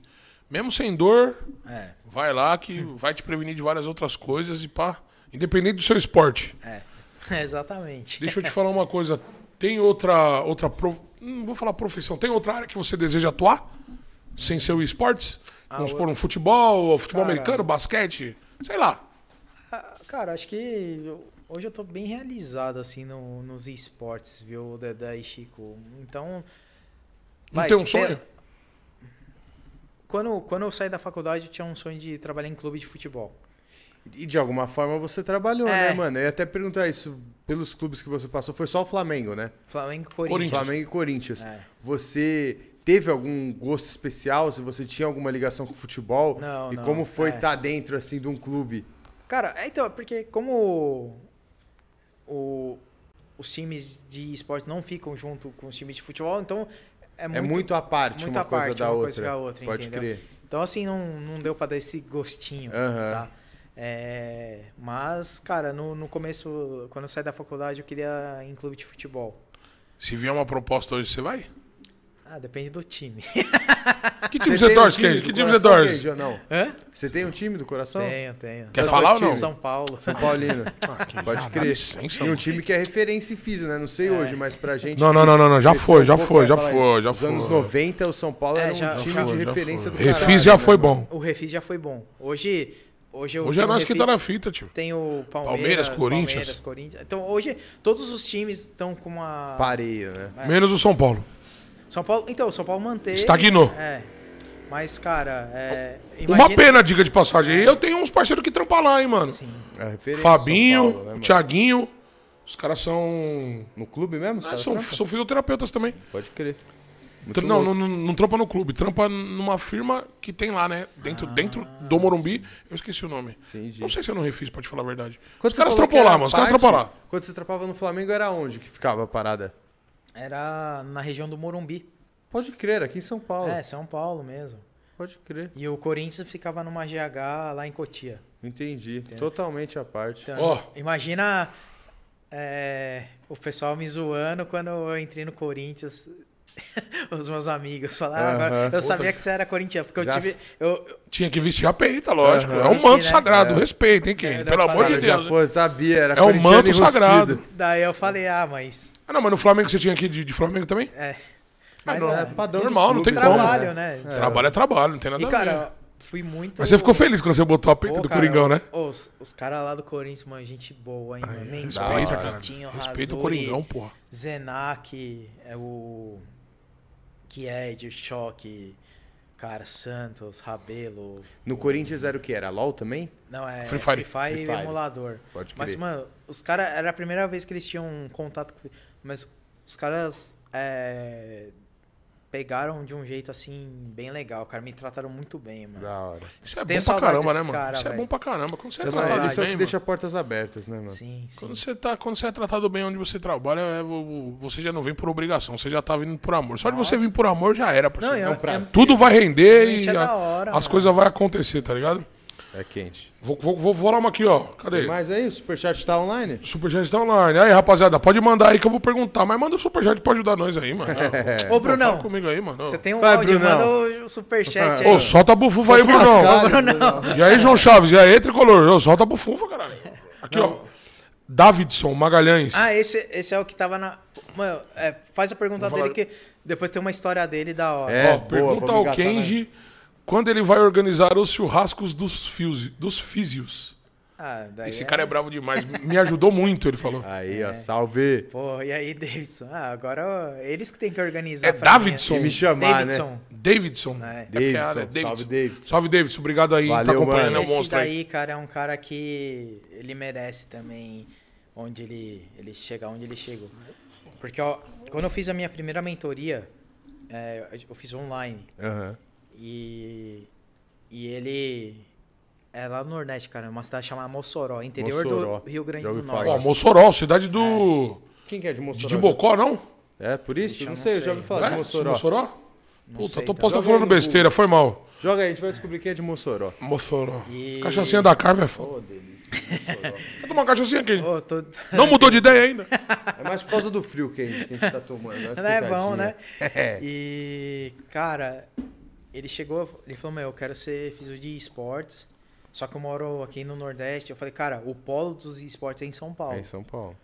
S2: Mesmo sem dor,
S3: É,
S2: vai lá que vai te prevenir de várias outras coisas e pá. Independente do seu esporte.
S3: é. [LAUGHS] Exatamente.
S2: Deixa eu te falar uma coisa. Tem outra. outra prof- Não vou falar profissão. Tem outra área que você deseja atuar? Sem ser o esportes? Vamos supor um futebol, futebol
S3: Ah, Cara.
S2: americano, basquete? Sei lá.
S3: Ah, Cara, acho que eu- hoje eu tô bem realizado, assim, no, nos esportes, viu, Dedé e Chico? Então.
S2: Não
S3: vai,
S2: tem um
S3: se-
S2: sonho?
S3: Quando, quando eu saí da faculdade, eu tinha um sonho de trabalhar em clube de futebol.
S1: E de alguma forma você trabalhou,
S3: É.
S1: né, mano? Eu ia até perguntar isso. Pelos clubes que você passou, foi só o Flamengo, né?
S3: Flamengo e Corinthians.
S1: Flamengo e Corinthians.
S3: É.
S1: Você teve algum gosto especial? Se você tinha alguma ligação com o futebol?
S3: Não,
S1: E
S3: não.
S1: como foi
S3: É.
S1: estar dentro, assim, de um clube?
S3: Cara, é, então, é porque como o- os times de esporte não ficam junto com os times de futebol, então é muito,
S1: é muito à parte
S3: muito
S1: uma
S3: à
S1: coisa
S3: parte
S1: da
S3: uma
S1: outra.
S3: coisa da outra,
S1: Pode
S3: entendeu?
S1: crer.
S3: Então, assim, não, não deu pra dar esse gostinho,
S1: Aham.
S3: tá? É, mas, cara, no, no começo, quando eu saí da faculdade, eu queria ir em clube de futebol.
S2: Se vier uma proposta hoje, você vai?
S3: Ah, depende do time.
S2: Que
S1: tem
S2: time você
S1: um
S2: torce,
S1: time
S2: Kenji?
S1: do
S2: Que time você
S1: coração,
S2: torce?
S1: Kenji, ou não?
S3: Hã?
S1: Você tem um time do coração?
S3: Tenho, Ah, tenho.
S2: Quer
S3: São
S2: falar ou não?
S3: São Paulo.
S1: São
S3: [LAUGHS]
S1: Paulino.
S2: Kenji,
S1: Pode
S2: dá
S1: crer.
S2: licença,
S1: e um
S2: mano.
S1: time que é referência em físico, né? Não
S3: É.
S1: sei hoje, mas pra gente. um
S2: Não, não, não, não, não. Já foi, já foi,
S1: é,
S2: já foi, já
S1: Nos
S2: foi.
S1: anos 90, o São Paulo
S3: É,
S1: era um
S3: já- já
S1: time
S3: foi,
S1: de
S2: já
S1: referência
S2: foi.
S1: do caralho.
S2: Refis já
S1: né,
S2: foi
S1: mano?
S2: bom.
S3: O refis já foi bom. Hoje, hoje eu
S2: Hoje é
S3: tenho um
S2: nós que tá
S3: refis-
S2: na fita, tio.
S3: Tem o Palmeiras,
S2: Palmeiras, Corinthians.
S3: Palmeiras, Corinthians. Então hoje todos os times estão com uma.
S1: Pareio, né?
S2: Menos o São Paulo.
S3: São Paulo. Então, São Paulo manteve.
S2: Estagnou.
S3: É. Mas, cara, é.
S2: Uma pena, diga de passagem. Eu tenho uns parceiros que trampam lá, hein, mano.
S3: Sim.
S1: É a referência do São
S2: Fabinho,
S1: Paulo, né,
S2: o
S1: mano?
S2: Thiaguinho. Os caras são.
S1: No clube mesmo? os
S2: Ah,
S1: caras
S2: são,
S1: trampam?
S2: são fisioterapeutas também.
S1: Pode crer. Muito
S2: Tra- Não,
S1: louco.
S2: não, não, não trampa no clube, trampa numa firma que tem lá, né? Dentro, dentro do Morumbi, eu esqueci o nome.
S1: Ah, Entendi.
S2: Não sei se eu não refiz, pra te falar a verdade.
S1: Quando
S2: os
S1: você
S2: caras
S1: falou que
S2: trampam lá,
S1: era
S2: mano. Os caras
S1: parte,
S2: trampam lá.
S1: Quando você trampava no Flamengo, era onde que ficava a parada?
S3: Era na região do Morumbi.
S1: Pode crer, aqui em São Paulo.
S3: É, São Paulo mesmo.
S1: Pode crer.
S3: E o Corinthians ficava numa GH lá em Cotia.
S1: Entendi. Totalmente à parte.
S3: Então,
S2: Ó.
S3: imagina é, o pessoal me zoando quando eu entrei no Corinthians. [LAUGHS] Os meus amigos falaram, "Ah, agora eu
S1: Aham.
S3: sabia que você era corintiano, porque eu
S1: Já
S3: tive.
S1: s-
S3: Eu,
S2: Tinha que vestir a peita, lógico.
S1: Aham.
S2: É um manto
S3: Vestir, né?
S2: sagrado, respeito, hein, Ken?
S3: É,
S2: Pelo
S3: não,
S2: amor
S1: Cara,
S2: de
S1: eu
S2: Deus.
S1: Já, pô, sabia, era
S2: É um
S1: corintiano
S2: manto
S1: e rustido.
S2: sagrado.
S3: daí eu falei, ah, mas.
S2: Ah, não, mas no Flamengo você tinha aqui de, de Flamengo também?
S3: É.
S2: Ah,
S3: Mas
S2: não,
S3: é,
S1: É padrão dos
S2: Normal, não tem
S1: clubes,
S2: como.
S3: trabalho, né?
S2: Trabalho é trabalho, não tem nada
S3: E,
S2: a ver.
S3: cara, fui muito.
S2: Mas você ficou feliz quando você botou a peita
S3: Ô,
S2: do
S3: cara,
S2: Coringão, né?
S3: ô, Os, os caras lá do Corinthians, mano, gente boa, hein, mano. Mendonça,
S2: Respeita, cara.
S3: Vitinho,
S2: Respeita o
S3: Razuri,
S2: Coringão, porra.
S3: Zenac, é o. Kied, o Choque, cara, Santos, Rabelo.
S1: No Corinthians era o que? Era LOL também?
S3: Não, é
S2: Free Fire.
S1: Free
S3: e
S1: Fire.
S3: emulador.
S1: Pode
S3: Mas,
S1: crer.
S3: mano, os caras. Era a primeira vez que eles tinham um contato com. Mas os caras. é, pegaram de um jeito, assim, bem legal, cara. Me trataram muito bem, mano.
S1: Da hora.
S2: Isso é
S3: Tenho
S2: bom pra
S3: saudade
S2: caramba, né,
S3: desses
S2: mano?
S3: cara,
S2: Isso é
S3: velho.
S2: bom pra caramba. Quando você é
S1: Isso
S3: Essa
S1: é,
S2: tratado
S3: saudade,
S1: isso é o
S2: bem,
S1: que
S2: mano.
S1: deixa portas abertas, né, mano?
S3: Sim, sim.
S2: Quando você, tá, quando você é tratado bem onde você trabalha, é, vo- vo- você já não vem por obrigação, você já tá vindo por amor. Só de você vir por amor já era, parceiro.
S3: Não, é-
S1: É um prazer.
S2: Tudo vai render
S3: Gente,
S2: e
S3: é
S2: a-
S3: da hora,
S2: as
S3: mano.
S2: coisas vão acontecer, tá ligado?
S1: É quente.
S2: Vou, vou, vou, vou lá uma aqui, ó. Cadê?
S1: Mas aí, o Superchat tá online?
S2: Superchat tá online. Aí, rapaziada, pode mandar aí que eu vou perguntar. Mas manda o superchat pra ajudar nós aí,
S3: [LAUGHS]
S2: mano.
S3: Ô,
S2: Pô, é? fala
S3: Brunão,
S2: comigo aí, mano.
S3: você tem um
S1: Vai,
S3: áudio,
S1: Brunão.
S3: manda o- o superchat aí.
S2: Ô, solta a bufufa aí, Brunão.
S1: Cascalho, Brunão.
S2: E aí, João Chaves? E aí, Tricolor? Ô, solta a bufufa, caralho. Aqui, ó. Davidson Magalhães.
S3: Ah, esse, esse é o que tava na. Mano, é, faz a pergunta
S2: Vou falar-
S3: dele que depois tem uma história dele da hora.
S1: É,
S2: Ó,
S1: boa,
S2: pergunta
S1: vamos
S2: ao
S1: engatar, né?
S2: Kenji quando ele vai organizar os churrascos dos, fios, dos físios.
S3: Ah,
S1: Tá
S3: daí
S2: Esse cara é bravo demais. Me ajudou muito, ele falou.
S1: Aí,
S3: É.
S1: ó, salve.
S3: Pô, e aí, Davidson? Ah, agora ó, eles que tem que organizar.
S2: É
S3: pra mim,
S2: Davidson?
S1: E me
S3: né?
S1: chamar,
S3: Davidson.
S1: né?
S2: Davidson.
S3: É.
S2: porque, ah,
S1: Davidson, salve, Davidson.
S2: Salve, Davidson. Obrigado aí.
S1: Valeu,
S2: tá acompanhando
S1: mano.
S2: é um
S3: Esse
S2: monstro aí.
S3: daí, cara, é um cara que ele merece também onde ele, ele chega, onde ele chegou. Porque, ó, quando eu fiz a minha primeira mentoria, é, eu fiz online.
S1: Aham.
S3: E, e ele é lá no Nordeste, cara, uma cidade chamada Mossoró, interior
S1: Mossoró.
S3: do Rio Grande
S1: Já
S3: do
S1: ouvi
S3: Norte.
S2: Ó, Mossoró, cidade do.
S1: Quem que é de
S2: De,
S1: Mossoró?
S2: de Bocó, não?
S1: É, por isso?
S3: Ixi, eu
S1: não
S3: não
S1: sei, eu
S3: sei.
S1: já ouvi falar de
S2: É?
S1: Mossoró.
S2: Mossoró? Puta,
S3: sei,
S2: tô,
S3: tá.
S2: posso estar
S1: Joga
S2: falando
S1: aí no
S2: besteira, foi mal.
S1: Joga aí, a gente vai descobrir quem é de Mossoró.
S2: Mossoró.
S3: E-
S2: Cachacinha da Carva é foda. Vou tomar uma cachacinha aqui.
S3: Ô, tô-
S2: Não mudou de ideia ainda.
S1: É mais por causa do frio que a gente, que a gente tá tomando. dá uma
S3: Não é bom, né?
S1: É.
S3: [LAUGHS] E, cara, ele chegou, ele falou, meu, eu quero ser físico de esportes, só que eu moro aqui no Nordeste. Eu falei, cara, o polo dos esportes é em São Paulo.
S1: É em São Paulo.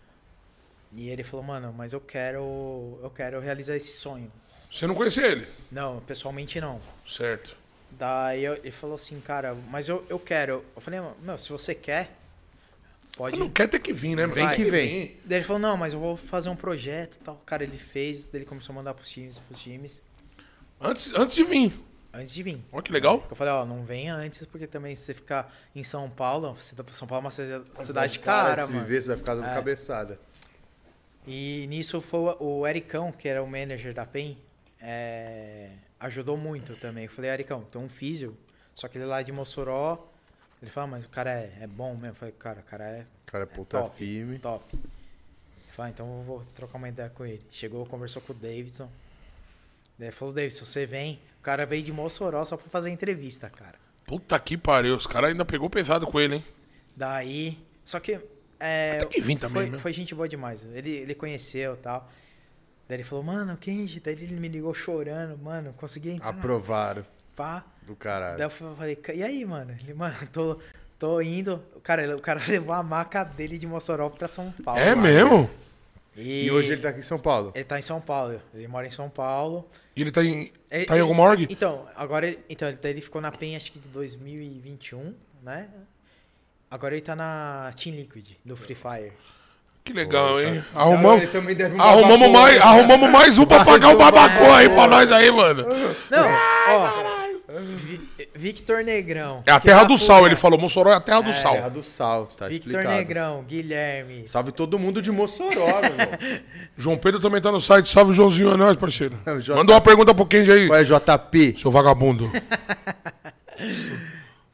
S3: E ele falou, mano, mas eu quero, eu quero realizar esse sonho.
S2: Você não conhecia ele?
S3: Não, pessoalmente não.
S2: Certo.
S3: Daí eu- ele falou assim, cara, mas eu, eu quero. Eu falei, meu, se você quer, pode.
S2: Não quer ter que vir, né?
S1: Vem
S2: mano?
S1: que vem.
S3: Daí ele falou, não, mas eu vou fazer um projeto e tal. Cara, ele fez, daí ele começou a mandar pros times, pros times,
S2: Antes, antes de vir.
S3: antes de vir.
S2: Olha que legal.
S3: Eu falei, ó, não venha antes, porque também se você ficar em São Paulo, você tá- São Paulo é uma cida- cidade cara,
S1: se
S3: mano.
S1: viver, você vai ficar dando
S3: É.
S1: cabeçada.
S3: E nisso foi o- o Ericão, que era o manager da PEN, é, ajudou muito também. Eu falei, Ericão, tem um físio, só que ele é lá de Mossoró. Ele falou, "Ah, mas o cara é, é bom mesmo. Eu falei, cara, o cara é
S1: O cara é ponta
S3: top,
S1: firme.
S3: top. Ele falou, "Ah, então eu vou trocar uma ideia com ele. Chegou, conversou com o Davidson. Daí ele falou, Davidson, você vem. O cara veio de Mossoró só pra fazer entrevista, cara.
S2: Puta que pariu, os caras ainda pegou pesado com ele, hein?
S3: Daí. Só que. É,
S2: Tem que vir também,
S3: foi,
S2: né?
S3: foi gente boa demais. Ele, ele conheceu e tal. Daí ele falou, mano, Kenji. Daí ele me ligou chorando, mano, consegui entrar. na
S1: Aprovaram
S3: pá.
S1: do
S3: Daí
S1: caralho.
S3: eu falei, "Ca- e aí, mano? Ele, mano, tô, tô indo. O cara, o cara [LAUGHS] levou a maca dele de Mossoró pra São Paulo.
S2: É
S3: mano.
S2: mesmo?
S1: E hoje ele tá aqui em São Paulo.
S3: Ele tá em São Paulo. Ele mora em São Paulo. É,
S2: E ele tá em.
S3: Ele-
S2: tá em
S3: ele-
S2: alguma org?
S3: Então, agora ele, então, ele- daí ele ficou na PEN acho que de 2021, né? Agora ele tá na Team Liquid, do Free Fire.
S2: Que legal,
S1: Pô,
S2: hein?
S1: tá- Então,
S2: Arrumamos.
S1: ele também deve um
S2: Arrumamos
S1: babacô,
S2: mais,
S1: né?
S2: arrumamos mais um pra pagar o babacô aí pra nós aí, mano.
S3: Não, ó, Vi- Victor Negrão.
S2: É a
S3: que
S2: terra
S3: tá
S2: do
S3: full,
S2: sal,
S3: né?
S2: ele falou. Mossoró é a terra do sal.
S1: Terra do Sal, tá
S3: Victor
S1: explicado.
S3: Negrão, Guilherme.
S1: Salve todo mundo de Mossoró, meu irmão.
S2: João Pedro também tá no site. Salve o Joãozinho, é nóis, parceiro.
S1: É, o J-
S2: Mandou uma pergunta pro Kenji aí,
S1: Qual é, JP?
S2: seu vagabundo.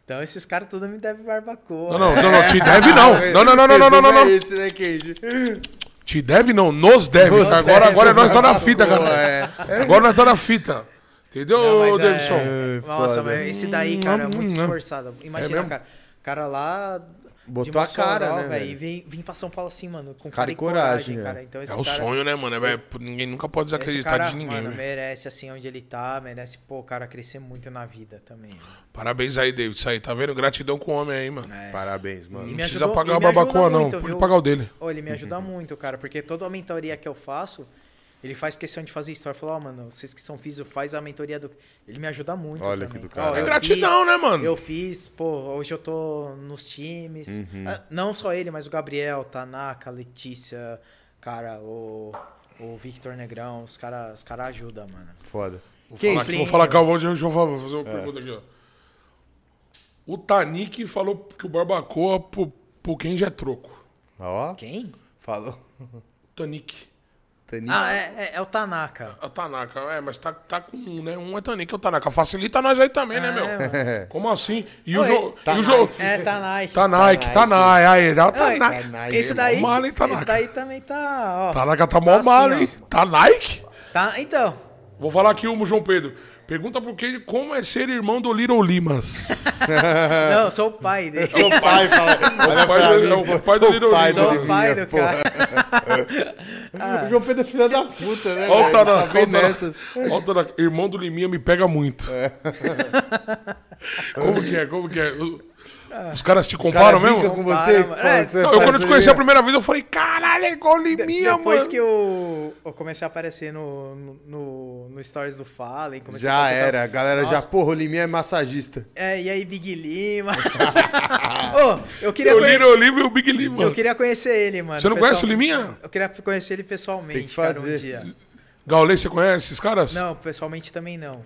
S3: Então esses caras tudo me devem barbacoa.
S2: Não, não, não, não, te deve não. Não, não, não, não, não, não, não, não.
S1: Resumo é esse, né, Kenji?
S2: Te deve não, nos deve.
S1: Nos
S2: agora
S1: deve,
S2: agora nós tá na
S1: babacô,
S2: fita, cara. Agora nós tá na fita.
S3: Não,
S2: Entendeu,
S3: mas é-
S2: Davidson?
S1: foda.
S3: Nossa, mas esse daí, cara, é muito
S2: Hum,
S3: esforçado.
S2: É
S3: Imagina,
S2: mesmo?
S3: cara. O cara lá.
S1: Botou
S3: de Mossoró,
S1: a cara, né,
S3: velho?
S1: velho?
S3: E vem, vem pra São Paulo assim, mano. Com
S1: Cara
S3: cara,
S1: e
S3: e
S1: coragem,
S3: coragem,
S1: é.
S3: cara. Então, esse
S2: É o
S3: cara,
S2: sonho, né, mano? É, velho, ninguém nunca pode
S3: Esse
S2: desacreditar
S3: cara,
S2: de ninguém, né?
S3: mano,
S2: velho.
S3: merece assim onde ele tá, merece, pô, o cara crescer muito na vida também. né?
S2: Parabéns aí, Davidson. Aí, tá vendo? Gratidão com o homem aí, mano.
S1: É. Parabéns,
S2: Não
S1: mano.
S3: me
S2: precisa
S3: ajudou-
S2: pagar
S3: e
S2: o
S3: me ajuda
S2: babacoa, não.
S3: muito,
S2: Pode
S3: viu?
S2: pagar o dele.
S3: Ô, ele me ajuda muito, cara, porque toda a mentoria que eu faço, ele faz questão de fazer história. Falar, ó, mano, vocês que são físicos, faz a mentoria do. Ele me ajuda muito.
S1: Olha que
S3: também.
S1: do
S3: Ó, eu
S1: caralho.
S2: É
S1: fiz-
S2: gratidão, né, mano?
S3: Eu fiz, pô, hoje eu tô nos times.
S1: Uhum.
S3: Ah, Não só ele, mas o Gabriel, Tanaka, Letícia, cara, o, o Victor Negrão, os caras os cara ajudam, mano.
S1: Foda.
S2: Vou falar, aqui,
S1: Kenji,
S2: vou falar calma, deixa eu falar, vou fazer uma
S1: É.
S2: pergunta aqui, ó. O Tanik falou que o Barbacoa pro, pro Kenji é troco.
S1: ó,
S3: Quem?
S1: falou.
S2: O Tanik.
S1: Taninho.
S3: Ah, é, é- é o Tanaka.
S2: A Tanaka, é, mas tá, tá com um, né? Um é Tanik, é o Tanaka. Facilita nós aí também, né, meu? Como assim? E o
S3: Oi.
S2: jogo. E o
S1: Tanaka.
S2: jogo.
S3: É, Tanaka.
S2: Tá Nike, tá Nike, aí, dá o
S3: Oi,
S2: Tanaka.
S1: Tanaka,
S3: esse
S1: irmão.
S3: daí,
S2: Mala, hein, Tanaka?
S3: esse daí também tá, ó.
S2: Tanaka tá mó
S3: assim,
S2: mal,
S3: ó.
S2: hein? Tá Nike?
S3: Tá, então,
S2: Vou falar aqui o João Pedro. Pergunta pro Kenji como é ser irmão do Little Limas.
S3: não, eu sou o pai dele.
S1: Seu É pai fala. Olha
S2: pai
S1: pra
S2: do-
S1: mim,
S2: é o
S1: pô,
S2: pai do
S1: sou
S2: Little
S1: pai
S2: Lima.
S1: do
S3: Sou o pai
S1: Liminha,
S3: do
S1: pô.
S3: cara.
S2: Ah.
S1: O João Pedro é filho da puta, né?
S2: Olha
S1: velho?
S2: o
S1: Só
S2: Tanaka.
S1: vem
S2: olha o Tanaka.
S1: nessas.
S2: Olha o Tanaka. Irmão do Liminha me pega muito. [LAUGHS] Como que é? Como que é? O- Os caras te
S1: O cara
S2: comparam
S1: brinca
S2: mesmo?
S1: com você?
S3: Comparam,
S1: fala
S3: é.
S1: que você
S2: Não, eu
S1: faz
S2: quando eu te conheci a
S1: isso aí,
S2: primeira vez, eu falei, caralho, é igual o Liminha,
S3: Depois
S2: mano.
S3: que eu, eu comecei a aparecer no, no, no Stories do Fallen, comecei a
S1: Já
S2: tá-
S3: fazer tal-
S1: era, a galera já,
S3: Nossa.
S1: porra, o Liminha é massagista.
S3: É, e aí
S1: [LAUGHS]
S3: Big Lima. Ô, eu queria
S2: Eu li
S3: conhecer,
S2: o livro e o Big Lima.
S3: eu queria conhecer ele, mano.
S2: Você não
S3: pessoal-
S2: conhece o Liminha?
S3: Eu queria conhecer ele pessoalmente,
S1: Tem que
S3: cara,
S1: fazer.
S3: um dia.
S2: Gaulês, você conhece esses caras?
S3: Não, pessoalmente também não.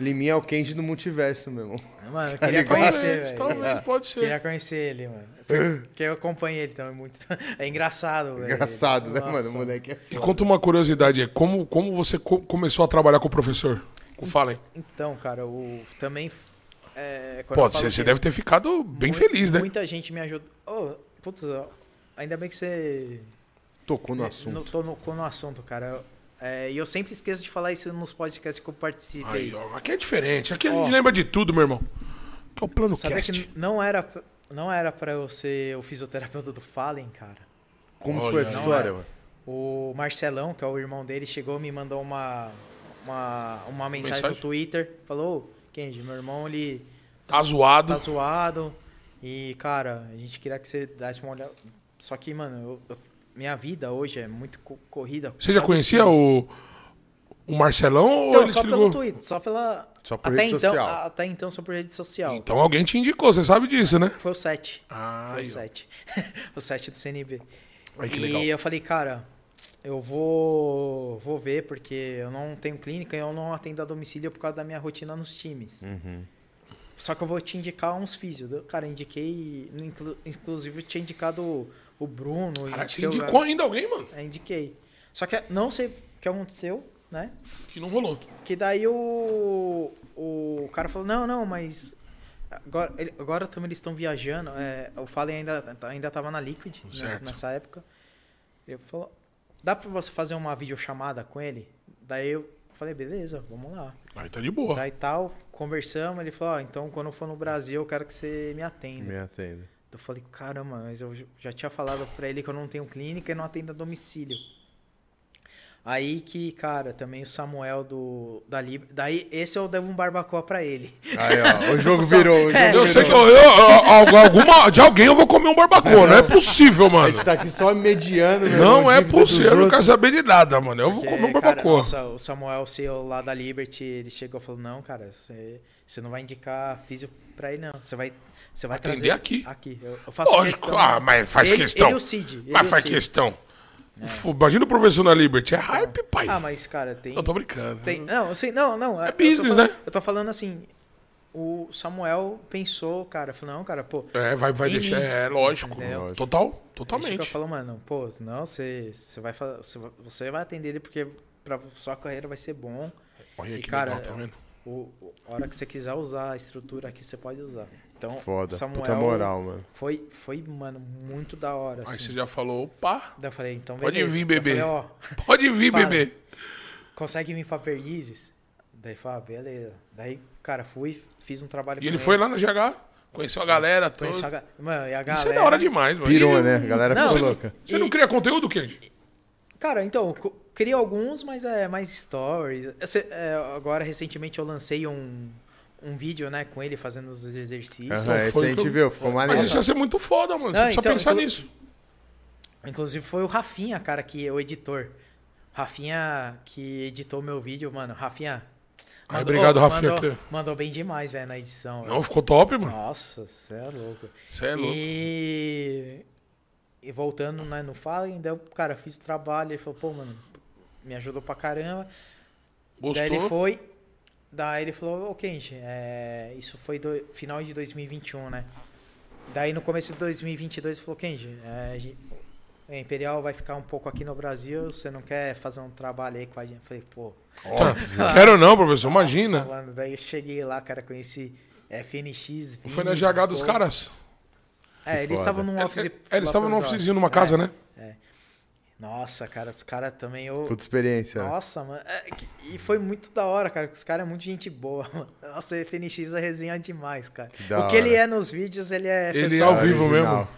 S1: Liminha é o Kenji do multiverso, meu irmão.
S2: É,
S3: Mano, eu queria
S1: Tá ligado? É,
S3: conhecer,
S2: Talvez,
S3: velho. É.
S2: talvez, pode
S3: Queria
S2: ser.
S3: conhecer ele, mano. Porque eu acompanhei ele também muito. [LAUGHS] É engraçado, velho.
S1: Engraçado, né, mano?
S3: Nossa.
S1: O moleque é foda.
S2: E conta uma curiosidade aí. Como, como você co- começou a trabalhar com o professor? Com o Fallen?
S3: Então, cara, o também. É, quando eu
S2: Pô,
S3: falo
S2: você, você
S3: que-
S2: deve ter ficado bem
S3: Mui-
S2: feliz, né?
S3: Muita gente me ajudou. Ô, putz, ó, ainda bem que você
S1: Tocou no
S3: é,
S1: assunto.
S3: no- tô no, com no assunto, cara. Eu- é, E eu sempre esqueço de falar isso nos podcasts que eu participei.
S2: Aí, ó, aqui é diferente. Aqui a
S3: Ó.
S2: gente lembra de tudo, meu irmão. Que é o plano
S3: Sabe
S2: cast.
S3: que não era, pra- não era pra eu ser o fisioterapeuta do Fallen, cara.
S1: Como
S2: Olha,
S1: foi essa
S2: não
S1: história,
S3: é.
S1: mano?
S3: O Marcelão, que é o irmão dele, chegou e me mandou uma, uma, uma mensagem,
S2: Mensagem?
S3: no Twitter. Falou, "Ô, Kenji, meu irmão, ele
S2: Tá zoado.
S3: tá zoado. E, cara, a gente queria que você desse uma olhada. Só que, mano, eu- eu- minha vida hoje é muito co- corrida.
S2: Você já
S3: Cada
S2: conhecia
S3: coisa.
S2: o, o Marcelão
S3: Então,
S2: ou ele
S3: só
S2: te
S3: pelo
S2: ligou?
S3: Twitter, só pela.
S1: Só por
S3: até
S1: rede
S3: então,
S1: social.
S3: a- Até então, só por rede social.
S2: Então alguém te indicou, você sabe disso, né?
S3: Foi o 7.
S2: Ah,
S3: Foi o
S2: aí, ó.
S3: 7. [LAUGHS] o 7 do CNB.
S2: Ai, que
S3: e
S2: legal.
S3: eu falei, cara, eu vou, vou ver, porque eu não tenho clínica e eu não atendo a domicílio por causa da minha rotina nos times.
S2: Uhum.
S3: Só que eu vou te indicar uns físios. Eu, Cara, indiquei. inclu- inclusive, eu tinha indicado o- o Bruno. e
S2: Cara, você
S3: que eu-
S2: indicou ainda alguém, mano,
S3: é, indiquei. Só que é, não sei o que aconteceu, né?
S2: que não rolou.
S3: Que daí o, o cara falou, não, não, mas agora, ele- agora também eles estão viajando. É, o Fallen ainda, ainda tava na Liquid né,
S2: Certo.
S3: nessa época. Ele falou, dá pra você fazer uma videochamada com ele? Daí eu Falei, beleza, vamos lá.
S2: Aí tá de boa.
S3: Daí tal, conversamos, ele falou, ó, então quando eu for no Brasil, eu quero que você me
S2: é
S3: atenda.
S1: Me atenda.
S3: Eu falei, caramba, mas eu já tinha falado pra ele que eu não tenho clínica e não atendo a domicílio. Aí que, cara, também o Samuel do da Libra. Daí esse eu devo um barbacoa pra ele.
S2: Ah,
S1: Aí,
S3: [LAUGHS]
S1: ó, o jogo virou. O jogo
S2: É. Eu
S3: É
S1: virou.
S2: sei que eu, eu- eu- alguma, de alguém eu vou comer um barbacoa. Não é possível,
S1: A
S2: mano.
S1: gente tá aqui só mediano. né,
S2: Não
S1: na
S2: é
S1: dívida dos
S2: possível. Eu não quero
S1: outros.
S2: saber de nada, mano. Eu vou
S3: Porque,
S2: comer um
S3: É, cara,
S2: barbacoa.
S3: nossa, o Samuel, CEO lá da Liberty, ele chegou e falou: Não, cara, você, você não vai indicar físio pra ele, não. Você vai, você vai
S2: Atender
S3: trazer
S2: aqui.
S3: Aqui. Eu, eu faço
S2: Lógico,
S3: questão.
S2: ah, mas faz
S3: Ele-
S2: questão.
S3: Ele e o Cid. ele e
S2: Mas
S3: o
S2: faz
S3: Cid.
S2: questão. Fo- Imagina o professor na Liberty. É hype, pai.
S3: É. Ah, mas, cara, tem.
S2: Eu tô brincando.
S1: Uhum.
S3: tem não, assim, não, não. eu tô
S2: business,
S3: falando-
S2: né?
S3: Eu tô falando assim: O Samuel pensou, cara, falou: Não, cara, pô.
S2: É, vai, vai
S3: Em
S2: deixar.
S3: mim.
S2: É, lógico.
S3: Entendeu?
S2: Total,
S3: Ele
S2: totalmente.
S3: falou, mano, pô, não, você, você, vai, fa- você vai- você vai atender ele porque pra sua carreira vai ser bom.
S2: Olha
S3: E,
S2: que
S3: cara,
S2: legal, tá vendo?
S3: O, o- a hora que você quiser usar a estrutura aqui, você pode usar. Então,
S1: Foda.
S3: Samuel
S1: Puta moral, mano.
S3: Foi, foi, mano, muito da hora.
S2: Aí
S3: Assim.
S2: você já falou, opa,
S3: Daí eu falei, então
S2: Pode
S3: beleza.
S2: vir,
S3: Daí eu
S2: bebê.
S3: falei, ó,
S2: pode vir,
S3: Fala.
S2: bebê.
S3: consegue vir pra Perdizes? Daí eu falei, ah, beleza. Daí, cara, fui, fiz um trabalho
S2: E ele foi lá na GH, conheceu a galera, todo.
S3: Conheceu a ga- Mano, e a galera...
S2: Isso é da hora demais, mano.
S1: Pirou,
S2: E-
S1: né? A galera
S3: Não,
S1: ficou
S3: você-
S1: louca.
S2: Você é um não cria conteúdo, Kendi?
S3: Cara, então, co- crio alguns, mas é mais stories. Esse- é, agora, recentemente, eu lancei um, um vídeo, né, com ele fazendo os exercícios.
S1: Aham, esse
S2: foi
S1: a
S2: que
S1: gente
S2: eu-
S1: viu, ficou
S2: Mas
S1: maneiro.
S2: isso é ia ser muito foda, mano. Você
S3: Ah,
S2: precisa
S3: então,
S2: pensar
S3: inclu-
S2: nisso.
S3: Inclusive foi o Rafinha, cara, que é o editor. Rafinha que editou meu vídeo, mano. Rafinha.
S2: Ai, obrigado, Rafinha,
S3: Mandou,
S2: que-
S3: mandou bem demais, velho, na edição. velho.
S2: Não, ficou top, mano.
S3: Nossa, você é louco.
S2: Você é louco.
S3: E, e voltando né, no Fallen, daí o cara fiz o trabalho, ele falou, pô, mano, me ajudou pra caramba. Daí ele
S2: Gostou?
S3: foi. Daí ele falou, ô Kenji, é, isso foi do, final de 2021, né? Daí no começo de 2022 ele falou, Kenji, é, a gen- a Imperial vai ficar um pouco aqui no Brasil, você não quer fazer um trabalho aí com a gente? Eu falei, pô,
S2: Tá. Quero não, professor, imagina.
S3: nossa, mano. Daí eu cheguei lá, cara, conheci FNX. Vini,
S2: Foi na GH dos
S3: pô.
S2: caras.
S3: É, eles
S1: foda.
S3: estavam num office.
S2: É, Eles estavam num
S3: vaporizado.
S2: officezinho numa casa,
S3: É.
S2: né?
S3: Nossa, cara, os caras também. Eu...
S1: Puta experiência. né?
S3: Nossa, mano. É, que- E foi muito da hora, cara. que Os caras é muito gente boa. [LAUGHS] mano. Nossa, o FNX é resenha demais, cara.
S1: da
S3: o que ele
S1: hora. é
S3: é nos vídeos, ele é.
S2: Ele é
S3: pessoal,
S2: ao vivo
S1: original.
S2: mesmo.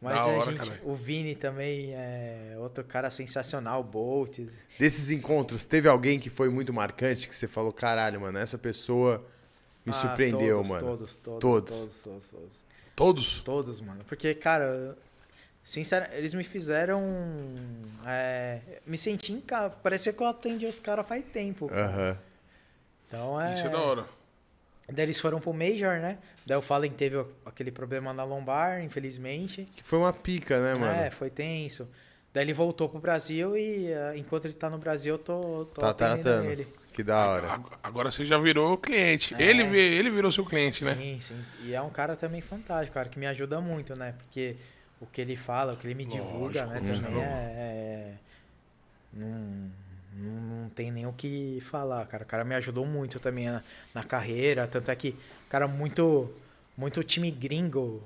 S3: Mas
S2: Da
S3: a
S2: hora,
S3: gente-
S2: cara.
S3: o Vini também é outro cara sensacional, o Bolt.
S1: Desses encontros, teve alguém que foi muito marcante que você falou, caralho, mano, essa pessoa me
S3: Ah,
S1: surpreendeu,
S3: todos,
S1: mano.
S3: Todos, todos,
S1: Todos.
S3: todos. Todos, todos, todos.
S2: Todos.
S3: Todos, mano. Porque, cara, sinceramente, eles me fizeram. é, me senti em casa. Parecia que eu atendi os caras faz tempo. cara.
S1: Aham.
S3: Então é.
S2: Isso é da hora.
S3: Daí eles foram pro Major, né? Daí o Fallen teve aquele problema na lombar, infelizmente.
S1: Que foi uma pica, né, mano?
S3: É, foi tenso. Daí ele voltou pro Brasil e eh, enquanto ele tá no Brasil, eu tô, tô
S1: tá
S3: atendendo
S1: tratando.
S3: ele.
S1: Que da hora.
S2: Ag- Agora você já virou cliente.
S3: É.
S2: Ele, vi- ele virou seu cliente, né?
S3: Sim, sim. E é um cara também fantástico, cara, que me ajuda muito, né? Porque o que ele fala, o que ele me divulga,
S2: Lógico,
S3: né,
S2: com
S3: também
S2: certeza.
S3: é. é- Não, não, não tem nem o que falar, cara. O cara me ajudou muito também na, na carreira. Tanto é que, cara, muito, muito time gringo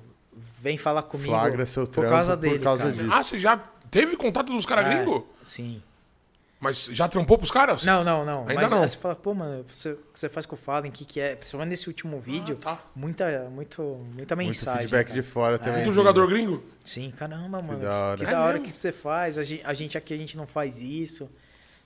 S3: vem falar comigo.
S1: Flagra seu
S3: por
S1: trampo
S3: causa
S1: por
S3: dele.
S1: causa
S3: cara.
S1: disso.
S2: Ah, você já teve contato dos caras
S3: É,
S2: gringos?
S3: Sim.
S2: Mas já trampou pros caras? Ah,
S3: Não, não, não.
S2: Ainda
S3: Mas
S2: não.
S3: aí você fala, pô, mano, você, o que você faz com o Fallen, o que, que é? Principalmente nesse último vídeo,
S2: tá.
S3: muita, muito, muita
S1: Muito
S3: mensagem.
S1: feedback
S3: cara. É.
S1: de fora também.
S2: Muito
S1: né?
S2: jogador gringo?
S3: Sim, caramba, mano.
S1: da hora.
S3: Que
S2: É
S3: da hora
S2: mesmo?
S3: que você faz. A gente, a gente aqui, a gente não faz isso.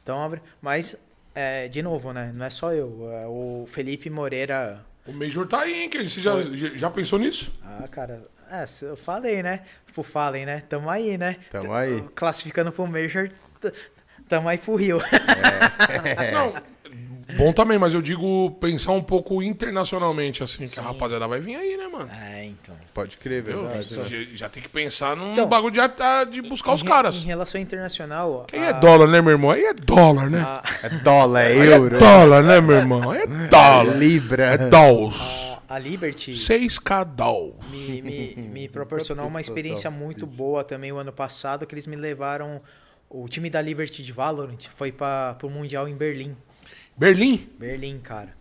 S3: Então, abre- mas, é, de novo, né? Não é só eu. é o Felipe Moreira.
S2: O Major tá aí, hein? Kenji? Você já, já- já pensou nisso?
S3: Ah, cara. É, se eu falei, né? Pro Fallen, né? Tamo aí, né?
S1: Tamo aí.
S3: Classificando pro Major, t- tamo aí pro Rio. É.
S2: Não. Bom também, mas eu digo pensar um pouco internacionalmente, assim, que a rapaziada vai vir aí, né, mano?
S3: É, então.
S1: Pode crer,
S2: Eu,
S1: verdade. né?
S3: é.
S2: já, já tem que pensar num
S3: Então,
S2: bagulho de, ah, de buscar os
S3: Em re- Em
S2: caras.
S3: relação internacional.
S2: Aí
S3: a-
S2: é dólar, né, meu irmão? Aí é dólar, né?
S3: a-
S1: É dólar, é euro,
S2: É dólar, né, meu irmão? Aí é
S1: é
S2: dólar.
S1: libra.
S2: É
S3: né?
S2: dolls.
S3: a- a Liberty
S2: 6K dolls.
S3: me, me, me proporcionou uma
S1: Pessoal,
S3: experiência muito boa também o ano passado, que eles me levaram. O time da Liberty de Valorant foi para o Mundial em Berlim.
S2: Berlim?
S3: Berlim, cara.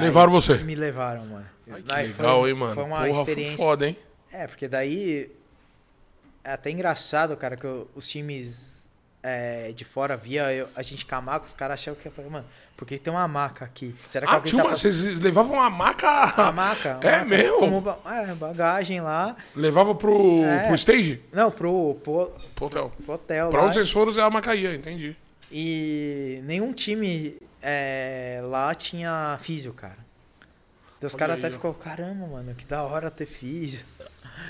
S2: Levaram você?
S3: Me levaram, mano.
S2: Ai, que
S3: Daí foi- um-
S2: legal, hein, mano?
S3: Foi uma
S2: Porra, foi
S3: experiência.
S2: foda, hein?
S3: É, porque daí. É até engraçado, cara, que o- os times é, de fora via eu- a gente com a maca, os caras achavam que eu falei, mano, por que tem uma maca aqui? Será que
S2: Ah,
S3: alguém
S2: tinha
S3: tá
S2: uma, vocês levavam uma maca.
S3: A maca?
S2: É
S3: maca,
S2: mesmo?
S3: Como ba- é, bagagem lá.
S2: Levava pro,
S3: É.
S2: pro stage?
S3: Não, pro, pro,
S2: Pro hotel.
S3: pro hotel
S2: Pra
S3: lá.
S2: onde vocês foram, é a maca ia, entendi.
S3: E nenhum time é, lá tinha físio, cara. Então, Os
S2: Olha
S3: caras
S2: aí,
S3: até
S2: ó.
S3: ficou caramba, mano, que da hora ter físio.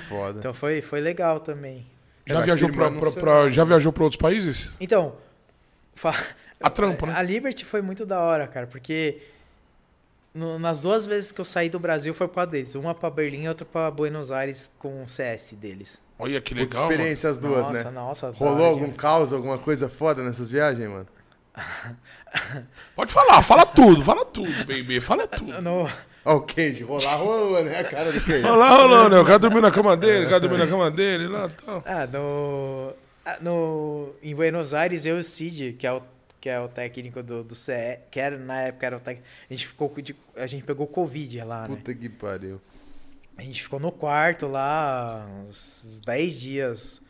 S1: Foda.
S3: Então foi, foi legal também.
S2: Já
S1: Vai
S2: viajou pra,
S1: firmando
S2: pra-
S1: um
S2: pra- já viajou pra outros países?
S3: Então, fa-
S2: A trampo, né?
S3: a Liberty foi muito da hora, cara, porque no- nas duas vezes que eu saí do Brasil foi por causa deles. Uma pra Berlim e outra pra Buenos Aires com o CS deles.
S2: Olha que
S1: Puta
S2: legal. mano.
S1: experiência as duas,
S3: nossa,
S1: né?
S3: nossa. da
S1: Rolou
S3: hora
S1: algum
S3: demais.
S1: caos, alguma coisa foda nessas viagens, mano?
S2: Pode falar, fala tudo, fala tudo, baby. Fala [LAUGHS] tudo.
S3: No-
S1: Ó, o Kenji, rolar rolou, né? A cara do Kenji.
S2: Olha lá, olha lá, né? O cara dormiu na cama dele, o cara dormiu na cama dele, lá tá. tal.
S3: Ah, no, ah, no. Em Buenos Aires, eu e o Cid, que é o, que é o técnico do, do CE, que era, na época era o técnico. A gente ficou com de- a gente pegou Covid lá, né?
S1: Puta que pariu.
S3: A gente ficou no quarto lá uns uns 10 dias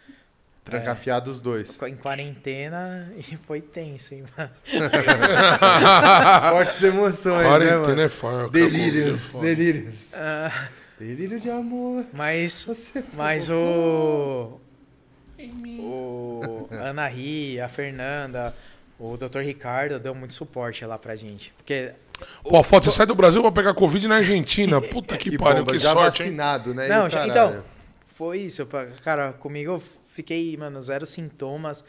S1: Trancafiado os dois.
S3: em quarentena e [LAUGHS] foi tenso, hein, mano?
S1: [LAUGHS] Fortes emoções, né,
S2: Quarentena
S1: mano?
S2: é foda.
S1: Delírios,
S2: cara,
S1: delírios.
S3: Ah,
S1: Delírio de amor.
S3: mas.
S1: Você
S3: Mas o. O Ana Ri, a Fernanda, o Dr. Ricardo deu muito suporte lá pra gente. Porque
S2: Pô, foda, você sai do Brasil pra pegar Covid na [LAUGHS] Argentina. Puta que, pariu,
S1: bomba,
S2: que
S1: já
S2: sorte, hein?
S1: vacinado, né?
S3: Não,
S1: E o
S3: já-
S1: caralho.
S3: então, foi isso. pa- Cara, comigo eu fiquei, mano, zero sintomas.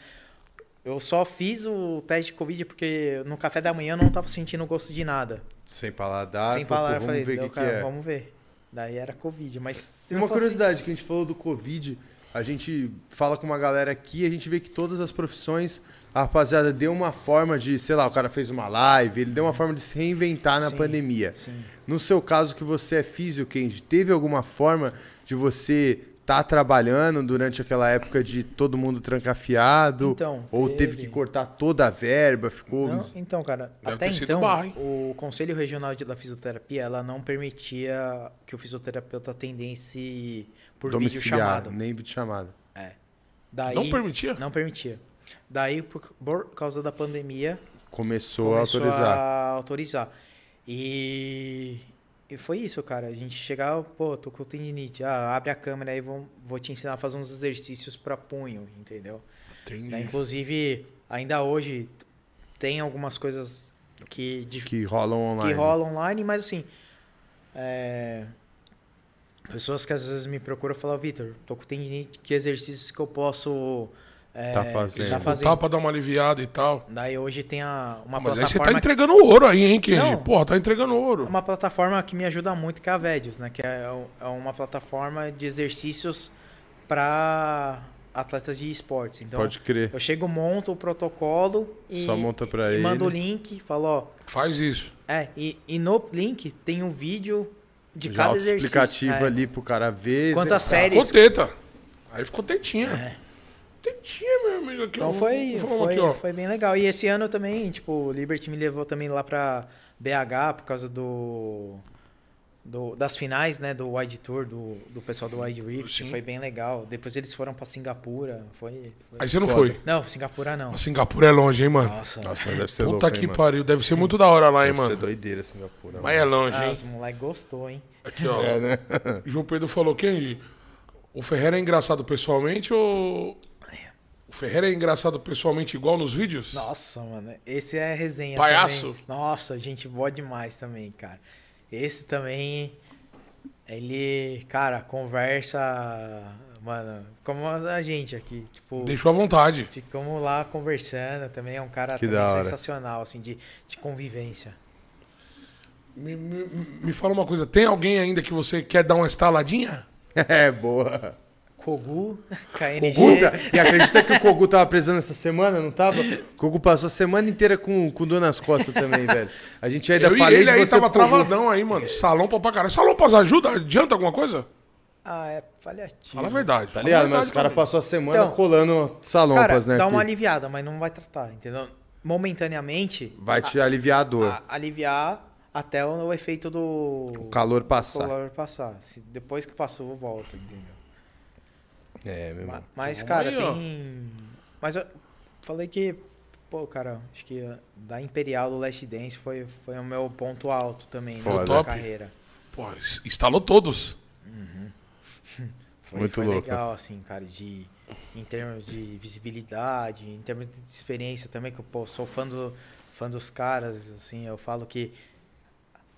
S3: Eu só fiz o teste de Covid porque no café da manhã eu não tava sentindo gosto de nada.
S1: Sem paladar,
S3: Sem
S1: falou, pô,
S3: falar, eu
S1: Ah, vamos
S3: falei,
S1: ver o que,
S3: "Não,
S1: que
S3: cara,
S1: é.
S3: vamos ver. Daí era Covid, mas se
S1: Uma
S3: não fosse-
S1: curiosidade que a gente falou do Covid, a gente fala com uma galera aqui, a gente vê que todas as profissões, a rapaziada deu uma forma de, sei lá, o cara fez uma live, ele deu uma forma de se reinventar na
S3: Sim,
S1: pandemia.
S3: sim.
S1: No seu caso, que você é físio, Kenji, teve alguma forma de você estar trabalhando durante aquela época de todo mundo trancafiado?
S3: Então,
S1: ou teve.
S3: teve.
S1: que cortar toda a verba? Ficou.
S3: Não, então, cara,
S2: Deve
S3: até
S2: ter sido
S3: então,
S2: barra, hein?
S3: o Conselho Regional de- da Fisioterapia, ela não permitia que o fisioterapeuta atendesse por vídeo
S1: domiciliar,
S3: chamado.
S1: nem vídeo chamado.
S3: Daí,
S2: Não permitia?
S3: Não permitia. Daí, por, por causa da pandemia,
S1: Começou,
S3: começou
S1: a autorizar.
S3: a autorizar. E, e foi isso, cara. A gente chegava, pô, tô com tendinite. Ah, abre a câmera aí, vou, vou te ensinar a fazer uns exercícios pra punho, entendeu?
S2: Entendi.
S3: Né, Inclusive, ainda hoje tem algumas coisas que, de, que,
S1: Que rolam online.
S3: rolam online, mas assim. é, pessoas que às vezes me procuram falam, Vitor, tô com tendinite, que exercícios que eu posso. é,
S1: Tá fazendo.
S3: tá
S2: Botar pra dar uma aliviada e tal.
S3: Daí hoje tem a, uma
S2: Mas aí você tá
S3: plataforma
S2: entregando ouro aí, hein, Kenji?
S3: Não.
S2: Porra, tá entregando ouro.
S3: uma plataforma que me ajuda muito, que é a Vedios, né? Que é, o- é uma plataforma de exercícios para atletas de esportes. Então,
S1: Pode crer.
S3: eu chego, monto o protocolo e,
S1: Só monta pra
S3: e
S1: ele.
S3: mando o link, falo, ó,
S2: Faz isso.
S3: é, e, e no link tem um vídeo de
S1: Já
S3: cada exercício.
S1: autoexplicativo
S3: É.
S1: ali pro cara ver.
S3: Quantas
S1: exemplar.
S3: séries?
S2: Tá
S3: É.
S2: Ficou teta. Aí ficou tetinha. Tetinha, meu amigo. Aqui, ó.
S3: Então foi,
S2: Vou falar um
S3: foi,
S2: aqui, ó.
S3: foi bem legal. E esse ano também, tipo, o Liberty me levou também lá pra BH por causa do, do- das finais, né, do Wide Tour, do, do pessoal do Wide Rift.
S2: Sim.
S3: Foi bem legal. Depois eles foram pra Singapura. Foi. foi-
S2: Aí você não
S1: Foda.
S2: foi.
S3: Não, Singapura não.
S2: A Singapura é longe, hein, mano?
S3: Nossa,
S1: Nossa, mas deve ser Ah, louco,
S2: Puta
S1: hein,
S2: que
S1: mano?
S2: pariu. Deve ser muito da hora lá, hein,
S1: Deve ser
S2: mano?
S1: doideira Singapura.
S2: Mas é longe,
S3: ah,
S2: hein?
S3: os moleques gostou, hein?
S2: Aqui, ó.
S1: né, mano. É, né? [LAUGHS]
S2: João Pedro falou, Kenji, o Ferreira é engraçado pessoalmente ou... O Ferreira é engraçado pessoalmente igual nos vídeos?
S3: Nossa, mano, esse é resenha
S2: Palhaço?
S3: também. Nossa, gente boa demais também, cara. Esse também, ele, cara, conversa, mano, como a gente aqui, tipo,
S2: Deixou à vontade.
S3: ficamos lá conversando também, é um cara
S1: Que
S3: também
S1: da hora.
S3: sensacional, assim, de, de convivência.
S2: Me, me- me fala uma coisa, tem alguém ainda que você quer dar uma estaladinha?
S1: É,
S3: [LAUGHS]
S1: boa.
S3: Kogu, [LAUGHS] KNG,
S1: Guta, e acredita que o Kogu tava preso essa semana, não tava? O Kogu passou a semana inteira com, com dor nas costas também, velho. A gente ainda
S2: Eu e
S1: falei
S2: ele
S1: de
S2: aí
S1: você
S2: tava
S1: pro Kogu.
S2: travadão aí, mano. Salão pra pra caralho. Salão pra ajuda? Adianta alguma coisa?
S3: ah, é palhativo.
S2: Fala a verdade.
S1: Tá
S2: fala a
S1: ligado?
S2: verdade
S1: Mas o cara
S2: pra mim.
S1: passou a semana
S3: Então,
S1: colando salompas,
S3: cara,
S1: né?
S3: dá uma
S1: que
S3: aliviada, mas não vai tratar, entendeu? Momentaneamente,
S1: Vai te aliviar a dor,
S3: a- aliviar até o, o efeito do...
S1: o calor
S3: Passar.
S1: passar.
S3: passar. Se depois que passou, volta, entendeu?
S1: É, meu
S3: Ma-
S1: irmão.
S3: Mas,
S2: Vamos
S3: cara,
S2: aí, Então, ó.
S3: tem. Mas eu- falei que, pô, cara, acho que a- da Imperial do Last Dance foi, foi o meu ponto alto também né,
S1: Foda.
S3: da
S2: Top.
S3: carreira.
S2: Pô, es- instalou todos.
S3: Foi,
S1: Muito
S3: foi
S1: louco.
S3: legal, assim, cara, de, em termos de visibilidade, em termos de experiência também, que eu pô, sou fã, do, fã dos caras, assim, eu falo que,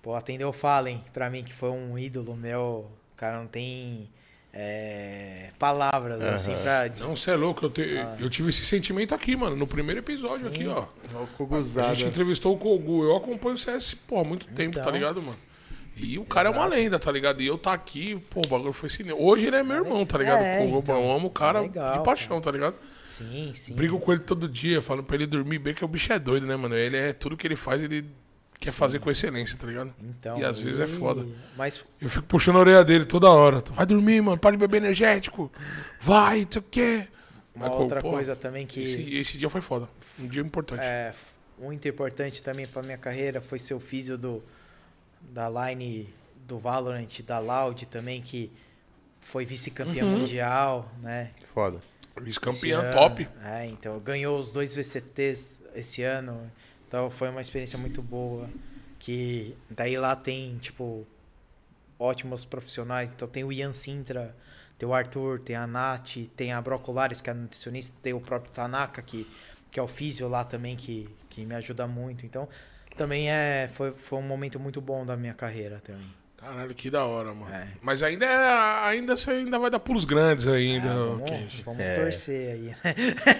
S3: pô, atendeu o Fallen, pra mim, que foi um ídolo meu, cara, não tem é, palavras, assim, pra...
S2: Não, você é louco. Eu, te- eu tive esse sentimento aqui, mano, no primeiro episódio aqui, ó.
S1: É
S2: A
S1: né?
S2: gente entrevistou o Kogu. Eu acompanho o CS, pô, há muito tempo, tá
S3: Então.
S2: ligado, mano? E o cara é uma lenda, tá ligado? E eu tá aqui, pô, o bagulho foi sinistro. Hoje ele é meu irmão, tá ligado?
S3: É,
S2: O Kogu,
S3: então.
S2: eu amo o cara
S3: Legal,
S2: de paixão, tá ligado?
S3: Sim, sim.
S2: Brigo com ele todo dia, falo pra ele dormir bem, que o bicho é doido, né, mano? Ele é tudo que ele faz, ele quer fazer com excelência, tá ligado?
S3: Então,
S2: E às vezes é foda.
S3: Mas
S2: Eu fico puxando a orelha dele toda hora. Vai dormir, mano, para de beber energético. Vai, não sei o quê.
S3: uma
S2: Aí, pô,
S3: outra
S2: pô,
S3: coisa também que
S2: Esse, esse dia foi foda. Um dia importante.
S3: é f- muito importante também pra minha carreira foi ser o físio do, da line do Valorant, da Loud também, que foi vice-campeão mundial, né?
S1: é Foda.
S2: Vice-campeão,
S3: Esse
S2: top.
S3: ano. É, então ganhou os dois VCTs esse ano. Então foi uma experiência muito boa. Que daí lá tem, tipo, ótimos profissionais. Então tem o Ian Sintra, tem o Arthur, tem a Nath, tem a Brocolares, que é a nutricionista, tem o próprio Tanaka, que, que é o físio lá também, que, que me ajuda muito. Então também é, foi, foi um momento muito bom da minha carreira também.
S2: Caralho, que da hora, mano.
S3: É.
S2: Mas ainda, é- ainda você ainda vai dar pulos grandes ainda.
S3: Ah,
S2: ô,
S3: vamos
S2: Kenji.
S3: vamos
S1: É.
S3: torcer aí, né?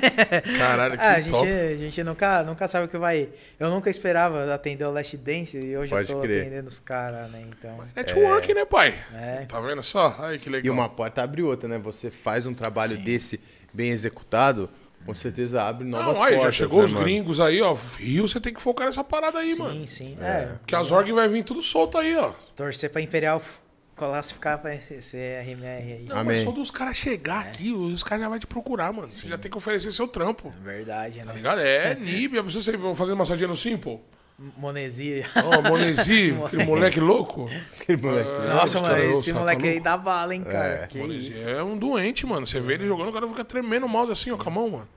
S3: [LAUGHS]
S2: Caralho, que
S3: Ah, a gente,
S2: top.
S3: a gente nunca, nunca sabe o que vai. Eu nunca esperava atender o Last Dance e hoje
S1: Pode
S3: eu tô
S1: crer.
S3: atendendo os caras, né? Então.
S2: Network, né, pai?
S3: É.
S2: Tá vendo só? Aí que legal.
S1: E uma porta abre outra, né? Você faz um trabalho desse bem executado, com certeza abre novas
S2: Não, aí
S1: portas.
S2: já chegou
S1: né,
S2: os
S1: mano?
S2: gringos aí, ó. Rio, você tem que focar nessa parada aí,
S3: sim,
S2: mano.
S3: sim. É.
S2: Porque as org vai vir tudo solto aí, ó.
S3: torcer pra Imperial f- classificar pra CRMR aí.
S2: Não,
S1: Amém.
S2: mas só dos caras
S3: É.
S2: chegar aqui, os caras já vão te procurar, mano. Você já tem que oferecer seu
S3: É.
S2: trampo.
S3: Verdade,
S2: Tá
S3: né?
S2: ligado? É, Nib, a pessoa você vai fazer massadinha no Simple. [LAUGHS]
S3: Monesia.
S2: Ó,
S3: [LAUGHS]
S2: Monesi, aquele moleque louco.
S1: Aquele moleque. né?
S2: Ah,
S3: Nossa,
S2: os
S3: mano,
S2: caras,
S3: esse
S2: os
S3: moleque
S2: caras
S3: aí dá bala, hein, cara? que
S2: Monesi
S3: isso.
S2: é um doente, mano. Você vê ele jogando, o cara fica tremendo o mouse assim, ó, com a mão, mano.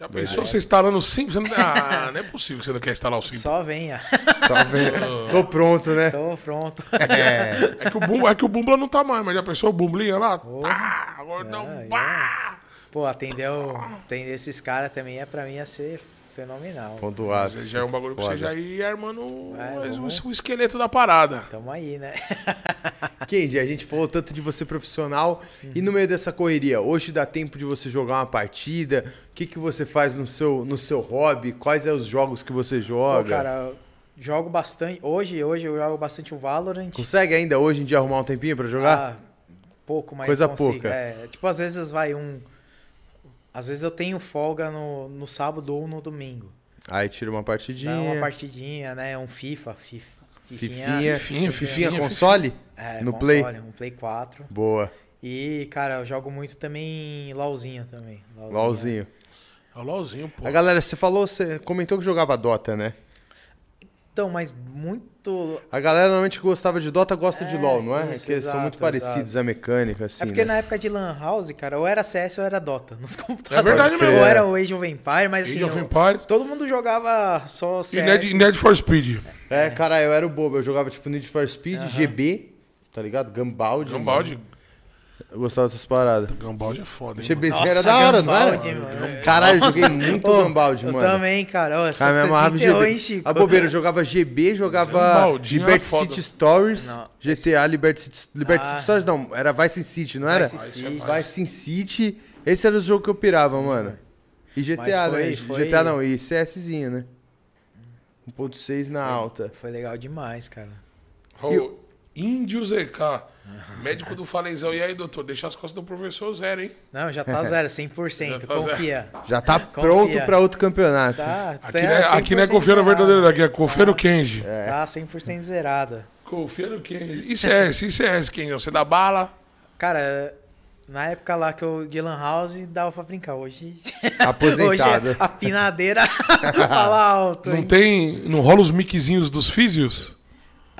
S3: É.
S2: Já pensou você instalando o Simple? Você
S3: [LAUGHS]
S2: não... Ah, não é possível que você não quer instalar o Simple.
S3: Só venha. [LAUGHS]
S2: é
S1: Só vem.
S2: [LAUGHS]
S1: Tô pronto, né?
S2: Então,
S3: Tô pronto.
S1: É.
S2: É que, o Bum- é que o Bumbla não tá mais, mas já pensou o Bumblinha lá? Tá, gordão,
S3: é.
S2: pá!
S3: Pô, atender, o- atender esses caras também é pra mim ia ser fenomenal.
S1: Pontuado.
S2: Você Já é um bagulho que
S1: Foda.
S2: você já ia armando o-
S3: É,
S2: o,
S3: vamos.
S2: o esqueleto da parada.
S3: Tamo aí, né? [LAUGHS]
S1: Kendi, a gente falou tanto de você profissional e no meio dessa correria, hoje dá tempo de você jogar uma partida? O que, que você faz no seu, no seu hobby? Quais é os jogos que você joga?
S3: Pô, cara, eu jogo bastante. Hoje, hoje eu jogo bastante o Valorant.
S1: Consegue ainda hoje em dia arrumar um tempinho pra jogar?
S3: Ah, pouco, mas
S1: Coisa
S3: eu consigo.
S1: pouca.
S3: É, tipo, às vezes vai um. Às vezes eu tenho folga no, no sábado ou no domingo.
S1: Aí tira uma partidinha.
S3: Dá uma partidinha, né? Um FIFA, FIFA. Fifinha,
S1: Fifinha, fifinha,
S2: Fifinha, fifinha,
S1: console?
S3: é,
S1: no
S3: console,
S1: Play?
S3: Um Play 4.
S1: Boa.
S3: E, cara, eu jogo muito também LOLzinho também.
S1: LOLzinho.
S2: É o LOLzinho, pô.
S1: A galera, você falou, você comentou que jogava Dota, né?
S3: Então, mas muito.
S1: A galera normalmente que gostava de Dota gosta de
S3: É,
S1: LoL, não é?
S3: isso,
S1: que eles são
S3: exato,
S1: muito parecidos a mecânica, assim.
S3: é porque
S1: né? É
S3: na época de Lan House, cara, ou era CS ou era Dota [LAUGHS] nos computadores.
S2: verdade
S1: mesmo.
S3: Ou era o Age of Empire, mas assim.
S2: Age of
S3: eu-
S2: Empires
S3: Todo mundo jogava só CS.
S2: e é Need, Need for Speed.
S1: É, cara, eu era o bobo. Eu jogava tipo Need for Speed, GB, tá ligado? Gambaldi.
S2: Gambaldi.
S1: Eu gostava dessas paradas.
S2: Gambaldi é foda, hein, mano?
S1: GBzinho
S3: Nossa,
S1: era da hora, não era?
S3: Gambaldi, mano.
S1: Caralho, eu joguei muito
S3: Ô,
S2: um
S1: Gambaldi,
S3: eu
S1: mano.
S3: também, cara.
S1: Cara,
S3: Ô, você
S1: me amarrava em
S3: se ferrou, hein,
S1: GB.
S3: um, Chico?
S1: A Ah, bobeira, eu jogava GB, jogava
S2: Gambaldinho era
S1: Liberty
S2: foda.
S1: City Stories,
S3: Não.
S1: GTA Liberty, City- Liberty
S3: Ah.
S1: City Stories, não, era Vice City, não era?
S3: Vice City.
S1: Vice City. Esse era o jogo que eu pirava, mano. E GTA,
S3: Mas foi-
S1: né?
S3: foi-
S1: GTA não, e CSzinho, né? 1.6 na alta.
S3: Foi legal demais, cara.
S2: Ô, Índio ZK. Médico do Falenzão. E aí, doutor? Deixa as costas do professor zero, hein?
S3: Não,
S1: [LAUGHS]
S3: já tá zero, 100%.
S2: Já tá
S3: confia.
S1: Já tá
S3: Confia.
S1: pronto pra outro campeonato.
S3: Tá, tá
S2: Aqui, não é, aqui não é
S3: 100%
S2: confia no
S3: zerada.
S2: verdadeiro, aqui é confia no Kenji.
S3: Tá 100% zerada.
S2: Confia no
S3: [LAUGHS]
S2: Kenji. ICS, ICS, Kenji. Você dá bala.
S3: Cara, na época lá que eu de Lan House dava pra brincar. Hoje. [LAUGHS]
S1: Aposentado.
S3: Hoje a pinadeira [LAUGHS] fala alto.
S2: Não
S3: hein?
S2: tem. Não rola os miquezinhos dos físios?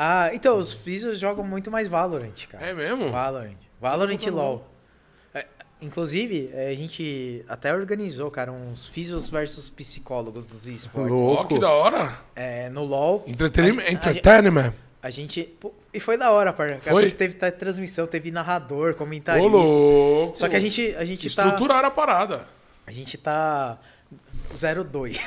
S3: Ah, então, os físios jogam muito mais Valorant, cara.
S2: É mesmo?
S3: Valorant. Valorant e LOL. É, Inclusive, eh, a gente até organizou, cara, uns físios versus psicólogos dos esportes.
S2: Ó, que
S1: Louco.
S2: da hora.
S3: É, no LOL,
S2: Entretenimento.
S3: A- a-
S2: Entertainment.
S3: a gente. pô, e foi da hora, cara.
S2: Foi?
S3: Porque teve até transmissão, teve narrador,
S2: Ô,
S3: comentarista.
S2: louco.
S3: tá Só que a gente, a gente tá.
S2: Estruturaram a parada.
S3: A gente tá 02.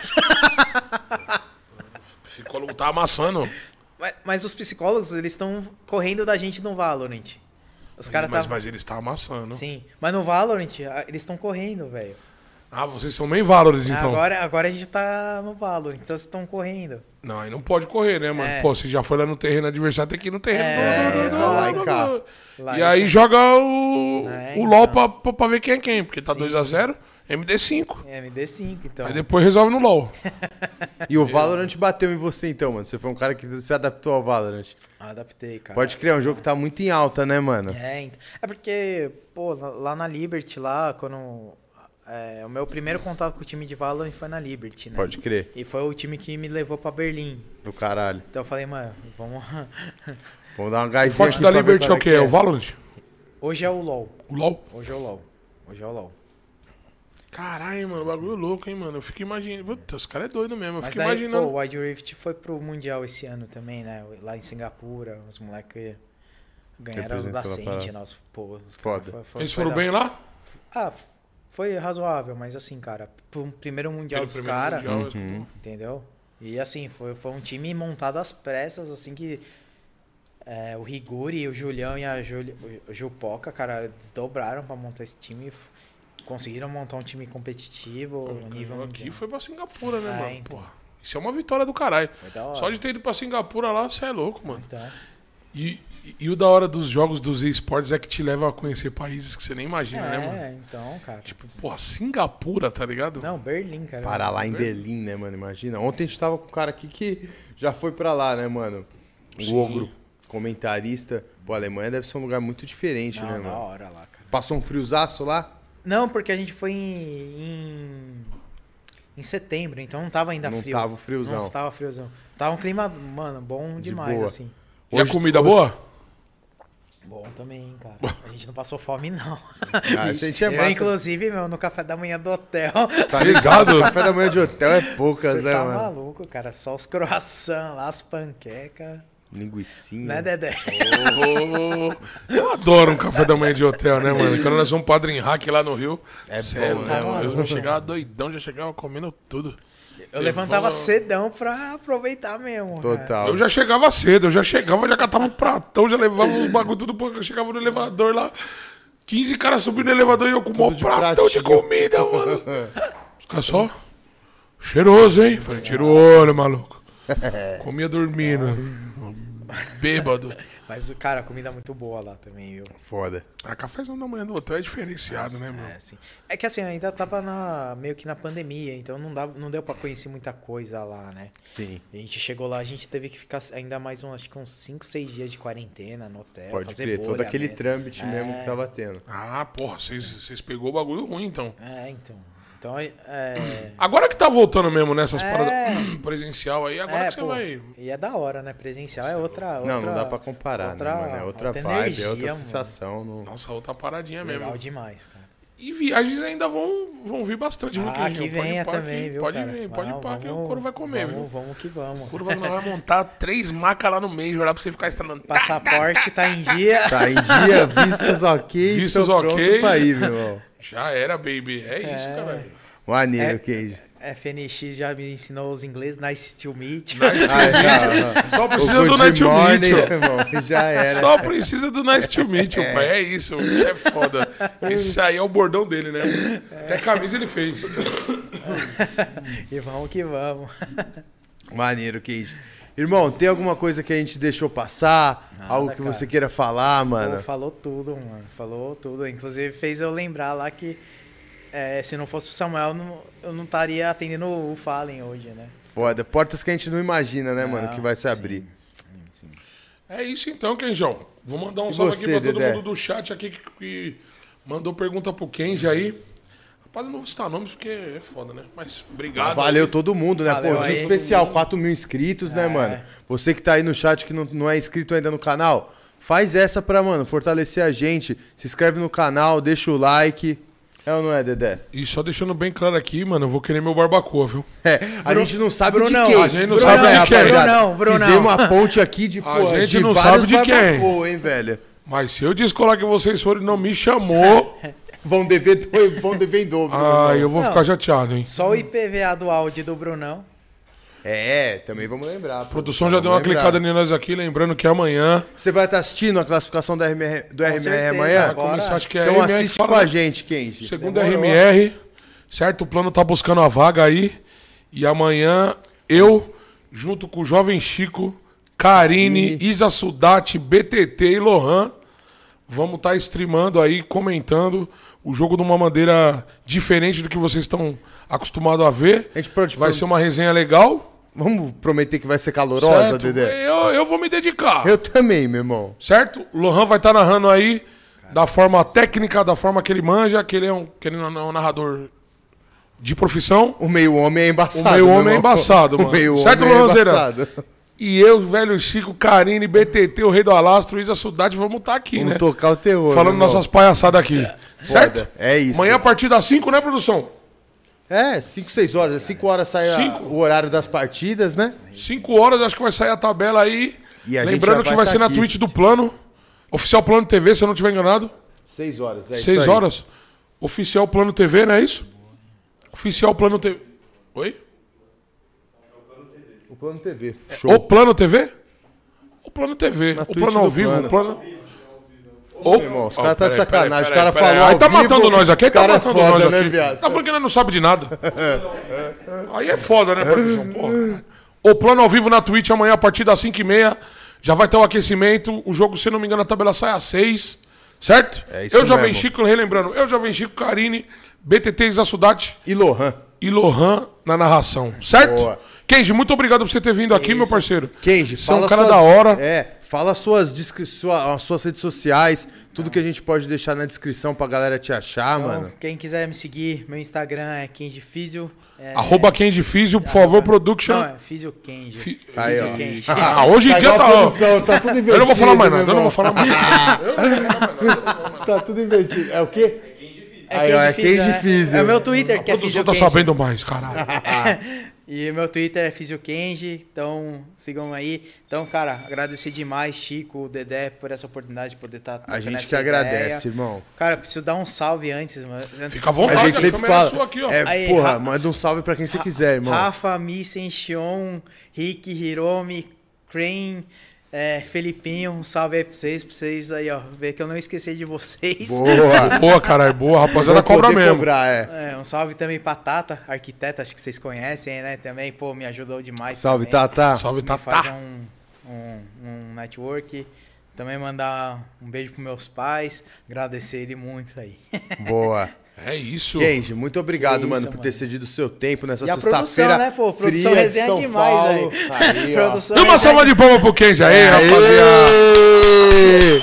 S2: O psicólogo tá amassando.
S3: [LAUGHS] mas, mas os psicólogos, eles estão correndo da gente no Valorant. Os caras
S2: mas,
S3: tá.
S2: mas ele está amassando.
S3: Sim. Mas no Valorant, a- eles estão correndo, velho.
S2: Ah, vocês são meio valores, então.
S3: Agora, agora a gente tá no Valorant, então vocês estão correndo.
S2: Não, aí não pode correr, né, mano?
S3: É.
S2: Pô, se já foi lá no terreno adversário, tem que ir no terreno. Blá, blá,
S3: É,
S2: blá,
S1: lá
S2: blá,
S1: e
S2: blá,
S1: cá.
S2: blá.
S3: Lá
S2: e
S3: e
S2: aí joga o,
S3: É,
S2: o LOL
S3: então.
S2: pra, pra, pra ver quem é quem, porque tá 2x0, MD5.
S3: É MD5, então.
S2: Aí depois resolve no LOL.
S1: E o Valorant bateu em você então, mano. Você foi um cara que se adaptou ao Valorant.
S3: Adaptei, cara.
S1: Pode criar um jogo que tá muito em alta, né, mano?
S3: É, ent- é porque, pô, lá- lá na Liberty, lá, quando. é, o meu primeiro contato com o time de Valorant foi na Liberty, né?
S1: Pode crer.
S3: E foi o time que me levou pra Berlim.
S1: Do caralho.
S3: Então eu falei, mano, vamos.
S1: Vamos dar uma
S2: O
S1: gaizinha
S2: forte
S1: aqui
S2: da
S1: pra ver
S2: Liberty é
S1: qual
S2: o quê? É o
S1: Valorant?
S2: Valorant?
S3: [LAUGHS] Hoje é o LOL.
S2: O LOL?
S3: Hoje é o LOL. Hoje é o LOL.
S2: Caralho, mano, o bagulho é louco, hein, mano. Eu fico imaginando. Puta, os caras é doido mesmo. Eu
S3: Mas
S2: fico
S3: daí,
S2: imaginando.
S3: pô, o Wide Rift foi pro Mundial esse ano também, né? Lá em Singapura, os moleques ganharam os
S1: Representou
S3: da
S1: a
S3: Ascend,
S1: parada.
S3: nossa, pô. os
S1: Foda.
S3: caras foi- um foi-
S2: Eles
S3: foi
S2: foram
S3: da-
S2: bem lá?
S3: Ah, f- foi razoável, mas assim, cara, pro primeiro Mundial
S2: Pelo
S3: dos
S2: primeiro
S3: caras,
S2: mundial, assim, eles-
S3: entendeu? E assim, foi, foi um time montado às pressas, assim, que é, o Riguri, o Julião e a Juli, o Jupoca, cara, desdobraram pra montar esse time. f- Conseguiram montar um time competitivo,
S2: Pô,
S3: um nível
S2: ganhou aqui
S3: mundial.
S2: foi pra Singapura, né,
S3: É,
S2: mano?
S3: então.
S2: Porra. Isso é uma vitória do caralho.
S3: Foi da hora.
S2: Só de ter ido pra Singapura lá, você é louco, mano.
S3: Então,
S2: E, e- e o da hora dos jogos dos esportes é que te leva a conhecer países que você nem imagina, né, mano?
S3: é, então, cara.
S2: Tipo, pô, Singapura, tá ligado?
S3: Não, Berlim, cara.
S1: Parar lá em Berlim, né, mano? Imagina. Ontem a gente tava com um cara aqui que já foi pra lá, né, mano? O
S2: Sim.
S1: Ogro, comentarista. Pô, a Alemanha deve ser um lugar muito diferente,
S3: Não,
S1: né,
S3: da
S1: mano?
S3: hora lá, cara.
S1: Passou um friozaço lá?
S3: Não, porque a gente foi em, em, em setembro, então não tava ainda
S1: Não
S3: frio.
S1: tava o friozão.
S3: Não tava friozão. Tava um clima, mano, bom
S1: De
S3: demais,
S1: boa.
S3: assim.
S2: E a
S1: Hoje-
S2: comida
S1: hoje-
S2: boa?
S3: Bom também, hein, cara. A gente não passou fome, não.
S1: Ah,
S3: [LAUGHS]
S1: a gente é
S3: eu,
S1: massa.
S3: inclusive, meu, no café da manhã do hotel.
S1: Tá
S2: Obrigado.
S1: ligado? Café da manhã de hotel é poucas,
S3: Você
S1: né,
S3: tá
S1: mano?
S3: maluco, cara. Só os croissants lá, as panquecas.
S1: Linguicinha.
S3: Né, Dedé? [LAUGHS]
S2: Eu adoro um café da manhã de hotel, né, mano? Quando nós fomos padrinho hack lá no Rio.
S1: É
S2: cê
S1: bom, né,
S2: louco,
S1: mano?
S2: Eu já chegava doidão, já chegava comendo tudo.
S3: Eu levantava
S2: vou-
S3: cedão pra aproveitar mesmo. cara.
S1: Total.
S2: Eu já chegava cedo, eu já chegava, já catava um pratão, já levava uns bagulho tudo, porque eu chegava no elevador lá. 15 caras subindo no elevador e eu com o maior
S1: de
S2: pratão de
S1: pratinho.
S2: comida, mano. Os caras só. Cheiroso, hein? Falei, tira o olho, maluco. Comia dormindo. Bêbado.
S3: Mas, cara, a comida é muito boa lá também, viu?
S1: Foda.
S2: A Ah, cafezão da manhã do hotel é diferenciado, né,
S3: É,
S2: meu?
S3: assim. É que assim, ainda tava na, meio que na pandemia, então não, dava, não deu pra conhecer muita coisa lá, né?
S1: Sim.
S3: A gente chegou lá, a gente teve que ficar ainda mais um, acho que uns 5, 6 dias de quarentena no hotel.
S1: Pode
S3: É, fazer
S1: crer.
S3: bolha,
S1: Todo aquele
S3: né?
S1: trâmite mesmo que tava tendo.
S2: Ah, porra, vocês vocês pegou o bagulho ruim, então.
S3: É, então. Então, é.
S2: Agora que tá voltando mesmo nessas
S3: É.
S2: paradas [CLEARS THROAT] presencial aí, agora
S3: é,
S2: que você
S3: pô,
S2: vai.
S3: E é da hora, né? Presencial é outra.
S1: Não,
S3: outra-
S1: não dá pra comparar,
S3: outra-
S1: né, mano? É outra, vibe, é outra
S3: energia, mano.
S1: sensação. Não...
S2: Nossa, outra paradinha mesmo.
S3: Legal demais, cara.
S2: E viagens ainda vão, vão vir bastante. viu,
S3: Ah, que
S2: Queijinho? Pode
S3: venha
S2: pá,
S3: também,
S2: que-
S3: viu?
S2: Pode
S3: cara?
S2: vir, pode
S3: Não,
S2: ir pá, que o
S3: vamos-
S2: couro vai comer,
S3: vamos,
S2: viu?
S3: Vamos que vamos.
S2: O couro vai, vai montar três macas lá no meio, lá pra você ficar estralando. [LAUGHS]
S3: Passaporte tá em dia.
S1: Tá em dia, vistos ok,
S2: Vistos
S1: vistos tô
S2: ok.
S1: pronto pra ir, meu irmão.
S2: Já era, baby. É isso, caralho.
S1: Maneiro,
S3: É. [LAUGHS]
S1: Cage.
S3: FNX já me ensinou os inglês, nice to meet.
S2: Nice to
S1: Ah,
S2: meet.
S1: já, já.
S2: Só
S1: O
S2: precisa do
S1: good
S2: Night to
S1: morning,
S2: meet.
S1: [LAUGHS]
S2: ó.
S1: irmão, já era.
S2: Só precisa do Nice to meet, o pai. É isso, o bicho é
S3: [LAUGHS]
S2: foda. Esse aí é o bordão dele, né? Até camisa ele fez.
S3: [LAUGHS] E vamos que vamos.
S1: Maneiro, Cage. Irmão, tem alguma coisa que a gente deixou passar? Algo que
S3: cara.
S1: você queira falar,
S3: Pô,
S1: mano?
S3: falou tudo, mano. Falou tudo. Inclusive fez eu lembrar lá que é, se não fosse o Samuel, eu não- eu não estaria atendendo o Fallen hoje, né?
S1: Foda. Portas que a gente não imagina, né, mano,
S3: Não,
S1: que vai se
S3: sim.
S1: abrir.
S2: É isso então, Kenjão. Vou mandar um
S1: E
S2: salve
S1: você,
S2: aqui pra todo
S1: Dedé?
S2: mundo do chat aqui que, que mandou pergunta pro Kenji aí. Rapaz, eu não vou citar nomes porque é foda, né? Mas obrigado.
S1: Valeu
S2: aí.
S1: todo mundo, né?
S3: Valeu
S1: Pô, dia
S3: aí.
S1: especial, 4 mil inscritos, né, mano? Você que tá aí no chat que não, não é inscrito é ainda no canal, Faz essa pra, mano, fortalecer a gente. Se inscreve no canal, deixa o like. É ou não é, Dedé?
S2: E só deixando bem claro aqui, mano, eu vou querer meu barbacoa, viu?
S1: É, a gente não sabe
S3: Brunão,
S1: de quem.
S3: a
S2: gente não sabe de quem.
S1: rapaziada.
S3: Brunão, Brunão.
S1: Fizemos uma ponte aqui de,
S2: A
S1: pô,
S2: gente
S1: de
S2: não
S1: vários
S2: sabe de quem.
S1: barbacoa, hein, velho?
S2: Mas se eu descolar que vocês foram e não me chamou,
S1: Vão dever, do- [LAUGHS] vão dever em dobro.
S2: ai, eu vou
S3: Não.
S2: ficar chateado, hein?
S3: Só o IPVA do áudio do Brunão.
S1: É, também vamos lembrar. pô.
S2: A produção já
S1: Vamos
S2: deu uma
S1: lembrar.
S2: clicada em nós aqui, lembrando que amanhã
S1: Você vai estar assistindo a classificação da RMR, do RMR
S3: certeza,
S1: amanhã?
S2: vai
S3: Bora.
S2: começar, acho que é
S1: Então
S2: RMR que
S1: assiste
S2: fala,
S1: com a
S2: né?
S1: gente, Kenji.
S2: Segundo
S3: Demorou.
S2: RMR, certo? O plano tá buscando a vaga aí. E amanhã eu, junto com o jovem Chico, Karine, Isa Sudati, BTT e Lohan, vamos estar streamando aí, comentando o jogo de uma maneira diferente do que vocês estão acostumados a ver.
S1: A gente pode-
S2: Vai ser uma resenha legal.
S1: Vamos prometer que vai ser calorosa,
S2: certo?
S1: Dedé?
S2: Eu, eu vou me dedicar.
S1: Eu também, meu irmão.
S2: certo? Lohan vai estar narrando aí da forma técnica, da forma que ele manja, que ele é um, que ele não é um narrador de profissão.
S1: O meio homem é embaçado.
S2: O meio
S1: meu
S2: homem é
S1: irmão.
S2: embaçado,
S1: [LAUGHS] O
S2: mano.
S1: meio homem
S2: Certo,
S1: é
S2: Luan Zeira?
S1: embaçado.
S2: E eu, velho Chico, Karine, BTT, o Rei do Alastro, Isa Sudade, vamos estar aqui,
S1: Vamos
S2: né?
S1: tocar o terror.
S2: Falando
S1: meu irmão.
S2: nossas palhaçadas aqui. Certo?
S1: É isso.
S2: Amanhã a partir das 5, né, produção?
S1: É, 5, 6 horas. 5 horas sai a-
S2: Cinco?
S1: o horário das partidas, né?
S2: 5 horas, acho que vai sair a tabela aí.
S1: E a gente
S2: Lembrando
S1: já
S2: que
S1: vai
S2: vai
S1: tá
S2: ser na
S1: aqui.
S2: Twitch do Plano. Oficial Plano TV, se eu não tiver enganado.
S1: 6 horas. É isso
S2: Seis
S1: aí.
S2: horas. Oficial Plano TV, não é isso? Oficial Plano TV. Oi?
S1: O Plano TV.
S2: O Plano TV? O Plano TV. o
S1: Twitch
S2: Plano ao
S1: do
S2: vivo.
S1: Plano.
S2: O Plano. O...
S1: Meu irmão, os
S2: Ó,
S1: caras tá de
S2: peraí,
S1: sacanagem.
S2: peraí,
S1: Os caras
S2: peraí.
S1: falam
S2: Aí
S1: ao
S2: tá
S1: vivo,
S2: matando nós aqui, aí
S1: os
S2: tá
S1: cara é
S2: matando
S1: foda,
S2: nós
S1: né,
S2: aqui.
S1: viado?
S2: tá falando que nós não sabe
S1: [LAUGHS]
S2: de nada. aí é foda, né, produção? Porra, cara. o Plano ao vivo na Twitch amanhã a partir das 5h30. Já vai ter o aquecimento. O jogo, se não me engano, a tabela sai às 6. Certo?
S1: É isso
S2: eu já venho
S1: mesmo.
S2: Chico, relembrando. Eu já venho Chico, Karine, BTT, Isasudati
S1: E Lohan.
S2: e Lohan na narração, certo?
S1: Boa.
S2: Kenji, muito obrigado por você ter vindo aqui, meu parceiro.
S1: Kenji,
S2: você é
S1: fala
S2: um cara
S1: suas-
S2: da hora.
S1: É, fala suas, descri... sua- as suas redes sociais, tudo que a gente pode deixar na descrição pra galera te achar,
S3: Então,
S1: mano.
S3: quem quiser me seguir, meu Instagram é Kenji Físio. É,
S2: Arroba Kenji Físio, por favor, production.
S3: Tá Não, é Físio Kenji.
S2: Fi-
S1: Aí,
S3: Físio
S1: ó.
S2: [LAUGHS]
S3: Kenji.
S2: Ah, hoje em
S1: Tá
S2: dia
S1: igual
S2: tá.
S1: a
S2: ó.
S1: produção, tá tudo
S2: Eu não vou falar mais
S1: invertido,
S2: nada, eu não vou falar mais nada.
S1: Tá tudo invertido. É o quê?
S3: É
S1: Aí, ó, é
S3: Kenji Físio,
S1: Kenji
S3: né?
S1: Físio.
S3: É o meu Twitter [LAUGHS] que
S2: A
S3: é
S2: produção
S3: Físio
S2: tá
S3: Kenji.
S2: sabendo
S1: [LAUGHS]
S2: mais, caralho.
S1: Ah.
S3: [LAUGHS] E meu Twitter é Físio Kenji, então sigam aí. Então, cara, agradecer demais, Chico, Dedé, por essa oportunidade de poder tá estar
S1: A gente se agradece, irmão.
S3: Cara, preciso dar um salve antes, mano. Antes
S2: Fica à
S3: que-
S2: vontade.
S1: A
S2: Olha,
S1: gente
S2: a
S1: sempre
S2: câmera é
S1: fala.
S2: sua aqui, ó.
S1: É,
S3: Aí,
S1: porra,
S3: Ra-
S1: manda um salve pra quem você quiser, irmão.
S3: Rafa, Missen, Xion, Rick, Hiromi, Crane, é, Felipinho, um salve aí pra vocês, pra vocês aí, ó, ver que eu não esqueci de vocês.
S1: Boa.
S2: Boa, caralho, boa. Rapaziada,
S1: Vai
S2: cobra
S1: poder
S2: mesmo.
S1: Cobrar, é.
S3: [LAUGHS] É, um salve também pra Tata, arquiteta, acho que vocês conhecem, né, também, pô, me ajudou demais.
S1: Salve,
S3: também.
S1: Tata.
S2: Salve,
S3: Me faz
S2: Tatá.
S3: um, um, um network, também mandar um beijo pros meus pais, agradecer ele muito aí. [LAUGHS]
S1: Boa.
S2: É isso.
S1: Kenji, muito obrigado,
S3: Que isso,
S1: mano, por ter
S3: mano.
S1: cedido o seu tempo nessa
S3: E a
S1: sexta-feira.
S3: produção, né, pô? Produção
S1: fria de
S3: resenha
S1: São
S3: demais,
S1: Paulo. Tá
S3: [LAUGHS]
S1: aí. ó.
S3: Produção é
S2: Dê uma
S3: aí,
S2: salva de palmas pro Kenji aí, rapaziada.
S1: Aê!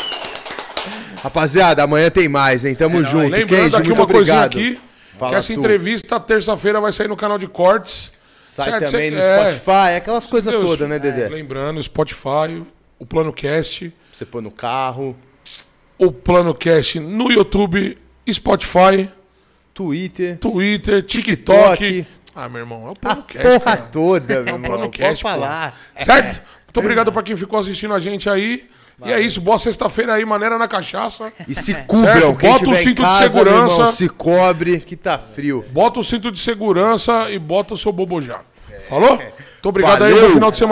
S1: Rapaziada, amanhã tem mais, hein? Tamo junto.
S2: É, Lembrando
S1: Kenji,
S2: aqui
S1: muito
S2: uma coisinha
S1: obrigado.
S2: aqui.
S1: Fala
S2: que essa
S1: tu.
S2: entrevista, terça-feira, vai sair no canal de cortes.
S1: Sai
S2: Certo?
S1: também
S2: Cê-
S1: no
S2: é.
S1: Spotify, aquelas coisas
S2: Deus,
S1: todas, né, Dedé?
S2: é, Lembrando, Spotify, o Plano Cast,
S1: Você põe no carro,
S2: o Plano Cast no YouTube, Spotify,
S1: Twitter.
S2: Twitter, TikTok.
S1: TikTok.
S2: Ah, meu irmão, é o Plano Cast.
S1: Porra
S2: cara.
S1: toda, meu
S2: É o
S1: irmão.
S2: Plano
S1: Pode
S2: Cast. porra.
S1: falar. É.
S2: Certo? Muito obrigado pra quem ficou assistindo a gente aí. E é isso, boa sexta-feira aí, maneira na cachaça.
S1: E se cubram,
S2: Certo,
S1: quem
S2: bota o
S1: tiver em
S2: cinto de
S1: casa, meu
S2: segurança.
S1: irmão, se cobre, que tá frio.
S2: Bota o cinto de segurança e bota o seu bobojá. Falou? Muito obrigado aí,
S1: É. Valeu.
S2: bom final de semana.